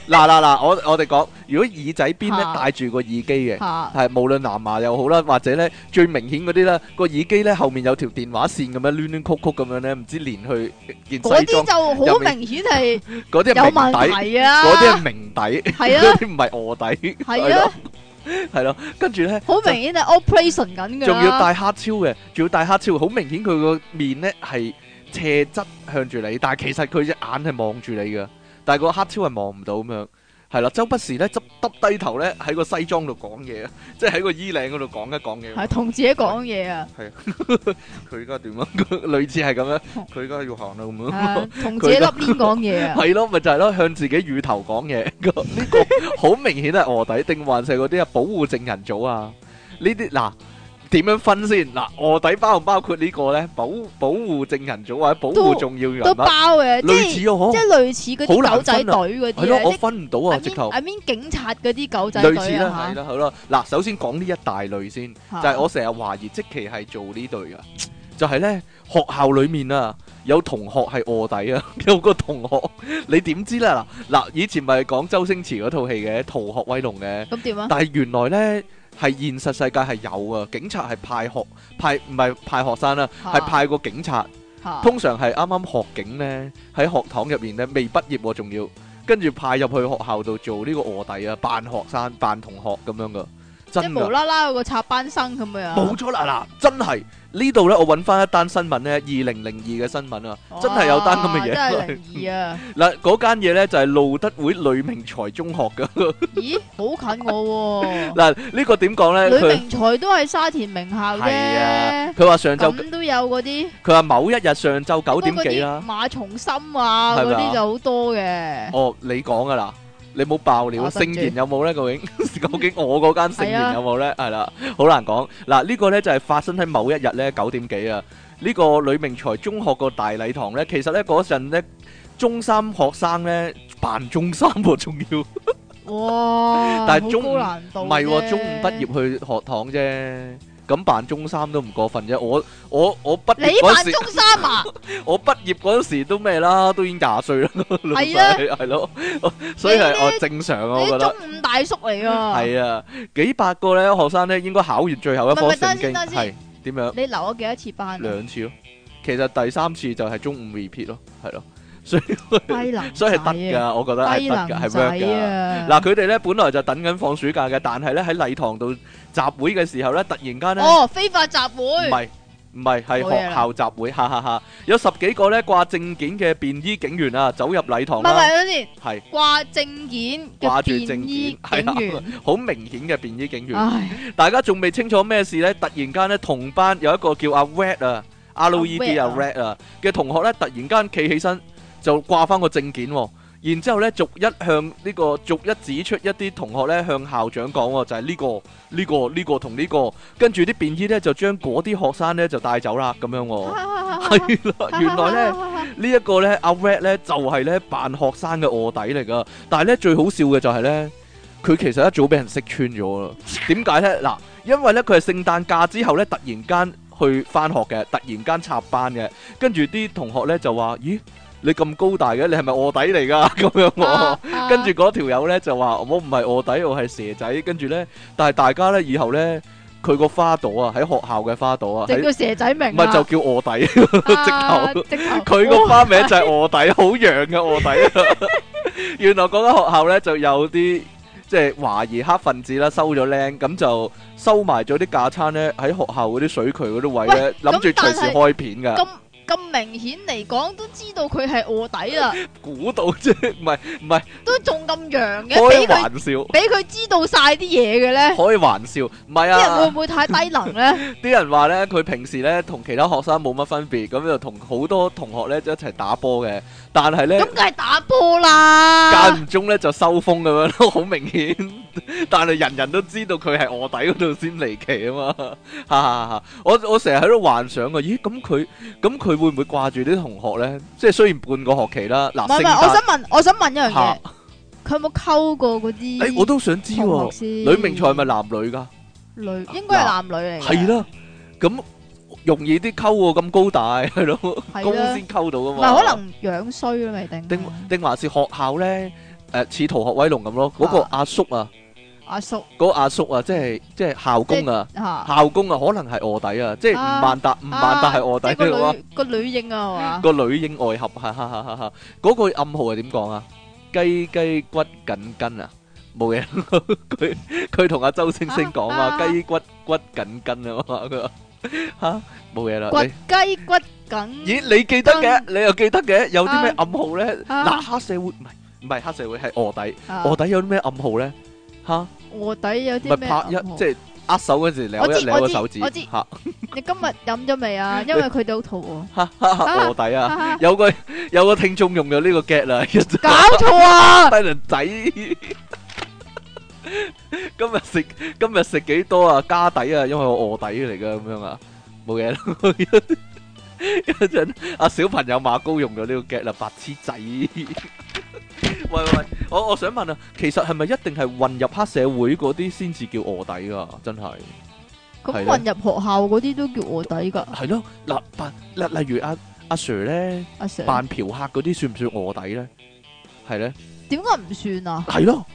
Speaker 1: 嗱嗱嗱嗱，我我哋講，如果耳仔邊咧
Speaker 2: 嚇
Speaker 1: 戴住個耳機嘅。
Speaker 2: 嚇
Speaker 1: 係無論藍牙又好啦，或者咧最明顯嗰啲咧個耳機咧後面有條電話線咁樣攣攣曲曲咁樣咧，唔知連去件
Speaker 2: 嗰
Speaker 1: 西
Speaker 2: 啲
Speaker 1: 裝
Speaker 2: 就
Speaker 1: 入
Speaker 2: 好
Speaker 1: 面
Speaker 2: 明顯係
Speaker 1: 嗰啲
Speaker 2: 有
Speaker 1: 係明
Speaker 2: 問
Speaker 1: 底，
Speaker 2: 題啊！
Speaker 1: 嗰啲係明底，
Speaker 2: 係
Speaker 1: 嗰
Speaker 2: 啊，
Speaker 1: 啲唔係卧底，
Speaker 2: 係
Speaker 1: 咯
Speaker 2: 啊，
Speaker 1: 係咯，跟住咧
Speaker 2: 好明顯係 operation 緊㗎啦。
Speaker 1: 仲要戴黑超嘅，仲要戴黑超，好明顯佢個面咧係斜側向住你，但係其實佢隻眼係望住你嘅，但係個黑超係望唔到咁樣。係啦，周不時咧，執耷低頭咧，喺個西裝度講嘢，啊 即係喺個衣領嗰度講一講嘢。
Speaker 2: 係同自己講 嘢啊！
Speaker 1: 佢而家點啊？ 類似係咁樣，佢而家要行啦咁樣。
Speaker 2: 啊同自己粒邊講嘢啊！
Speaker 1: 係咯，咪就係咯，向自己乳頭講嘢。 呢個好明顯係卧底，定還是嗰啲啊保護證人組啊？呢啲嗱點樣分先？嗱，卧底包唔包括呢個咧？保保護證人組或者保護
Speaker 2: 都
Speaker 1: 重要人
Speaker 2: 都
Speaker 1: 物，
Speaker 2: 包嘅，即
Speaker 1: 類
Speaker 2: 係
Speaker 1: 似哦，
Speaker 2: 即係類似嗰
Speaker 1: 好
Speaker 2: 啲
Speaker 1: 難
Speaker 2: 狗仔
Speaker 1: 分
Speaker 2: 隊
Speaker 1: 啊
Speaker 2: 嗰
Speaker 1: 係
Speaker 2: 啲
Speaker 1: 咯，我
Speaker 2: 咧，
Speaker 1: 分唔到啊，直
Speaker 2: 即係
Speaker 1: 頭
Speaker 2: I mean 警察嗰啲狗仔
Speaker 1: 類
Speaker 2: 隊
Speaker 1: 似啦，
Speaker 2: 啊
Speaker 1: 係啦，好啦。嗱，首先講呢一大類先。
Speaker 2: 嚇
Speaker 1: 就係我成日懷疑即期係做呢對噶，就係呢學校裏面啊，有同學係卧底啊， 有個同學 你點知啦？嗱嗱，以前咪講周星馳嗰套戲嘅《逃學威龍》嘅，
Speaker 2: 咁點啊？
Speaker 1: 但係原來呢係現實世界係有啊，警察係派學派唔係派學生啦，啊係
Speaker 2: 嚇
Speaker 1: 派個警
Speaker 2: 啊
Speaker 1: 察，
Speaker 2: 嚇
Speaker 1: 通常係啱啱學警呢，喺學堂入面呢，未畢業喎，仲要跟住派入去學校度做呢個卧底啊，扮學生扮同學咁樣噶，
Speaker 2: 即
Speaker 1: 真
Speaker 2: 係
Speaker 1: 噶
Speaker 2: 無。啦啦有個插班生咁樣，
Speaker 1: 冇咗啦！嗱，真係呢度咧，我揾翻一單新聞咧，二零零二嘅新聞啊，真係有單咁嘅
Speaker 2: 哇真係
Speaker 1: 嘢。
Speaker 2: 靈異啊！
Speaker 1: 嗱，嗰間嘢咧就係路德會呂明才中學 噶。
Speaker 2: 咦，好近我喎！
Speaker 1: 嗱，呢個點講咧？
Speaker 2: 呂
Speaker 1: 佢
Speaker 2: 明才都係沙田名校
Speaker 1: 係啊
Speaker 2: 啫，
Speaker 1: 佢話上晝，
Speaker 2: 咁都有嗰啲，
Speaker 1: 佢話某一日上晝九
Speaker 2: 不過
Speaker 1: 點
Speaker 2: 嗰
Speaker 1: 幾
Speaker 2: 啲
Speaker 1: 啦。
Speaker 2: 馬從心啊
Speaker 1: 係咪
Speaker 2: 嗰
Speaker 1: 啊
Speaker 2: 啲就好多 嘅，
Speaker 1: 哦，你講噶啦，你冇爆料，
Speaker 2: 我
Speaker 1: 聖
Speaker 2: 對唔住
Speaker 1: 言有冇咧？究 竟究竟我嗰間聖
Speaker 2: 係
Speaker 1: 言
Speaker 2: 啊
Speaker 1: 有冇咧？係啦，好難講。嗱，呢個咧就係發生喺某一日咧九點幾啊。呢個呂明才中學個大禮堂咧，其實咧嗰陣咧中三學生咧扮中三喎，仲要唔
Speaker 2: 哇！
Speaker 1: 但係
Speaker 2: 好
Speaker 1: 中
Speaker 2: 高難度
Speaker 1: 係喎，
Speaker 2: 啫
Speaker 1: 中五畢業去學堂啫，咁扮中三都唔過分啫。我我我畢
Speaker 2: 你
Speaker 1: 業嗰
Speaker 2: 扮
Speaker 1: 時，
Speaker 2: 中三啊？
Speaker 1: 我畢業嗰時都咩啦，都已經廿歲啦，
Speaker 2: 係啊
Speaker 1: 係咯，所以係
Speaker 2: 你
Speaker 1: 我正常啊，我
Speaker 2: 你
Speaker 1: 覺得。
Speaker 2: 中五大叔嚟噶。
Speaker 1: 係啊，幾百個咧學生咧應該考完最後一
Speaker 2: 唔
Speaker 1: 科
Speaker 2: 係唔係等
Speaker 1: 聖
Speaker 2: 陣
Speaker 1: 經
Speaker 2: 先等陣先
Speaker 1: 係點樣？
Speaker 2: 你留咗幾多次班啊？
Speaker 1: 兩次咯，其實第三次就係中午 repeat 咯， 係咯，所以
Speaker 2: 低能，啊
Speaker 1: 所以係得，㗎，我覺得係
Speaker 2: 低
Speaker 1: 得㗎，係 work
Speaker 2: 能仔
Speaker 1: 㗎。
Speaker 2: 啊！
Speaker 1: 嗱，佢哋咧本來就等緊放暑假嘅，但係咧喺禮堂度集會嘅時候咧，突然間咧，
Speaker 2: 哦，非法集
Speaker 1: 唔
Speaker 2: 會，
Speaker 1: 係唔係係
Speaker 2: 冇嘢
Speaker 1: 學
Speaker 2: 啦
Speaker 1: 校集會，哈哈哈！有十幾個咧掛證件嘅便衣警員啊，走入禮堂
Speaker 2: 唔係唔係
Speaker 1: 啦，
Speaker 2: 等陣先，
Speaker 1: 係
Speaker 2: 掛證件
Speaker 1: 掛
Speaker 2: 嘅
Speaker 1: 住證
Speaker 2: 便衣
Speaker 1: 件，
Speaker 2: 警
Speaker 1: 係
Speaker 2: 員
Speaker 1: 啊，，好明顯嘅便衣警員。
Speaker 2: 唉，
Speaker 1: 大家仲未清楚咩事呢？突然間呢，同班有一個叫阿 Red 啊，R E D 啊
Speaker 2: 阿
Speaker 1: Red 啊嘅同學呢，突然間企起身就掛翻個證件喎、然之後呢，逐一向呢、個逐一指出一啲同學呢，向校長講喎、就係、呢、個呢、個呢、個同呢、個，跟住啲便衣呢，就將嗰啲學生呢就帶走啦咁樣喎、 係啦，原來呢。呢一個呢，阿 Red 呢就係呢扮學生嘅卧底嚟噶，但係呢，最好笑嘅就係呢，佢其實一早俾人識穿咗啦。點解呢？嗱，因為呢，佢係聖誕假之後呢，突然間去翻學嘅，突然間插班嘅，跟住啲同學呢就話：咦，你咁高大嘅，你係咪卧底嚟㗎？ 咁樣喎、
Speaker 2: 啊
Speaker 1: 跟住嗰條友咧就話：我唔係卧底，我係蛇仔。跟住咧，但係大家咧以後咧，佢個花朵啊，喺學校嘅花朵啊，
Speaker 2: 就
Speaker 1: 喺
Speaker 2: 叫蛇仔明
Speaker 1: 唔
Speaker 2: 啊，
Speaker 1: 係就叫卧底。
Speaker 2: 啊
Speaker 1: 直頭
Speaker 2: 直頭，
Speaker 1: 佢個花名就係卧底，好洋嘅卧 底。原來嗰間學校咧就有啲即係華裔黑分子啦，收咗僆，咁就收埋咗啲架撐咧喺學校嗰啲水渠嗰啲位咧，
Speaker 2: 喂
Speaker 1: 諗住
Speaker 2: 咁
Speaker 1: 隨
Speaker 2: 但
Speaker 1: 時
Speaker 2: 係
Speaker 1: 開片㗎。
Speaker 2: 咁咁明顯嚟講，都知道佢係卧 底啦，
Speaker 1: 估到啫，唔係唔係
Speaker 2: 都仲咁洋嘅，俾
Speaker 1: 開
Speaker 2: 佢
Speaker 1: 玩笑，
Speaker 2: 俾佢知道晒啲嘢嘅咧，
Speaker 1: 開玩笑，唔係
Speaker 2: 啲人
Speaker 1: 啊
Speaker 2: 會。唔會太低能咧？
Speaker 1: 啲人話咧，佢平時咧同其他學生冇乜分別，咁就同好多同學咧一齊打波嘅。但係咧
Speaker 2: 咁梗係打波啦，
Speaker 1: 間唔中咧就收風咁樣咯，好明顯。但係人人都知道佢係卧底嗰度先離奇 啊嘛， 哈哈哈！我我成日喺度幻想啊，咦咁佢咁佢會唔會掛住啲同學咧？即係雖然半個學期啦，
Speaker 2: 唔
Speaker 1: 嗱
Speaker 2: 係
Speaker 1: 聖
Speaker 2: 唔係，我想
Speaker 1: 誕，
Speaker 2: 問，我想問一樣
Speaker 1: 嚇
Speaker 2: 嘢，佢有冇溝過嗰
Speaker 1: 誒、我
Speaker 2: 啲
Speaker 1: 都想知
Speaker 2: 同學
Speaker 1: 喎，
Speaker 2: 先？
Speaker 1: 女明才係咪男女㗎？
Speaker 2: 女，應該係男女嚟嘅。
Speaker 1: 係啦，咁容易啲溝喎，咁高大 係咯，
Speaker 2: 係啦
Speaker 1: 公先溝到㗎
Speaker 2: 唔
Speaker 1: 嘛。
Speaker 2: 係可能樣衰啦，未定。
Speaker 1: 定定還是學校咧？誒似逃學威龍咁咯，嗰個
Speaker 2: 啊
Speaker 1: 阿叔啊，
Speaker 2: 阿叔
Speaker 1: 嗰個阿叔啊，即係即係校工啊，
Speaker 2: 嚇，
Speaker 1: 校工啊，可能係卧底啊，即係
Speaker 2: 啊
Speaker 1: 吳萬達，吳萬達係卧
Speaker 2: 即
Speaker 1: 底
Speaker 2: 係
Speaker 1: 嘅
Speaker 2: 個
Speaker 1: 話，
Speaker 2: 女個女應啊，係嘛？
Speaker 1: 個女英外合，哈哈哈哈哈！嗰個暗號係點講啊？雞雞骨緊筋啊，冇嘢。 佢佢同阿周星星講啊，
Speaker 2: 啊啊
Speaker 1: 雞骨骨緊筋啊嘛， 佢話嚇冇嘢啦。
Speaker 2: 骨
Speaker 1: 你
Speaker 2: 雞骨緊
Speaker 1: 咦，你記得嘅，你又記得嘅，有啲咩
Speaker 2: 啊
Speaker 1: 暗號咧？
Speaker 2: 啊
Speaker 1: 嗱，黑社會唔係唔係黑社會，係卧底。
Speaker 2: 啊
Speaker 1: 卧底有啲咩暗號咧？吓，
Speaker 2: 卧底有
Speaker 1: 咪
Speaker 2: 啲咩暗
Speaker 1: 拍
Speaker 2: 號？
Speaker 1: 一即係握手嗰陣時撩
Speaker 2: 我
Speaker 1: 一
Speaker 2: 知
Speaker 1: 撩個
Speaker 2: 我知
Speaker 1: 手指，
Speaker 2: 我知
Speaker 1: 吓
Speaker 2: 你今日飲咗未啊？因為佢哋好肚啊
Speaker 1: 卧底啊！
Speaker 2: 餓。
Speaker 1: 有個有個聽眾用咗呢個 get 啦， 一陣
Speaker 2: 搞錯啊！
Speaker 1: 低能仔。 今日食今日食幾多啊？家底啊，因為我卧底嚟噶咁樣啊，冇嘢啦。 一陣阿小朋友馬高用咗呢個 get 啊啦，白痴仔。 喂喂喂，我我想問啊，其實係咪一定係混入黑社會嗰啲先至叫卧底噶？真係。
Speaker 2: 咁
Speaker 1: 係
Speaker 2: 混
Speaker 1: 咯
Speaker 2: 入學校嗰啲都叫卧底㗎，
Speaker 1: 系咯，嗱扮例例如阿阿 Sir 咧
Speaker 2: 阿 Sir。
Speaker 1: 扮嫖客嗰啲算唔算卧底咧？係咧，
Speaker 2: 點解唔算啊？
Speaker 1: 係咯，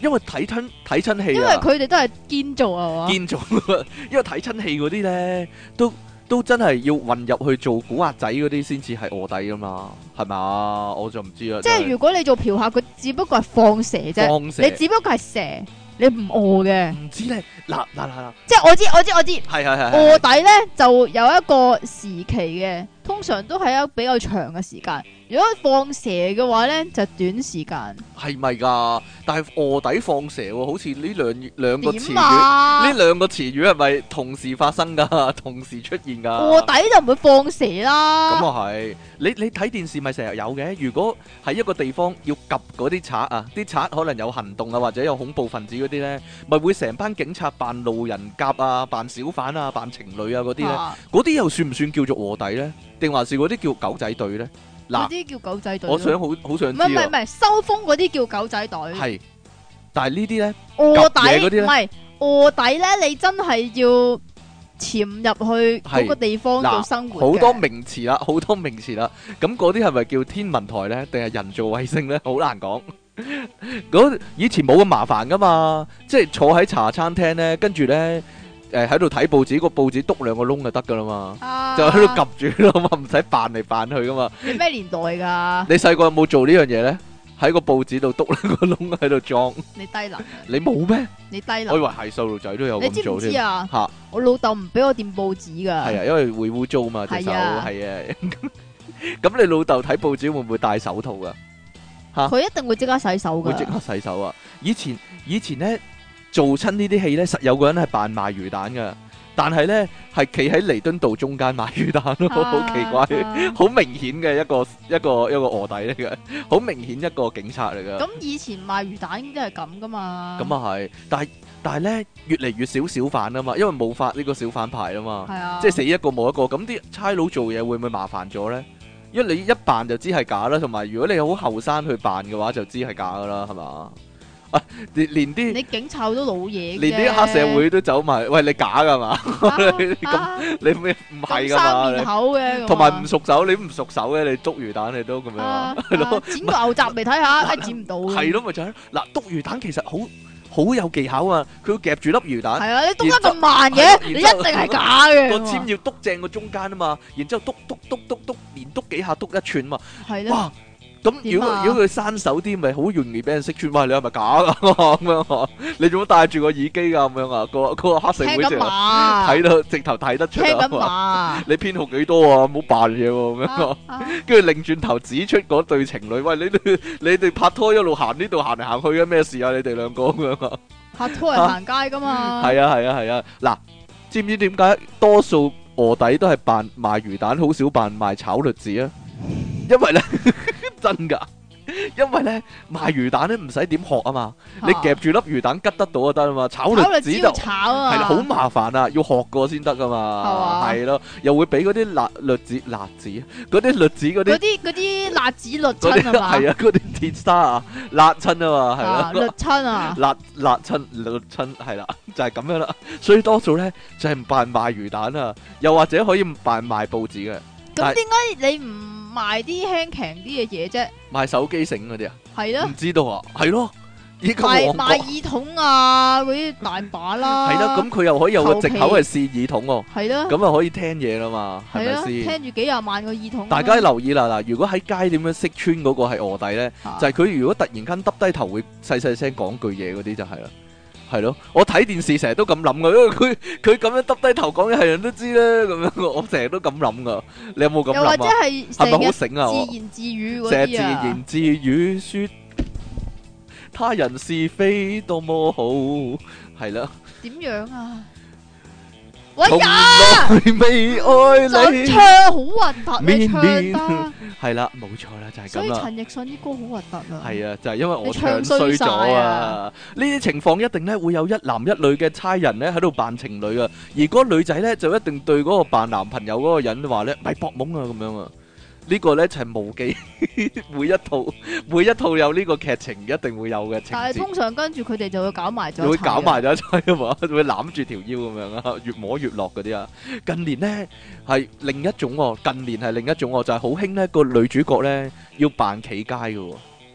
Speaker 1: 因為睇親睇親戲
Speaker 2: 因為
Speaker 1: 啊，
Speaker 2: 佢哋都係堅做啊嘛。
Speaker 1: 見做， 因為睇親戲嗰啲咧，都都真係要混入去做古惑仔嗰啲先至係卧底噶嘛，係嘛？我就唔知啦。
Speaker 2: 即係如果你做嫖客，佢只不過係放蛇
Speaker 1: 真係
Speaker 2: 啫，
Speaker 1: 放
Speaker 2: 你
Speaker 1: 蛇，
Speaker 2: 只不過係蛇，你唔餓嘅。
Speaker 1: 唔知咧，嗱嗱嗱嗱，
Speaker 2: 即係我知我知我知，
Speaker 1: 係係係係
Speaker 2: 卧底咧就有一個時期嘅，通常都係一個比較長嘅時間。如果放蛇嘅話咧，就短時間。
Speaker 1: 係咪㗎？但係卧底放蛇喎，好似呢兩兩個詞
Speaker 2: 點
Speaker 1: 語。呢
Speaker 2: 啊？
Speaker 1: 兩個詞語係咪同時發生噶？ 同時出現噶？
Speaker 2: 卧底就唔會放蛇
Speaker 1: 咁
Speaker 2: 啦。
Speaker 1: 啊係，你你睇電視咪成日有嘅。如果喺一個地方要及嗰啲賊啊，啲賊可能有行動啊，或者有恐怖分子嗰啲呢，咪會成班警察扮路人甲啊，扮小販啊，扮情侶啊嗰啲呢。
Speaker 2: 啊
Speaker 1: 嗰啲又算唔算叫做卧底呢？定還是嗰啲叫狗仔隊呢？
Speaker 2: 嗰
Speaker 1: 嗱，
Speaker 2: 啲叫狗仔隊咯。
Speaker 1: 我想好好想
Speaker 2: 唔
Speaker 1: 知
Speaker 2: 係唔係唔
Speaker 1: 啊，
Speaker 2: 係，收風嗰啲叫狗仔隊。
Speaker 1: 係，但係呢啲呢，
Speaker 2: 卧底
Speaker 1: 夾嘢嗰啲咧
Speaker 2: 唔係卧底咧，你真係要潛入去嗰個地方
Speaker 1: 嗱
Speaker 2: 度生活
Speaker 1: 好
Speaker 2: 嘅
Speaker 1: 多名詞啦， 好多名詞啦。咁嗰啲係咪叫天文台呢？定係人造衛星呢？好難講。 嗰以前冇咁麻煩噶嘛，即係坐喺茶餐廳呢，跟住呢，誒喺度睇報紙，個報紙篤兩個窿就得噶啦嘛，
Speaker 2: 啊
Speaker 1: 就喺度及住啦嘛，唔使扮嚟扮去噶嘛。
Speaker 2: 你咩年代㗎？
Speaker 1: 你細個有冇做呢樣嘢呢？喺個報紙度篤兩個窿喺度裝，
Speaker 2: 你低能，
Speaker 1: 你冇咩？
Speaker 2: 你低
Speaker 1: 我以
Speaker 2: 能。
Speaker 1: 為係細路仔都有
Speaker 2: 你
Speaker 1: 咁
Speaker 2: 知唔
Speaker 1: 做
Speaker 2: 知
Speaker 1: 添。
Speaker 2: 啊？
Speaker 1: 嚇
Speaker 2: 我老豆唔俾我掂報紙㗎。
Speaker 1: 係啊，因為會污糟嘛隻手，
Speaker 2: 係啊
Speaker 1: 係啊。咁你老豆睇報紙會唔會戴手套噶？
Speaker 2: 佢一定會即刻洗手
Speaker 1: 會即
Speaker 2: 㗎。
Speaker 1: 刻洗手啊！以前以前咧做親呢啲戲咧，實有個人係扮賣魚蛋噶，但係咧係企喺彌敦道中間賣魚蛋咯，
Speaker 2: 啊
Speaker 1: 好奇怪，
Speaker 2: 怪。
Speaker 1: 好明顯嘅一個一個一個卧底嚟嘅，好明顯一個警察嚟噶。
Speaker 2: 咁啊以前賣魚蛋都係咁㗎嘛。
Speaker 1: 咁啊係，但係但係咧越嚟越少小販啊嘛，因為冇發呢個小販牌啊嘛。
Speaker 2: 係啊。
Speaker 1: 即係死一個冇一個，咁啲差佬做嘢會唔會麻煩咗呢？因為你一扮就知係假啦，同埋如果你好後生去扮嘅話，就知係假噶啦，係嘛？啊，連連啲
Speaker 2: 你警察都老嘢嘅啫。
Speaker 1: 連啲黑社會都走埋，喂你假噶嘛？
Speaker 2: 咁
Speaker 1: 咁 你咩唔係噶嘛
Speaker 2: 面
Speaker 1: 你？
Speaker 2: 口嘅，咁啊
Speaker 1: 同埋唔熟手，你唔熟手嘅，你篤魚蛋你都咁樣啊
Speaker 2: 啊，啊剪個牛雜嚟睇下，哎剪唔到嘅。
Speaker 1: 係咯，咪就係咯嗱，篤魚蛋其實好好有技巧啊！佢要夾住粒魚蛋。
Speaker 2: 係啊，你篤得咁
Speaker 1: 然
Speaker 2: 慢嘅，
Speaker 1: 之
Speaker 2: 你一定係假嘅。
Speaker 1: 個
Speaker 2: 咁啊
Speaker 1: 尖要篤正個中間啊嘛，然之後篤篤篤篤篤，連篤幾下篤一寸嘛，
Speaker 2: 係咯，
Speaker 1: 哇！咁如
Speaker 2: 點
Speaker 1: 果
Speaker 2: 啊
Speaker 1: 如果佢生手啲，咪好容易俾人識穿。喂，你係咪假噶咁樣 啊？你做乜戴住個耳機噶咁樣啊？個個黑社
Speaker 2: 聽
Speaker 1: 會
Speaker 2: 緊
Speaker 1: 直頭
Speaker 2: 馬，
Speaker 1: 睇到直頭睇得出
Speaker 2: 聽
Speaker 1: 啊
Speaker 2: 緊
Speaker 1: 嘛！
Speaker 2: 馬。
Speaker 1: 你編號幾多啊？唔好扮嘢喎咁 樣啊
Speaker 2: 啊！啊
Speaker 1: 跟住擰轉頭指出嗰對情侶，喂，你哋你哋拍拖一路行呢度行嚟行去嘅咩事啊？你哋兩個咁樣啊？
Speaker 2: 拍拖人行街噶嘛？
Speaker 1: 係啊係啊係啊！嗱，知唔知點解多數卧底都係扮賣魚蛋，好少扮賣炒栗子啊？因為咧 真噶，因為咧賣魚蛋咧唔使點學啊嘛，你夾住粒魚蛋吉得到就得啊嘛，炒
Speaker 2: 炒
Speaker 1: 栗
Speaker 2: 栗
Speaker 1: 子
Speaker 2: 子
Speaker 1: 就
Speaker 2: 要炒啊
Speaker 1: 係啦，
Speaker 2: 嘛，
Speaker 1: 好麻煩啊，要學過先得噶嘛，
Speaker 2: 嘛
Speaker 1: 係咯，又會俾嗰啲辣栗子辣子，啊嗰啲栗子嗰
Speaker 2: 嗰
Speaker 1: 啲
Speaker 2: 啲嗰啲辣子律
Speaker 1: 嗰啲
Speaker 2: 親啊嘛，
Speaker 1: 係啊，嗰啲鐵砂啊辣親啊嘛，係
Speaker 2: 啊，律
Speaker 1: 咯。
Speaker 2: 親啊，
Speaker 1: 辣辣親辣親係啦， 就係、咁樣啦。所以多數咧就係、唔扮賣魚蛋啊，又或者可以扮賣報紙嘅，但係
Speaker 2: 咁點解你唔賣啲輕強啲嘅嘢啫？
Speaker 1: 賣手機繩嗰啲啊，
Speaker 2: 係咯
Speaker 1: 唔，知道啊，係咯，依家
Speaker 2: 賣
Speaker 1: 旺
Speaker 2: 賣啊
Speaker 1: 角
Speaker 2: 耳筒啊，嗰啲大把啦，
Speaker 1: 係啦，咁佢又可以有個藉口係試耳筒喎、
Speaker 2: 係咯，
Speaker 1: 咁啊可以聽嘢啦嘛，係
Speaker 2: 係咯，
Speaker 1: 咪先？
Speaker 2: 聽住幾廿萬個耳筒，啊
Speaker 1: 大家留意啦嗱，如果喺街點樣識穿嗰個係卧底咧，
Speaker 2: 啊
Speaker 1: 就係佢如果突然間耷低頭會細細聲講句嘢嗰啲就係啦。係咯，我睇電視成日都咁諗噶，因為 佢佢咁樣耷低頭講嘢係人都知啦，咁樣 我成日都咁諗噶。你有冇咁
Speaker 2: 又或者
Speaker 1: 諗啊？係
Speaker 2: 係
Speaker 1: 咪
Speaker 2: 成
Speaker 1: 好
Speaker 2: 日
Speaker 1: 醒啊？我
Speaker 2: 自言自語
Speaker 1: 成日
Speaker 2: 嗰
Speaker 1: 自
Speaker 2: 啲啊
Speaker 1: 言，自語說他人是非多麼好，係啦，
Speaker 2: 點樣啊？喂
Speaker 1: 從
Speaker 2: 呀，
Speaker 1: 來未愛
Speaker 2: 就
Speaker 1: 你
Speaker 2: 唱，好核突
Speaker 1: 面
Speaker 2: 你唱得，
Speaker 1: 係啦，冇錯啦，就係
Speaker 2: 所
Speaker 1: 咁
Speaker 2: 以
Speaker 1: 啦。
Speaker 2: 陳奕迅啲歌好核突啊。
Speaker 1: 係啊，就係、因為我
Speaker 2: 你
Speaker 1: 唱
Speaker 2: 唱
Speaker 1: 衰
Speaker 2: 衰
Speaker 1: 咗
Speaker 2: 晒
Speaker 1: 啊
Speaker 2: 啊！
Speaker 1: 呢啲情況一定咧會有一男一女嘅差人咧喺度扮情侶啊，而嗰個女仔咧就一定對嗰個扮男朋友嗰個人話咧咪搏懵啊咁樣啊！呢個咧就係無記 每一套每一套有呢個劇情一定會有嘅情
Speaker 2: 但係
Speaker 1: 節，
Speaker 2: 通常跟住佢哋就會搞埋咗，
Speaker 1: 會搞埋。咗一齊啊嘛， 會攬住條腰咁樣啊，越摸越落嗰啲啊！近年咧係另一種喎、近年係另一種喎、就係好興咧個女主角咧要扮企街嘅喎。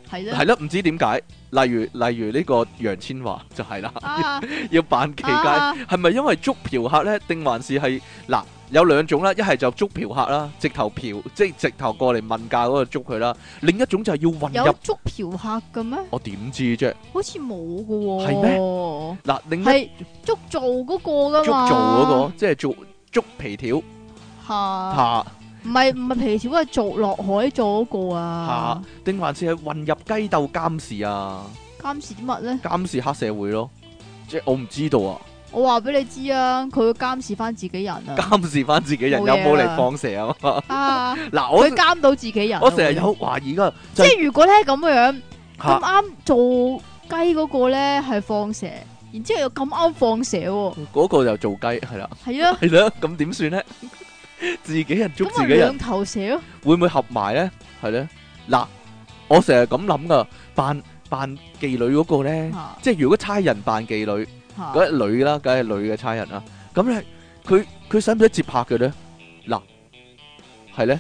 Speaker 2: 係
Speaker 1: 系
Speaker 2: 咧。
Speaker 1: 咯，唔知點解，例如例如呢個楊千嬅就係啦，
Speaker 2: 啊，
Speaker 1: 要扮企街，
Speaker 2: 啊
Speaker 1: 係咪因為捉嫖客呢？定還是係嗱有兩種啦，一係就捉嫖客啦，直頭嫖，即係直頭過嚟問價嗰度捉佢啦；另一種就係要混
Speaker 2: 有
Speaker 1: 入，
Speaker 2: 捉嫖客嘅咩？
Speaker 1: 我點知啫？
Speaker 2: 好似冇嘅
Speaker 1: 係
Speaker 2: 喎。
Speaker 1: 嗱，另一捉
Speaker 2: 係捉做嗰個噶
Speaker 1: 做
Speaker 2: 嘛？哦
Speaker 1: 嗰、個，即係做捉皮條
Speaker 2: 嚇，
Speaker 1: 嚇
Speaker 2: 唔係唔係皮條，係做落海做嗰個
Speaker 1: 嚇
Speaker 2: 啊。，
Speaker 1: 定還是係混入雞竇監視啊？
Speaker 2: 監視啲乜咧？
Speaker 1: 監視黑社會咯，即係我唔知道啊。
Speaker 2: 我話俾你知啊，佢會監視翻自己人 啊。
Speaker 1: 監視翻自己人
Speaker 2: 冇
Speaker 1: 有
Speaker 2: 嘢
Speaker 1: 冇嚟
Speaker 2: 啦
Speaker 1: 放蛇啊？
Speaker 2: 啊，
Speaker 1: 嗱，我
Speaker 2: 佢監到自己人啊。
Speaker 1: 我成日
Speaker 2: 會
Speaker 1: 有懷疑噶，
Speaker 2: 即
Speaker 1: 就
Speaker 2: 係如果咧咁樣，咁
Speaker 1: 嚇
Speaker 2: 啱做雞嗰個咧係放蛇，然之後又咁啱放蛇喎，
Speaker 1: 嗰個就做雞係啦，
Speaker 2: 係 啊，
Speaker 1: 係啦，咁點算咧？自己人捉
Speaker 2: 咁
Speaker 1: 自
Speaker 2: 咪
Speaker 1: 己人
Speaker 2: 兩，頭蛇咯，
Speaker 1: 會唔會合埋咧？係咧，嗱，我成日咁諗噶，扮扮妓女嗰個咧，
Speaker 2: 嚇
Speaker 1: 即係如果差人扮妓女，
Speaker 2: 嚇
Speaker 1: 梗係女啦，梗係女嘅差人啦，咁咧佢佢使唔使接拍嘅咧？嗱，係咧，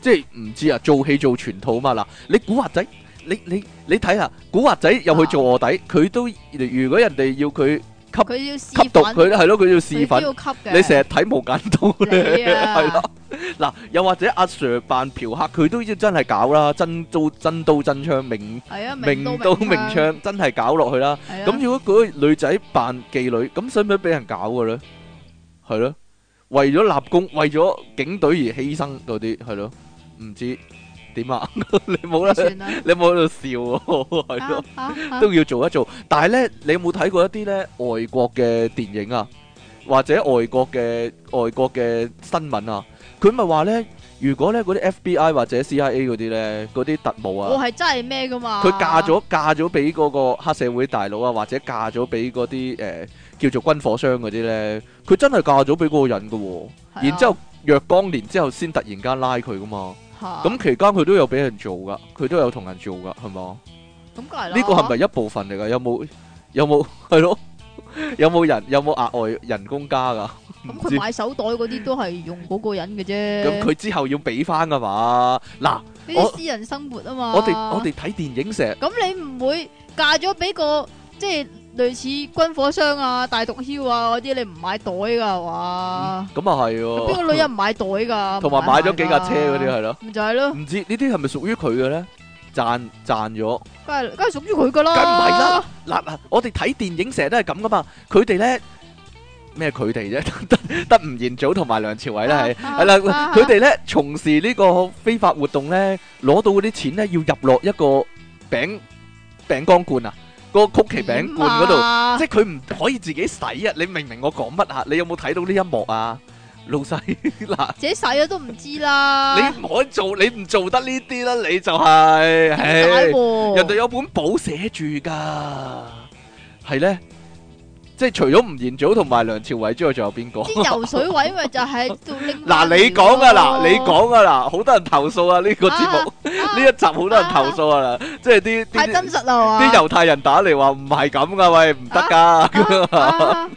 Speaker 1: 即係唔知啊，做戲做全套嘛嗱，你古惑仔，你你你睇下，古惑仔入去做卧底，佢都如果人哋要佢
Speaker 2: 佢要吸
Speaker 1: 吸毒，佢係咯，佢要
Speaker 2: 佢
Speaker 1: 試粉
Speaker 2: 都。要吸嘅。
Speaker 1: 你成日睇無間道
Speaker 2: 你
Speaker 1: 咧，
Speaker 2: 啊
Speaker 1: 係咯、嗱，又或者阿 Sir 扮嫖客，佢都要真係搞啦，真刀真刀真槍，明
Speaker 2: 係啊，
Speaker 1: 明刀
Speaker 2: 刀
Speaker 1: 明
Speaker 2: 槍。
Speaker 1: 槍，真係搞落去啦。
Speaker 2: 係啊
Speaker 1: 咁
Speaker 2: 咁
Speaker 1: 如果嗰個女仔扮妓女，咁使唔使俾人搞嘅咧？係咯，為咗立功，為咗警隊而犧牲嗰啲，係咯，唔知點啊？ 你冇啦，
Speaker 2: 算啦。
Speaker 1: 你冇喺度笑喎， 係咯。
Speaker 2: 啊啊啊
Speaker 1: 都要做一做。但係咧，你有冇睇過一啲咧外國嘅電影啊，或者外國嘅外國嘅新聞啊？佢咪話咧，如果咧嗰啲 FBI 或者 CIA 嗰啲咧，嗰啲特務
Speaker 2: 我
Speaker 1: 啊，
Speaker 2: 係真係咩噶嘛？
Speaker 1: 佢嫁咗嫁咗俾嗰個黑社會大佬啊，或者嫁咗俾嗰啲誒叫做軍火商嗰啲咧，佢真係嫁咗俾嗰個人噶喎、
Speaker 2: 係啊，
Speaker 1: 然之後若干年之後先突然間拉佢噶嘛，
Speaker 2: 嚇
Speaker 1: 咁期間佢都有俾人做噶，佢都有同人做噶，係嘛？
Speaker 2: 咁梗係啦
Speaker 1: 呢個係咪一部分嚟㗎？有冇有冇係咯？ 有冇人有冇額外人工加㗎？
Speaker 2: 咁
Speaker 1: 唔知
Speaker 2: 佢買手袋嗰啲都係用嗰個人
Speaker 1: 咁
Speaker 2: 嘅啫。
Speaker 1: 佢之後要俾翻㗎嘛？嗱，
Speaker 2: 呢
Speaker 1: 我
Speaker 2: 啲私人生活啊嘛。
Speaker 1: 我哋我哋睇電影成日
Speaker 2: 咁你唔會嫁咗俾個即係類似軍火商啊、大毒枭啊嗰啲，你唔買袋㗎係嘛？
Speaker 1: 咁啊係
Speaker 2: 邊個女
Speaker 1: 喎，
Speaker 2: 人唔買袋㗎？
Speaker 1: 同埋買咗幾架車嗰啲
Speaker 2: 啊？
Speaker 1: 係咯，
Speaker 2: 咪就係咯，
Speaker 1: 唔知呢啲係咪屬於佢嘅咧？賺賺咗，
Speaker 2: 梗係梗係屬於佢㗎啦。
Speaker 1: 梗唔係啦！嗱嗱，我哋睇電影成日都係咁㗎嘛，佢哋咧。咩佢哋啫？ 得得吳彥祖同埋梁朝偉啦，係
Speaker 2: 啊
Speaker 1: 係啦，
Speaker 2: 啊
Speaker 1: 佢哋咧從事呢個非法活動咧，攞到嗰啲錢咧要入落一個餅餅乾罐啊，個曲奇
Speaker 2: Ừ,
Speaker 1: 餅罐嗰度，
Speaker 2: 度
Speaker 1: 即係佢唔可以自己洗啊！你明唔明我講乜啊？你有冇睇到呢一幕啊，老 細嗱？
Speaker 2: 自己洗咗都唔知啦。
Speaker 1: 你唔可以做，你唔做得呢啲啦，你就係、
Speaker 2: 點
Speaker 1: 唉
Speaker 2: 解喎？
Speaker 1: 人哋有本簿寫住噶，係咧，即係除咗吳彥祖同埋梁朝偉之外，仲有邊個？
Speaker 2: 啲游水位咪 就喺度拎
Speaker 1: 嗱，
Speaker 2: 返嚟
Speaker 1: 你講啊，
Speaker 2: 咯
Speaker 1: 嗱，你講啊，嗱，好多人投訴啊，呢個節目，呢一集好多人投訴啊，嗱，即係啲
Speaker 2: 太真
Speaker 1: 啲
Speaker 2: 實啦，
Speaker 1: 啲猶太人打嚟話唔係咁噶，喂，唔得 噶，
Speaker 2: 油啊！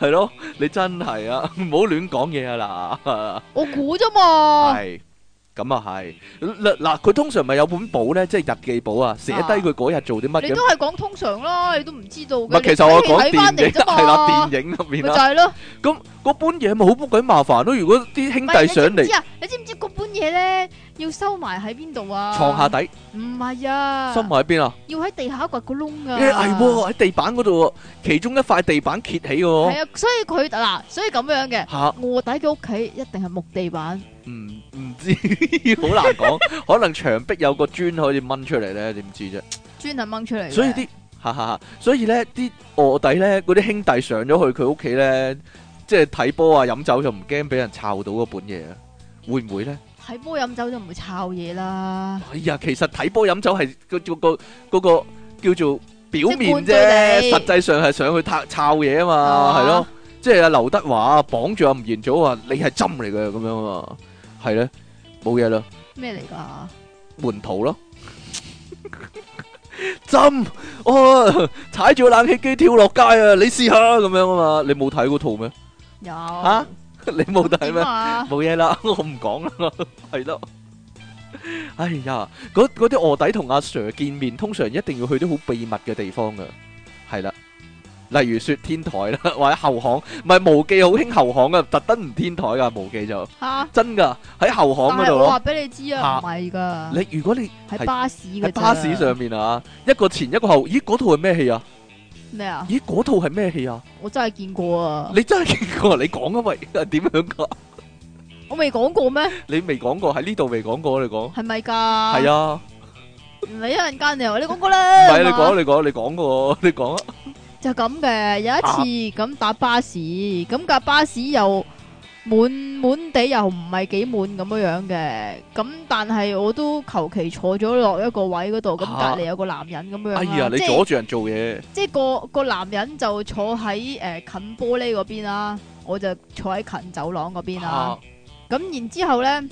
Speaker 1: 係咯，你真係 啊，唔好亂講嘢啊
Speaker 2: 我估啫嘛，
Speaker 1: 嗱，係，咁啊係，嗱嗱，佢通常咪有本簿咧，即係日記簿啊，寫低佢嗰日做啲乜
Speaker 2: 你
Speaker 1: 嘢。
Speaker 2: 都係講通常啦，你都唔知道
Speaker 1: 唔係
Speaker 2: 嘅。，
Speaker 1: 其實我
Speaker 2: 你睇
Speaker 1: 講
Speaker 2: 戲睇翻
Speaker 1: 電
Speaker 2: 嚟
Speaker 1: 影
Speaker 2: 啫嘛，
Speaker 1: 係啦，電影啊入面
Speaker 2: 咪就
Speaker 1: 啦，
Speaker 2: 係咯。
Speaker 1: 咁嗰本嘢咪好鬼麻煩咯。如果啲兄
Speaker 2: 唔
Speaker 1: 弟
Speaker 2: 係
Speaker 1: 上
Speaker 2: 你知唔
Speaker 1: 嚟
Speaker 2: 知，啊？你知唔知嗰本嘢咧要收埋喺邊度啊？
Speaker 1: 床下底，
Speaker 2: 唔係啊，
Speaker 1: 收埋喺邊啊？
Speaker 2: 要喺地下掘個窿啊噶。
Speaker 1: 诶，係喎，喺地板嗰度喎，其中一塊地板揭起喎，
Speaker 2: 係啊，所以佢嗱，所以咁樣嘅
Speaker 1: 吓
Speaker 2: 卧底嘅屋企一定係木地板。
Speaker 1: 唔唔知， 好難 講，可能牆壁有個磚可以掹出嚟咧，點知啫？
Speaker 2: 專係掹出嚟嘅。
Speaker 1: 所以啲，哈哈哈，所以咧啲卧底咧，嗰啲兄弟上咗去佢屋企咧，即係睇波啊、飲酒就唔驚俾人抄到嗰本嘢啊？會唔會咧？
Speaker 2: 睇波飲酒就唔會抄嘢啦。
Speaker 1: 哎呀，其實睇波飲酒係個個個個叫做表面啫
Speaker 2: 即係灌醉，你哦
Speaker 1: 實際上係上去抄抄嘢啊嘛，
Speaker 2: 係嘛
Speaker 1: 係咯，即係阿劉德華綁住阿吳彥祖話你係針嚟嘅咁樣啊嘛，係咧，冇嘢啦，
Speaker 2: 咩嚟噶？
Speaker 1: 門徒咯。 針哦，踩住個冷氣機跳落街啊！你試下咁樣啊嘛，你冇睇嗰套咩？
Speaker 2: 有
Speaker 1: 吓、你冇睇咩
Speaker 2: 點？啊？
Speaker 1: 冇嘢 啦，我唔講啦，係咯。哎呀，嗰嗰啲卧底同阿 Sir 見面，通常一定要去啲好秘密嘅地方噶，係啦。例如說天台 啦，或者後巷，唔係無記好興後巷噶，特登唔天台噶，無記就
Speaker 2: 吓，
Speaker 1: 真噶喺後巷
Speaker 2: 但
Speaker 1: 嗰
Speaker 2: 係
Speaker 1: 度
Speaker 2: 我
Speaker 1: 咯
Speaker 2: 話。俾你知啊，唔係噶，
Speaker 1: 你如果你
Speaker 2: 喺巴士嘅
Speaker 1: 喺
Speaker 2: 咋
Speaker 1: 巴士上面啊，一個前一個後，咦嗰套係咩戲啊？
Speaker 2: 咩啊？
Speaker 1: 咦嗰套係咩戲啊？
Speaker 2: 我真係見過啊！
Speaker 1: 你 真係見過？你講啊 喂，點樣噶？
Speaker 2: 我未講過咩？
Speaker 1: 你未講過喺呢度未講過，你講
Speaker 2: 係咪噶？
Speaker 1: 係，啊。
Speaker 2: 唔係一陣間你又話你講過
Speaker 1: 唔
Speaker 2: 啦，
Speaker 1: 係你
Speaker 2: 係嘛
Speaker 1: 講，你講，你講過， 你講啊！
Speaker 2: 就咁嘅。有一次咁搭巴士，咁架巴士又滿滿地又唔係幾滿咁樣樣嘅，咁但係我都求其坐咗落一個位嗰度，咁
Speaker 1: 嚇
Speaker 2: 隔離有個男人咁樣
Speaker 1: 哎
Speaker 2: 啦
Speaker 1: 呀，你
Speaker 2: 即係
Speaker 1: 阻住人做嘢，
Speaker 2: 即係個個男人就坐喺誒、呃近玻璃嗰邊啦，我就坐喺近走廊嗰邊啦
Speaker 1: 啊。
Speaker 2: 咁、然之後咧，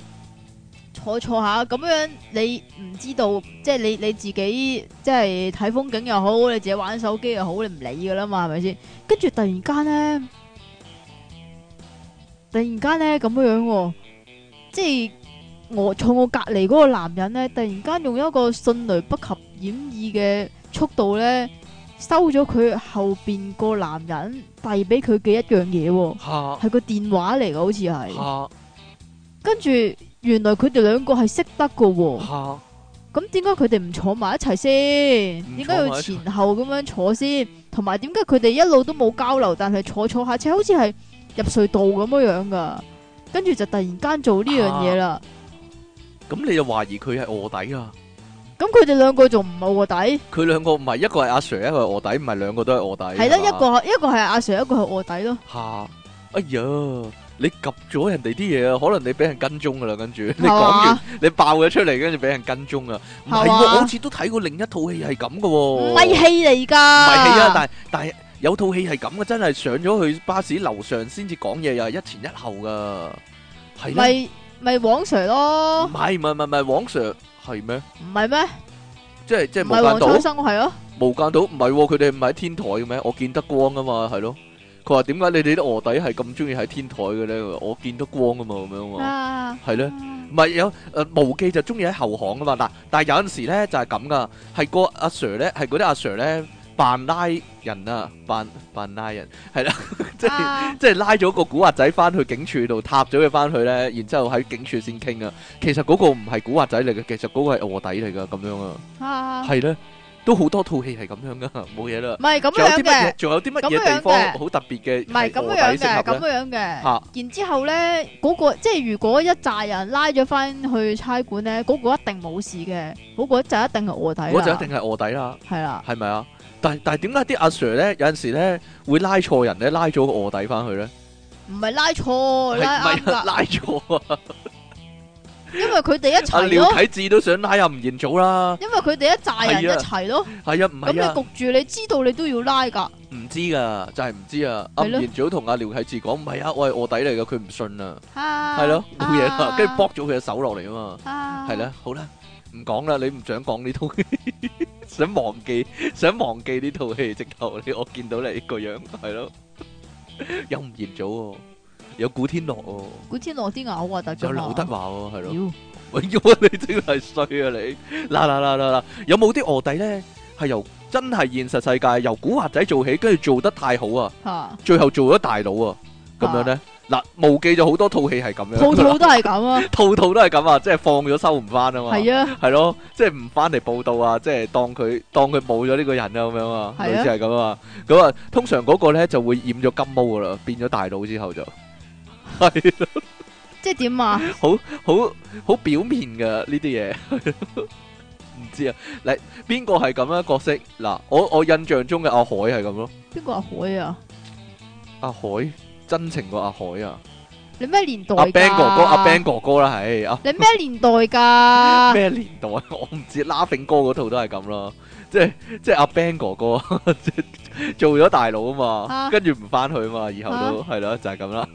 Speaker 2: 坐坐下咁樣，你唔知道，即係你你自己即係睇風景又好，你自己玩手機又好，你唔理噶啦嘛，係咪先？跟住突然間咧，突然間咧咁樣樣、喎，即係我坐我隔離嗰個男人咧，突然間用一個迅雷不及掩耳嘅速度咧，收咗佢後邊個男人遞俾佢嘅一樣嘢、喎，
Speaker 1: 吓
Speaker 2: 係個電話嚟嘅，好似係。
Speaker 1: 吓
Speaker 2: 跟住原來佢哋兩個係識得嘅喎、
Speaker 1: 吓，
Speaker 2: 咁點解佢哋唔坐埋一齊先？
Speaker 1: 唔坐
Speaker 2: 點解
Speaker 1: 埋一
Speaker 2: 要
Speaker 1: 齊
Speaker 2: 前後咁樣坐先？同埋點解佢哋一路都冇交流，但係坐坐下車好似係入隧道咁樣樣噶？跟住就突然間做呢樣嘢啦。
Speaker 1: 咁你就懷疑佢係卧底啊？
Speaker 2: 咁佢哋兩個仲唔係卧底？
Speaker 1: 佢兩個唔係一個係阿 Sir，一個係卧底，唔係兩個都係卧底。
Speaker 2: 係啦，
Speaker 1: 嘛
Speaker 2: 一個一個係阿 Sir，一個係卧底咯。
Speaker 1: 吓，哎呀，你及咗人哋啲嘢啊，可能你俾人跟蹤噶啦，跟住你
Speaker 2: 係
Speaker 1: 講完
Speaker 2: 嘛，
Speaker 1: 你爆咗出嚟，跟住俾人跟蹤啊，唔係
Speaker 2: 係
Speaker 1: 喎，
Speaker 2: 嘛
Speaker 1: 我好似都睇過另一套戲係咁噶喎，
Speaker 2: 唔係戲嚟㗎。
Speaker 1: 唔係戲哦啊，
Speaker 2: 係
Speaker 1: 但但係有套戲係咁嘅，真係上咗去巴士樓上先至講嘢，又係一前一後噶，係啦，
Speaker 2: 咪咪黃 Sir
Speaker 1: 唔
Speaker 2: 咯，
Speaker 1: 係唔係唔係唔係，黃 Sir 係咩？
Speaker 2: 唔係咩？
Speaker 1: 即嗯係即係
Speaker 2: 唔係黃
Speaker 1: 無
Speaker 2: 秋
Speaker 1: 間島，
Speaker 2: 生係咯，
Speaker 1: 無間島唔係喎，佢哋唔係喺天台嘅咩？我見得光啊嘛，係咯。佢話點解你哋啲卧底係咁中意喺天台嘅咧？佢話我見得光啊嘛，咁樣喎，
Speaker 2: 啊，
Speaker 1: 係咧。唔係有誒無記就中意喺後巷噶嘛嗱，但係有陣時咧就係咁噶，係個阿 Sir 咧，係嗰啲阿 Sir 咧扮拉人啊，扮扮拉人係啦， 即係
Speaker 2: 啊
Speaker 1: 即係拉咗個古惑仔翻去警署度，踏咗佢翻去咧，然之後喺警署先傾啊。其實嗰個唔係古惑仔嚟嘅，其實嗰個係卧底嚟噶，咁樣啊，
Speaker 2: 啊
Speaker 1: 係咧，都好多套戲係咁樣噶， 冇嘢啦
Speaker 2: 唔。係咁
Speaker 1: 仲有
Speaker 2: 樣
Speaker 1: 啲乜
Speaker 2: 嘅
Speaker 1: 嘢？。仲有啲乜
Speaker 2: 咁樣
Speaker 1: 嘢地方
Speaker 2: 嘅
Speaker 1: 好特別嘅？
Speaker 2: 唔係咁
Speaker 1: 卧
Speaker 2: 樣
Speaker 1: 底適
Speaker 2: 嘅，
Speaker 1: 合
Speaker 2: 咁
Speaker 1: 咧？
Speaker 2: 樣嘅。
Speaker 1: 嚇
Speaker 2: 然之後咧，嗰、個即係如果一紮人拉咗翻去差館咧，嗰、個一定冇事嘅，嗰、個就一定係卧底啦。
Speaker 1: 我就一定係卧底啦。
Speaker 2: 係啦，
Speaker 1: 係咪啊？但但係點解啲阿 Sir 咧有陣時咧會拉錯人咧，拉咗個卧底翻去咧？
Speaker 2: 唔係拉錯拉
Speaker 1: 係
Speaker 2: 啱
Speaker 1: 咪啊
Speaker 2: 㗎，
Speaker 1: 拉錯 啊！
Speaker 2: 因為佢哋一
Speaker 1: 阿
Speaker 2: 齊
Speaker 1: 廖
Speaker 2: 咯，
Speaker 1: 啟智都想拉阿吳彥祖啦，
Speaker 2: 因為佢哋一紮人
Speaker 1: 係啊
Speaker 2: 一齊咯。
Speaker 1: 係啊，唔
Speaker 2: 咁你
Speaker 1: 係啊，
Speaker 2: 焗住，你知道你都要拉㗎，
Speaker 1: 唔知噶，就係唔知啊。阿吳
Speaker 2: 係咯
Speaker 1: 彥祖同阿廖啟智講唔係啊，我係卧底嚟噶，佢唔信啊，
Speaker 2: 啊
Speaker 1: 係咯，冇嘢啦，
Speaker 2: 啊
Speaker 1: 跟住剝咗佢隻手落嚟啊嘛，
Speaker 2: 啊
Speaker 1: 係啦，好啦，唔講啦，你唔想講呢套 戲，想忘記，想忘記呢套戲，直頭你我見到你個樣係咯，有吳彥祖喎，有古天樂喎。
Speaker 2: 古天樂啲牙啊好核突㗎
Speaker 1: 有
Speaker 2: 嘛
Speaker 1: 劉德華喎，係咯，
Speaker 2: 妖
Speaker 1: 喂，咁你真係衰啊你！嗱嗱嗱嗱嗱，有冇啲卧底咧係由真係現實世界由古惑仔做起，跟住做得太好啊，
Speaker 2: 嚇，
Speaker 1: 最後做咗大佬啊，咁樣咧？嗱，無記就好多套戲係咁樣，
Speaker 2: 啊套套都係咁啊，
Speaker 1: 套套都係咁啊，即係放咗收唔翻啊嘛，
Speaker 2: 係啊，
Speaker 1: 係咯，即係唔翻嚟報道啊，即係當佢當佢冇咗呢個人啊咁樣啊，
Speaker 2: 係啊
Speaker 1: 類似係咁啊，咁啊，通常嗰個咧就會染咗金毛噶啦，變咗大佬之後就係。
Speaker 2: 即係點啊？
Speaker 1: 好好表面嘅呢啲嘢， 唔知啊。嚟邊個係咁樣角色？嗱，我我印象中嘅阿海係咁咯，
Speaker 2: 邊個阿海啊？
Speaker 1: 阿海真情個阿海啊，
Speaker 2: 你咩年代㗎？
Speaker 1: 阿 Ben 哥哥，阿 Ben 哥哥啦，係啊，
Speaker 2: 你咩年代 噶？
Speaker 1: 咩年代我唔知，Laughing 哥嗰套都係咁啦， 即係即係阿 Ben 哥 哥即係做咗大佬啊嘛，
Speaker 2: 啊
Speaker 1: 跟住唔翻去啊嘛，以後都係啦，就 係咁啦，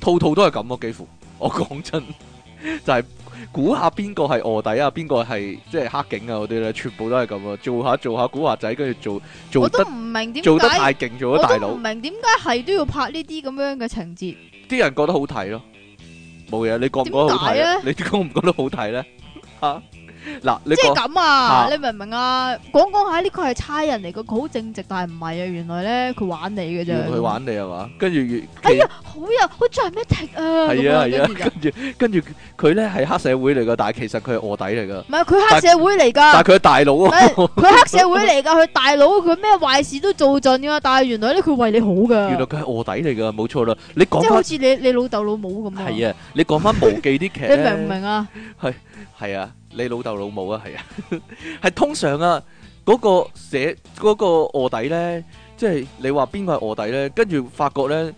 Speaker 1: 套套都係咁啊，幾乎我講真 就係、估下邊個係卧底啊，邊個係即係黑警啊嗰啲咧，全部都係咁啊！做下做下古惑仔，跟住做做
Speaker 2: 我都
Speaker 1: 得
Speaker 2: 唔明點解，
Speaker 1: 做得太勁，做咗大
Speaker 2: 我都
Speaker 1: 佬嗯
Speaker 2: 唔，明點解係都要拍呢啲咁樣嘅情節。
Speaker 1: 啲人覺得好睇咯。冇嘢，你覺唔覺得好睇啊？你覺唔覺得好睇咧？嚇嗱，你
Speaker 2: 即
Speaker 1: 覺
Speaker 2: 係咁
Speaker 1: 啊
Speaker 2: 啊！你明唔明啊？講講下呢個係差人嚟嘅，佢好正直，但係唔係啊！原來咧佢玩你嘅啫。
Speaker 1: 要佢。玩你係嘛？跟住越
Speaker 2: 哎呀，好啊，好 dramatic 啊！
Speaker 1: 係啊係
Speaker 2: 咁樣
Speaker 1: 啊
Speaker 2: 跟住就，
Speaker 1: 跟住跟住佢咧係黑社會嚟噶，但係其實佢係卧底嚟噶，
Speaker 2: 唔係佢黑社會嚟
Speaker 1: 但係
Speaker 2: 㗎，
Speaker 1: 佢係 大佬
Speaker 2: 但係
Speaker 1: 喎。
Speaker 2: 佢黑社會嚟㗎，佢大佬，佢咩壞事都做盡㗎，但係原來咧佢為你好
Speaker 1: 原來
Speaker 2: 㗎，
Speaker 1: 佢係卧底嚟噶，冇錯啦。你講
Speaker 2: 即係好
Speaker 1: 翻
Speaker 2: 似你你老豆老母咁啊！
Speaker 1: 係啊，你講翻無記啲劇
Speaker 2: 你明唔
Speaker 1: 咧，
Speaker 2: 明啊？
Speaker 1: 係啊，你老豆老母啊， 係啊，係通常啊，嗰個社嗰個卧底咧，即係你話邊個係卧底咧，跟住發覺咧，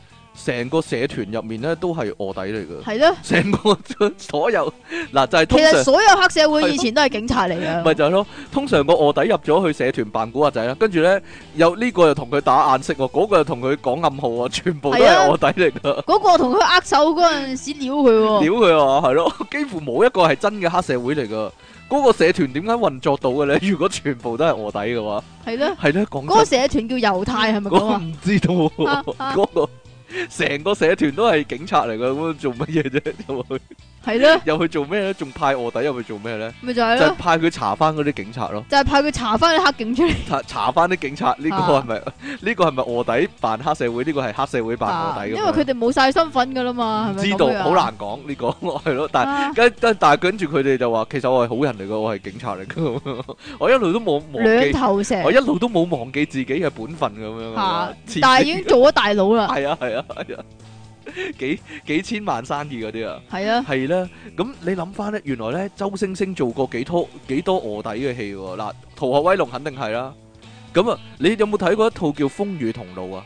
Speaker 1: 成個社團入面咧都係卧底嚟噶，
Speaker 2: 係咯，
Speaker 1: 成個所有嗱就係
Speaker 2: 其
Speaker 1: 通常
Speaker 2: 實。所有黑社
Speaker 1: 係
Speaker 2: 會
Speaker 1: 咯
Speaker 2: 以前都係警察嚟㗎。
Speaker 1: 咪就係咯，通常個卧底入咗去社團扮古惑仔啦，跟住咧有呢個又同佢打眼色喎，嗰、個又同佢講暗號啊，全部都
Speaker 2: 係啊
Speaker 1: 係卧底嚟噶，
Speaker 2: 嗰個同佢握手嗰陣時撩佢喎，
Speaker 1: 屌佢啊，係咯，幾乎冇一個係真嘅黑社會嚟噶。嗰、個社團點解運作到嘅咧？如果全部都係卧底嘅話，
Speaker 2: 係咯，
Speaker 1: 係咧講
Speaker 2: 嗰個
Speaker 1: 真，
Speaker 2: 社團叫猶太係咪
Speaker 1: 嗰
Speaker 2: 咁
Speaker 1: 個
Speaker 2: 啊？
Speaker 1: 唔知道喎，
Speaker 2: 啊啊
Speaker 1: 嗰個成個社團都係警察嚟噶，咁做乜嘢啫？入去
Speaker 2: 系咧，
Speaker 1: 入去做咩咧？仲派卧底入去做咩咧？
Speaker 2: 咪就係
Speaker 1: 就係
Speaker 2: 咯，
Speaker 1: 派佢查翻嗰啲警察咯，
Speaker 2: 就係派佢查翻啲黑警出嚟，
Speaker 1: 查查翻啲警察呢個係
Speaker 2: 啊
Speaker 1: 咪呢個係咪卧底扮黑社會？呢個係黑社會扮卧
Speaker 2: 啊
Speaker 1: 底
Speaker 2: 因
Speaker 1: 咁
Speaker 2: 為
Speaker 1: 樣
Speaker 2: 佢哋冇晒身份噶啦嘛，係咪啊
Speaker 1: 知道好難啊講呢個 係咯，但
Speaker 2: 難，
Speaker 1: 跟跟但係跟住佢哋就話，其實我係好人嚟噶，我係警察嚟噶， 我一路都冇忘
Speaker 2: 兩
Speaker 1: 記，
Speaker 2: 頭蛇
Speaker 1: 我，一路都冇忘記自己嘅本分咁樣
Speaker 2: 嚇
Speaker 1: 啊。黐
Speaker 2: 但係
Speaker 1: 線
Speaker 2: 已經做咗大佬啦，
Speaker 1: 係啊係啊係啊，幾幾千萬生意嗰啲啊，
Speaker 2: 係啊，
Speaker 1: 係啦。咁你諗翻咧，原來咧周星星做過幾多幾多卧底嘅戲喎。嗱，《逃學威龍》肯定係啦。咁啊，你有冇睇過一套叫《風雨同路》啊？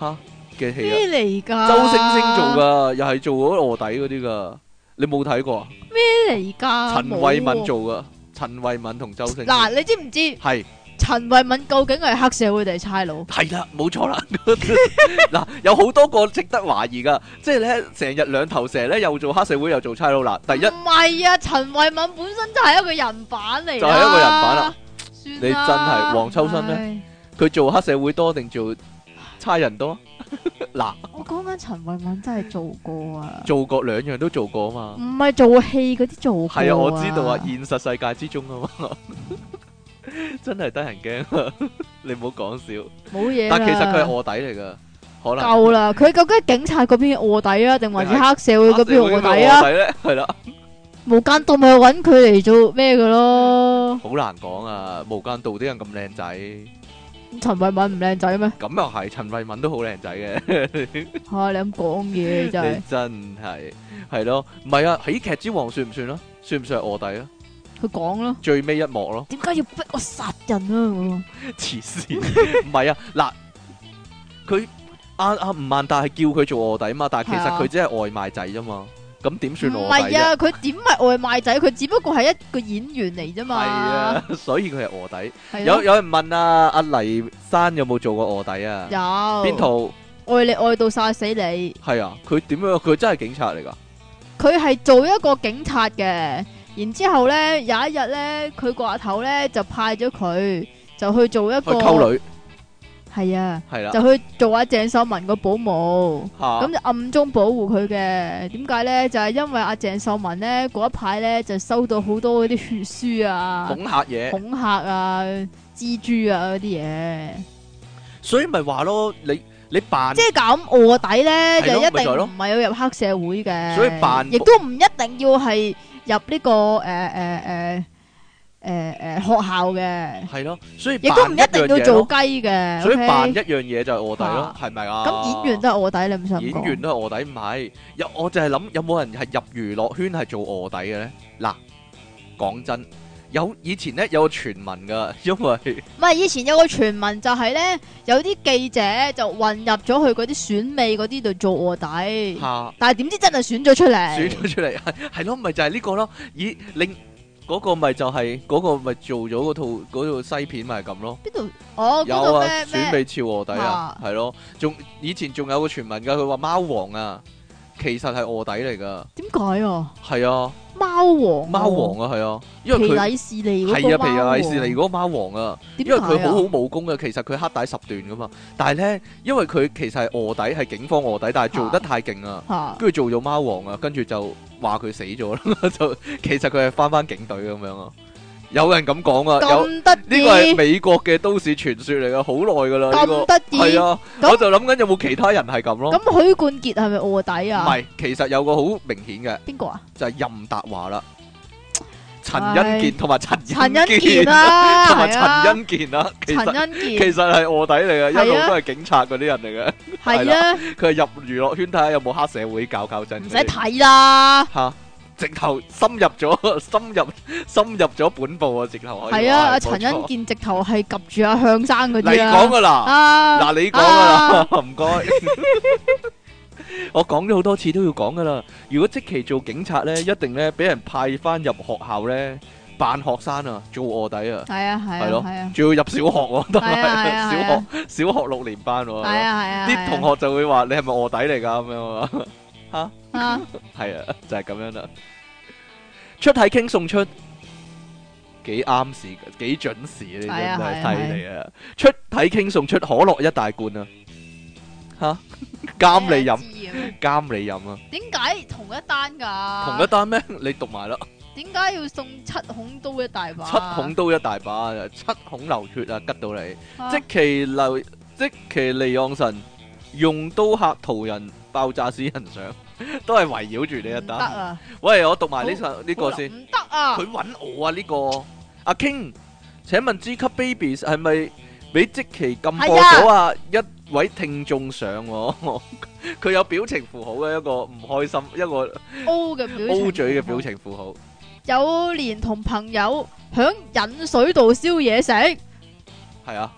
Speaker 1: 吓嘅戲啊？
Speaker 2: 咩嚟㗎？
Speaker 1: 周星星做，噶，又係做嗰卧底嗰啲噶，你冇睇過啊？
Speaker 2: 咩嚟㗎？
Speaker 1: 陳
Speaker 2: 冇
Speaker 1: 慧
Speaker 2: 喎
Speaker 1: 敏。做噶，陳慧敏同周星星
Speaker 2: 嗱，你知唔知
Speaker 1: 係
Speaker 2: 陳慧敏究竟係黑社會定係差佬？啊
Speaker 1: 係啦，冇錯啦。 嗱，有好多個值得懷疑噶，即係咧成日兩頭蛇咧，又做黑社會又做差佬啦。第一
Speaker 2: 唔係啊，陳慧敏本身就係一個人版嚟啦，
Speaker 1: 就係一個人版啦
Speaker 2: 算
Speaker 1: 你
Speaker 2: 啦。
Speaker 1: 真係黃秋生呢
Speaker 2: 唉
Speaker 1: 佢做黑社會多定做差人多？嗱，
Speaker 2: 我講緊陳慧敏真係做過啊，
Speaker 1: 做過兩樣都做過啊嘛。
Speaker 2: 唔係做戲嗰啲做過
Speaker 1: 係啊，我知道啊，現實世界之中啊嘛， 真係得人驚啊！ 你唔好講笑，
Speaker 2: 冇嘢啦。
Speaker 1: 但其實佢係卧底嚟噶，可能。
Speaker 2: 夠啦，佢究竟係警察嗰邊嘅卧底啊，定還是黑社會嗰邊嘅卧底
Speaker 1: 黑社
Speaker 2: 啊？
Speaker 1: 會咧，係啦，
Speaker 2: 無間道咪揾佢嚟做咩嘅咯？
Speaker 1: 好難講啊！無間道啲人咁靚仔，
Speaker 2: 陳慧敏唔靚仔咩？
Speaker 1: 咁又係陳慧敏都好靚仔嘅，
Speaker 2: 吓你咁講嘢真係
Speaker 1: 你，真係係咯，唔係啊！喜劇之王算唔算啊？算唔算係卧底啊？
Speaker 2: 佢講咯，
Speaker 1: 最尾一幕咯，
Speaker 2: 點解要逼我殺人啊？
Speaker 1: 黐線，唔係啊！嗱，佢阿阿吳孟達係叫佢做卧底嘛，但係其實
Speaker 2: 係啊
Speaker 1: 佢只係外賣仔啫嘛，咁點算
Speaker 2: 唔
Speaker 1: 卧底
Speaker 2: 係
Speaker 1: 啫？
Speaker 2: 啊，佢點係外賣仔？佢只不過係一個演員嚟啫
Speaker 1: 係
Speaker 2: 嘛。
Speaker 1: 啊， 所以佢係卧底。
Speaker 2: 係咯，
Speaker 1: 有有人問啊，阿黎山有冇做過卧底啊？
Speaker 2: 有
Speaker 1: 邊套？
Speaker 2: 愛你愛到殺死你，
Speaker 1: 系啊，佢點樣？佢真係警察嚟噶，
Speaker 2: 佢係做一個警察嘅，然之后咧有一日咧，佢個阿頭咧就派咗佢就去做一
Speaker 1: 去
Speaker 2: 個
Speaker 1: 溝女
Speaker 2: 係啊，
Speaker 1: 係啦，
Speaker 2: 就去做阿鄭秀文個保姆，
Speaker 1: 吓
Speaker 2: 咁就暗中保護佢嘅。點解咧？就係因為阿鄭秀文咧嗰一排咧就收到好多嗰啲血書啊、
Speaker 1: 恐嚇嘢，
Speaker 2: 恐嚇啊、蜘蛛啊嗰啲嘢。
Speaker 1: 所以咪話咯，你你扮
Speaker 2: 即係咁，卧底咧
Speaker 1: 係
Speaker 2: 就
Speaker 1: 咯咪就
Speaker 2: 一
Speaker 1: 係
Speaker 2: 定
Speaker 1: 咯
Speaker 2: 唔係要入黑社會嘅，
Speaker 1: 所以扮
Speaker 2: 亦都唔一定要係入呢個诶诶诶诶诶学校嘅，
Speaker 1: 係咯，所以
Speaker 2: 亦
Speaker 1: 扮
Speaker 2: 都唔一
Speaker 1: 樣
Speaker 2: 定要
Speaker 1: 嘢
Speaker 2: 做
Speaker 1: 咯，
Speaker 2: 雞嘅。
Speaker 1: 所以扮一
Speaker 2: OK？
Speaker 1: 樣嘢就係卧底咯，係咪啊？
Speaker 2: 咁演員都係卧底，你唔想
Speaker 1: 演員都係卧底，唔係有我就係諗有冇人係入娛樂圈係做卧底嘅咧？嗱，講真，有以前咧有個傳聞噶， 因 為
Speaker 2: 唔係以前有個傳聞就係咧，有啲記者就混入咗去嗰啲選美嗰啲度做卧底，
Speaker 1: 嚇
Speaker 2: 但係點知真係選咗出
Speaker 1: 選
Speaker 2: 嚟，
Speaker 1: 咗出嚟，係係咯，咪就係呢個咯，以令嗰個咪就係嗰個咪做咗嗰套嗰套西片咪係咁咯。
Speaker 2: 邊度？哦，嗰
Speaker 1: 有
Speaker 2: 度
Speaker 1: 啊，
Speaker 2: 咩
Speaker 1: 選
Speaker 2: 咩？
Speaker 1: 美潮卧底啊
Speaker 2: 啊，
Speaker 1: 係咯，仲以前仲有個傳聞㗎，佢話貓王啊，其實係卧底嚟㗎，
Speaker 2: 點解啊？
Speaker 1: 係啊，
Speaker 2: 貓王，
Speaker 1: 貓。王啊，係啊，因為
Speaker 2: 皮
Speaker 1: 佢
Speaker 2: 禮士利嗰
Speaker 1: 係
Speaker 2: 個
Speaker 1: 啊，皮
Speaker 2: 貓
Speaker 1: 尤
Speaker 2: 王
Speaker 1: 利是嚟嗰個貓王啊，
Speaker 2: 點
Speaker 1: 因為佢
Speaker 2: 解啊
Speaker 1: 好好武功嘅，其實佢黑帶十段㗎嘛，但係咧，因為佢其實係卧底，係警方卧底，但係做得太勁啊，
Speaker 2: 嚇
Speaker 1: 跟住做咗貓王啊，跟住就話佢死咗啦， 就其實佢係翻翻警隊咁樣啊，有人咁講啊，有
Speaker 2: 咁得
Speaker 1: 呢個係
Speaker 2: 意，
Speaker 1: 美國嘅都市傳說嚟㗎，好耐㗎啦呢個
Speaker 2: 咁。得意
Speaker 1: 係，啊，
Speaker 2: 咁
Speaker 1: 我就諗緊有冇其他人係咁咯。
Speaker 2: 咁許冠傑係咪卧底
Speaker 1: 唔
Speaker 2: 啊？
Speaker 1: 係，其實有個好明顯嘅
Speaker 2: 邊個啊？
Speaker 1: 就係任達華啦，陳恩健同埋 陳
Speaker 2: 陳
Speaker 1: 欣
Speaker 2: 欣健
Speaker 1: 健
Speaker 2: 啦，
Speaker 1: 同埋
Speaker 2: 係啊，
Speaker 1: 陳恩健啦，其
Speaker 2: 陳
Speaker 1: 實
Speaker 2: 欣
Speaker 1: 其
Speaker 2: 健
Speaker 1: 實係卧底嚟
Speaker 2: 係
Speaker 1: 嘅，
Speaker 2: 啊
Speaker 1: 一路都係警察嗰啲人嚟嘅。
Speaker 2: 係啊，
Speaker 1: 佢係入娛樂圈睇下有冇黑社會搞搞震嗰啲。
Speaker 2: 唔使睇啦，
Speaker 1: 吓，直頭深入咗， 深入深入咗本部啊！直頭可以
Speaker 2: 係啊，
Speaker 1: 話
Speaker 2: 阿
Speaker 1: 係冇
Speaker 2: 陳欣
Speaker 1: 錯
Speaker 2: 健直頭係及住阿向生嗰
Speaker 1: 你
Speaker 2: 啲
Speaker 1: 講
Speaker 2: 啊，
Speaker 1: 噶啦。
Speaker 2: 啊，
Speaker 1: 嗱，你講噶啦， 唔該。我講咗好多次都要講噶啦。如果即期做警察咧，一定咧俾人派翻入學校咧，扮學生啊，做卧底啊，
Speaker 2: 係啊，係
Speaker 1: 係咯
Speaker 2: 啊，係啊，
Speaker 1: 仲 要入小學喎，都
Speaker 2: 係啊
Speaker 1: 係
Speaker 2: 係啊
Speaker 1: 小
Speaker 2: 係
Speaker 1: 學
Speaker 2: 啊
Speaker 1: 小學六年班
Speaker 2: 係
Speaker 1: 喎。
Speaker 2: 啊，係啊，
Speaker 1: 啲同學就會話你係咪卧底嚟㗎咁樣啊？
Speaker 2: 學啊，
Speaker 1: 係啊，就係咁樣啦。出體傾送出幾啱時，幾準時呢？真
Speaker 2: 係啊
Speaker 1: 係
Speaker 2: 係啊
Speaker 1: 犀利啊！出體傾送出可樂一大罐啊！監你飲，
Speaker 2: 飲，
Speaker 1: 監你飲啊！
Speaker 2: 點解同一單㗎？
Speaker 1: 同一單咩？你讀埋啦，
Speaker 2: 點解要送七孔刀一大把？
Speaker 1: 七孔刀一大把，七孔流血啊，吉到你！
Speaker 2: 啊
Speaker 1: 即其流，即其利昂神用刀嚇途人，爆炸死人相，都係圍繞住呢一
Speaker 2: 唔得
Speaker 1: 單。
Speaker 2: 啊！
Speaker 1: 喂，我讀埋呢
Speaker 2: 好
Speaker 1: 首呢個先。
Speaker 2: 好啦唔得啊！
Speaker 1: 佢揾我啊呢、個阿 King，請問 G 級 Babies 係咪俾即期禁播咗啊？一位聽眾上喎， 佢有表情符號嘅一個唔開心，一個
Speaker 2: O 嘅表情
Speaker 1: O 嘴嘅表。情符號。
Speaker 2: 有年同朋友響引水度燒嘢食，
Speaker 1: 係啊，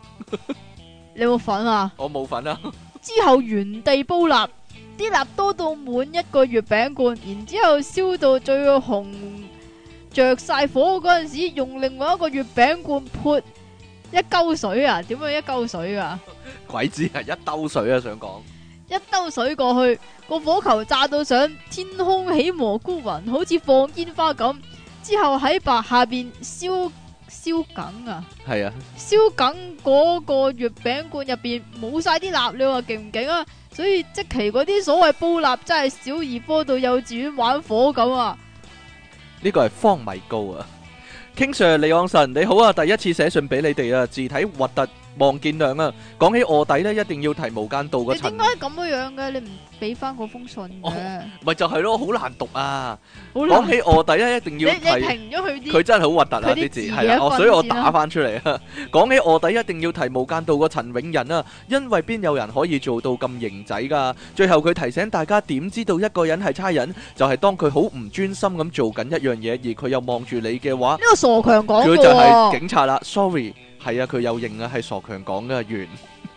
Speaker 2: 你有冇份啊？
Speaker 1: 我冇 份啦、
Speaker 2: 之後原地煲蠟，啲蠟多到滿一個月餅罐，然之後燒到最紅，着晒火嗰阵时，用另外一個月餅罐潑一溝水啊！點樣一溝水啊？
Speaker 1: 鬼知係一兜水啊！想講
Speaker 2: 一兜水過去，個火球炸到上天空起蘑菇雲，好似放煙花咁。之後喺白下邊燒燒梗啊！
Speaker 1: 係啊，
Speaker 2: 燒緊嗰個月餅罐入邊冇晒啲蠟，你話勁唔勁啊？所以即期嗰啲所謂煲蠟真係小兒科到幼稚園玩火咁啊！
Speaker 1: 呢個係方米高啊。King Sir 李昂臣你好啊，第一次寫信俾你哋啊，字體核突望見亮啊。講起卧底呢，一定要提無間道嗰
Speaker 2: 你點
Speaker 1: 層，
Speaker 2: 解咁樣樣嘅？你唔俾翻嗰封信
Speaker 1: 哦
Speaker 2: 嘅？
Speaker 1: 咪就係咯，好難讀啊。
Speaker 2: 好
Speaker 1: 講
Speaker 2: 難
Speaker 1: 起卧底呢，一定
Speaker 2: 你你
Speaker 1: 要提。
Speaker 2: 評咗佢
Speaker 1: 佢
Speaker 2: 啲，
Speaker 1: 真係好核突啊！
Speaker 2: 佢啲
Speaker 1: 啲字
Speaker 2: 字
Speaker 1: 係啦，
Speaker 2: 嘅
Speaker 1: 哦
Speaker 2: 分
Speaker 1: 所以我
Speaker 2: 先啦
Speaker 1: 打翻出嚟啊！ 講起卧底，一定要提無間道個陳永仁啊，因為邊有人可以做到咁型仔噶？最後佢提醒大家點知道一個人係差人，就係、當佢好唔專心咁做緊一樣嘢，而佢又望住你嘅話，
Speaker 2: 呢個傻強講
Speaker 1: 佢
Speaker 2: 嘅
Speaker 1: 就係
Speaker 2: 喎
Speaker 1: 警察啦。Sorry，係啊，佢又認啊，係傻強講嘅完。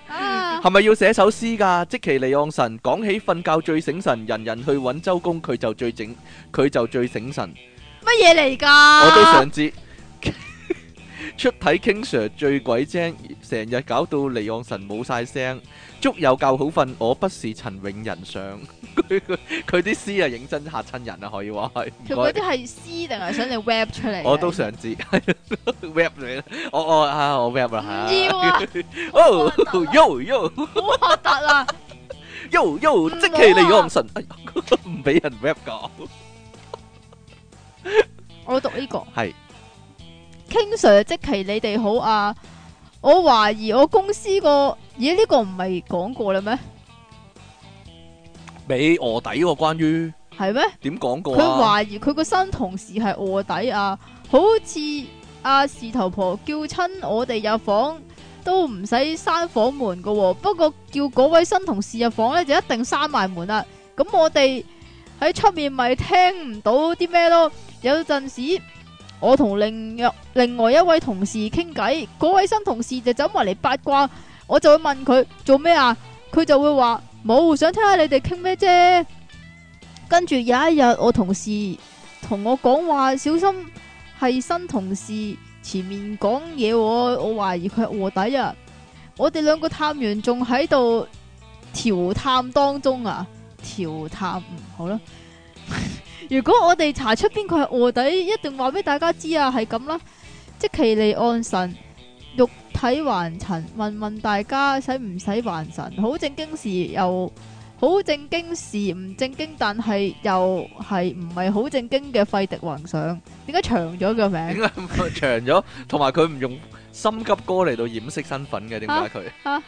Speaker 2: 啊！
Speaker 1: 係咪要寫首詩㗎？即其利昂神講起瞓覺最醒神，人人去揾周公，佢就最整，佢就最醒神。
Speaker 2: 乜嘢嚟㗎？
Speaker 1: 我都想知。 出體 King Sir 最鬼精，成日搞到離岸神冇晒聲，足有覺好瞓。我不是陳永仁上， 佢佢佢啲詩啊認真嚇親人啊，可以話係。
Speaker 2: 佢
Speaker 1: 唔
Speaker 2: 嗰
Speaker 1: 該
Speaker 2: 啲係詩定係想你 rap 出嚟嘅？
Speaker 1: 我都想知 rap 你啦，我我啊我 rap
Speaker 2: 唔
Speaker 1: 啦
Speaker 2: 要啊！
Speaker 1: 嚇 哦，yo yo
Speaker 2: 好核突啊！
Speaker 1: yo yo，即其離岸神，哎呀唔俾人 rap 㗎。
Speaker 2: 我讀呢、個
Speaker 1: 係
Speaker 2: King Sir，即其你哋好啊！我懷疑我公司個，咦呢、個唔係講過啦咩？
Speaker 1: 俾卧底喎，關於
Speaker 2: 係咩？
Speaker 1: 點講過
Speaker 2: 佢
Speaker 1: 啊？
Speaker 2: 懷疑佢個新同事係卧底啊，好似阿士頭婆叫親我哋入房都唔使閂房門噶、喎。不過叫嗰位新同事入房呢，就一定閂埋門啦。咁我哋喺出面咪聽唔到啲咩咯？有陣時我同另一另外一位同事傾偈，嗰位新同事就走埋嚟八卦，我就會問佢做咩啊？佢就會話冇，想聽下你哋傾咩啫。跟住有一日，我同事同我講話，小心係新同事前面講嘢喎，我懷疑佢係卧底啊！我哋兩個探員仲喺度調探當中啊，調探嗯好啦。 如果我哋查出邊個係卧底，一定話俾大家知啊，係咁啦。即其離岸神，肉體還塵，問問大家使唔使還神？好正經時又〜好正經事唔正經，但係又係唔係好正經嘅費迪幻想？點解長咗個
Speaker 1: 點
Speaker 2: 名？
Speaker 1: 解咁長咗？同埋佢唔用心急歌嚟到掩飾身份嘅，點解佢？
Speaker 2: 啊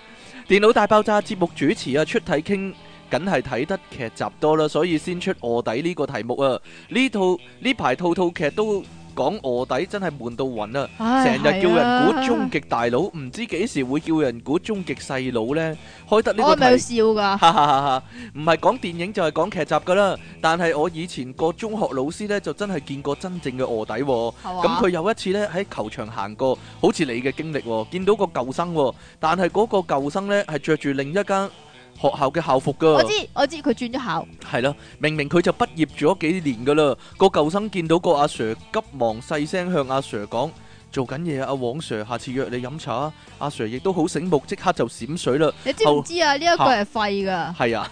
Speaker 1: 電腦大爆炸節目主持啊，出體傾，梗係睇得劇集多啦，所以先出卧底呢個題目啊。呢套呢排套套劇都講卧底，真係悶到暈啊！
Speaker 2: 唉
Speaker 1: 成日叫人估
Speaker 2: 係
Speaker 1: 終
Speaker 2: 啊
Speaker 1: 極大佬，唔知幾時會叫人估終極細佬呢？開得呢
Speaker 2: 我
Speaker 1: 個
Speaker 2: 係咪
Speaker 1: 題。
Speaker 2: 要
Speaker 1: 啊
Speaker 2: 笑噶？
Speaker 1: 哈哈哈哈！ 唔係講電影就係講劇集噶啦，但係我以前個中學老師呢，就真係見過真正嘅卧底喎、
Speaker 2: 係嘛
Speaker 1: 咁佢有一次咧喺球場行過，好似你嘅經歷喎，見到個舊生喎，但係嗰個舊生咧係着住另一間學校嘅校服
Speaker 2: 我
Speaker 1: 噶，
Speaker 2: 知我知，佢轉咗校，
Speaker 1: 係啦，明明佢就畢業咗幾年噶啦，個舊生見到個阿 Sir 急忙細聲向阿 Sir 講。做緊嘢啊，阿黃 Sir，下次約你飲茶啊！阿 Sir 亦都好醒目，即刻就閃水啦。
Speaker 2: 你知唔知啊？呢一個係廢噶，
Speaker 1: 係啊，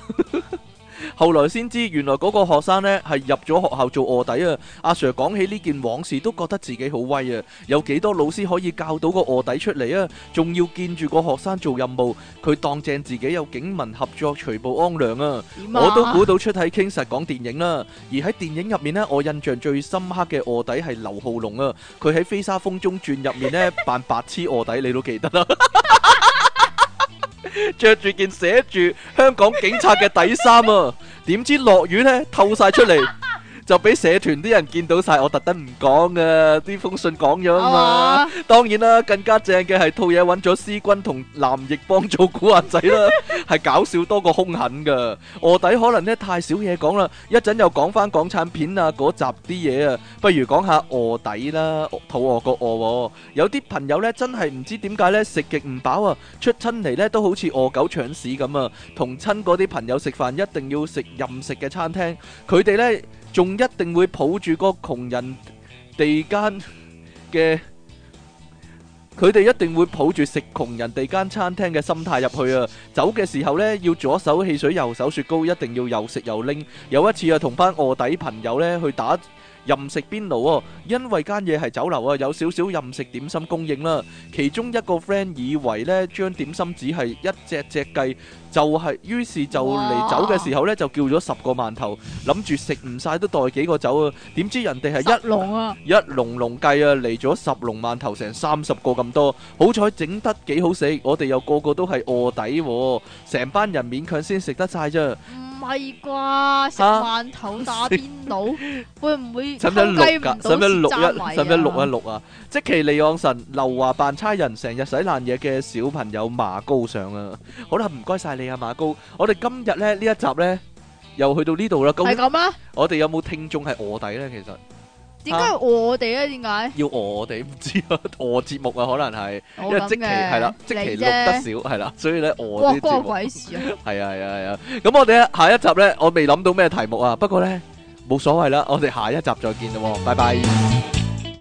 Speaker 1: 後來先知原來嗰個學生呢係入咗學校做卧底啊！阿 Sir 講起呢件往事都覺得自己好威啊！有幾多老師可以教到個卧底出嚟啊？仲要見住個學生做任務，佢當正自己有警民合作除暴安良啊！
Speaker 3: 點啊？
Speaker 1: 我都估到出體傾實講電影啦，而喺電影入面呢，我印象最深刻嘅卧底係劉浩龍啊，佢喺《飛沙風中轉》入 面呢，扮白痴卧底，你都記得啦。 着住件寫住香港警察嘅底衫啊，點知落雨呢，透 晒出嚟，就俾社團啲人見到晒。我特登唔講啊，呢封信講咗啊嘛。
Speaker 3: 啊嘛，
Speaker 1: 當然啦，更加正嘅係套嘢揾咗思君同藍奕邦做古惑仔啦， 係搞笑多過兇狠噶。卧底可能呢太少嘢講啦，一陣又講翻港產片啊嗰集啲嘢啊，不如講下卧底啦，肚餓個餓喎。有啲朋友呢真係唔知點解呢食極唔飽啊，出親嚟呢都好似餓狗搶屎咁啊。同親嗰啲朋友食飯一定要食任食嘅餐廳，佢哋呢仲一定會抱住個窮人地間嘅。佢哋一定會抱住食窮人哋間餐廳嘅心態入去啊！走嘅時候呢，要左手汽水，右手雪糕，一定要又食又拎。有一次啊，同班卧底朋友呢去打任食邊爐喎，因為間嘢係酒樓啊，有少少任食點心供應啦。其中一個 friend 以為呢張點心紙係一隻隻計，就係、於是就嚟
Speaker 3: 哇
Speaker 1: 走嘅時候呢，就叫咗十個饅頭，諗住食唔晒都袋幾個走啊！點知人哋係一
Speaker 3: 龍啊，
Speaker 1: 一籠籠計啊，嚟咗十籠饅頭，成三十個咁多，好彩整得幾好食，我哋又個個都係卧底喎，成班人勉強先食得晒 啫。
Speaker 3: 唔係啩？食
Speaker 1: 啊。
Speaker 3: 饅頭打邊爐？ 會唔會
Speaker 1: 使唔使六
Speaker 3: 偷雞唔到
Speaker 1: 噶？使唔使六
Speaker 3: 蝕渣米啊？
Speaker 1: 一？使唔使六一六啊？即其利昂神劉華扮差人，成日洗爛嘢嘅小朋友馬高上啊！好啦，唔該晒你啊，馬高。我哋今日咧呢一集咧又去到呢度啦。究竟
Speaker 3: 係咁啊？點解
Speaker 1: 我哋有冇聽眾係卧底咧？其實啊。
Speaker 3: 我哋咧？點解？
Speaker 1: 要我哋唔知啊，卧節目啊，可能係。因為
Speaker 3: 我咁
Speaker 1: 即期
Speaker 3: 嘅，
Speaker 1: 係啦，即期錄
Speaker 3: 你啫。
Speaker 1: 得少係啦，所以咧我
Speaker 3: 哇，
Speaker 1: 啲節目
Speaker 3: 關我鬼事啊。
Speaker 1: 係啊係啊係啊。咁我哋咧下一集咧，我未諗到咩題目啊，不過咧冇所謂啦，我哋下一集再見啦喎，拜拜。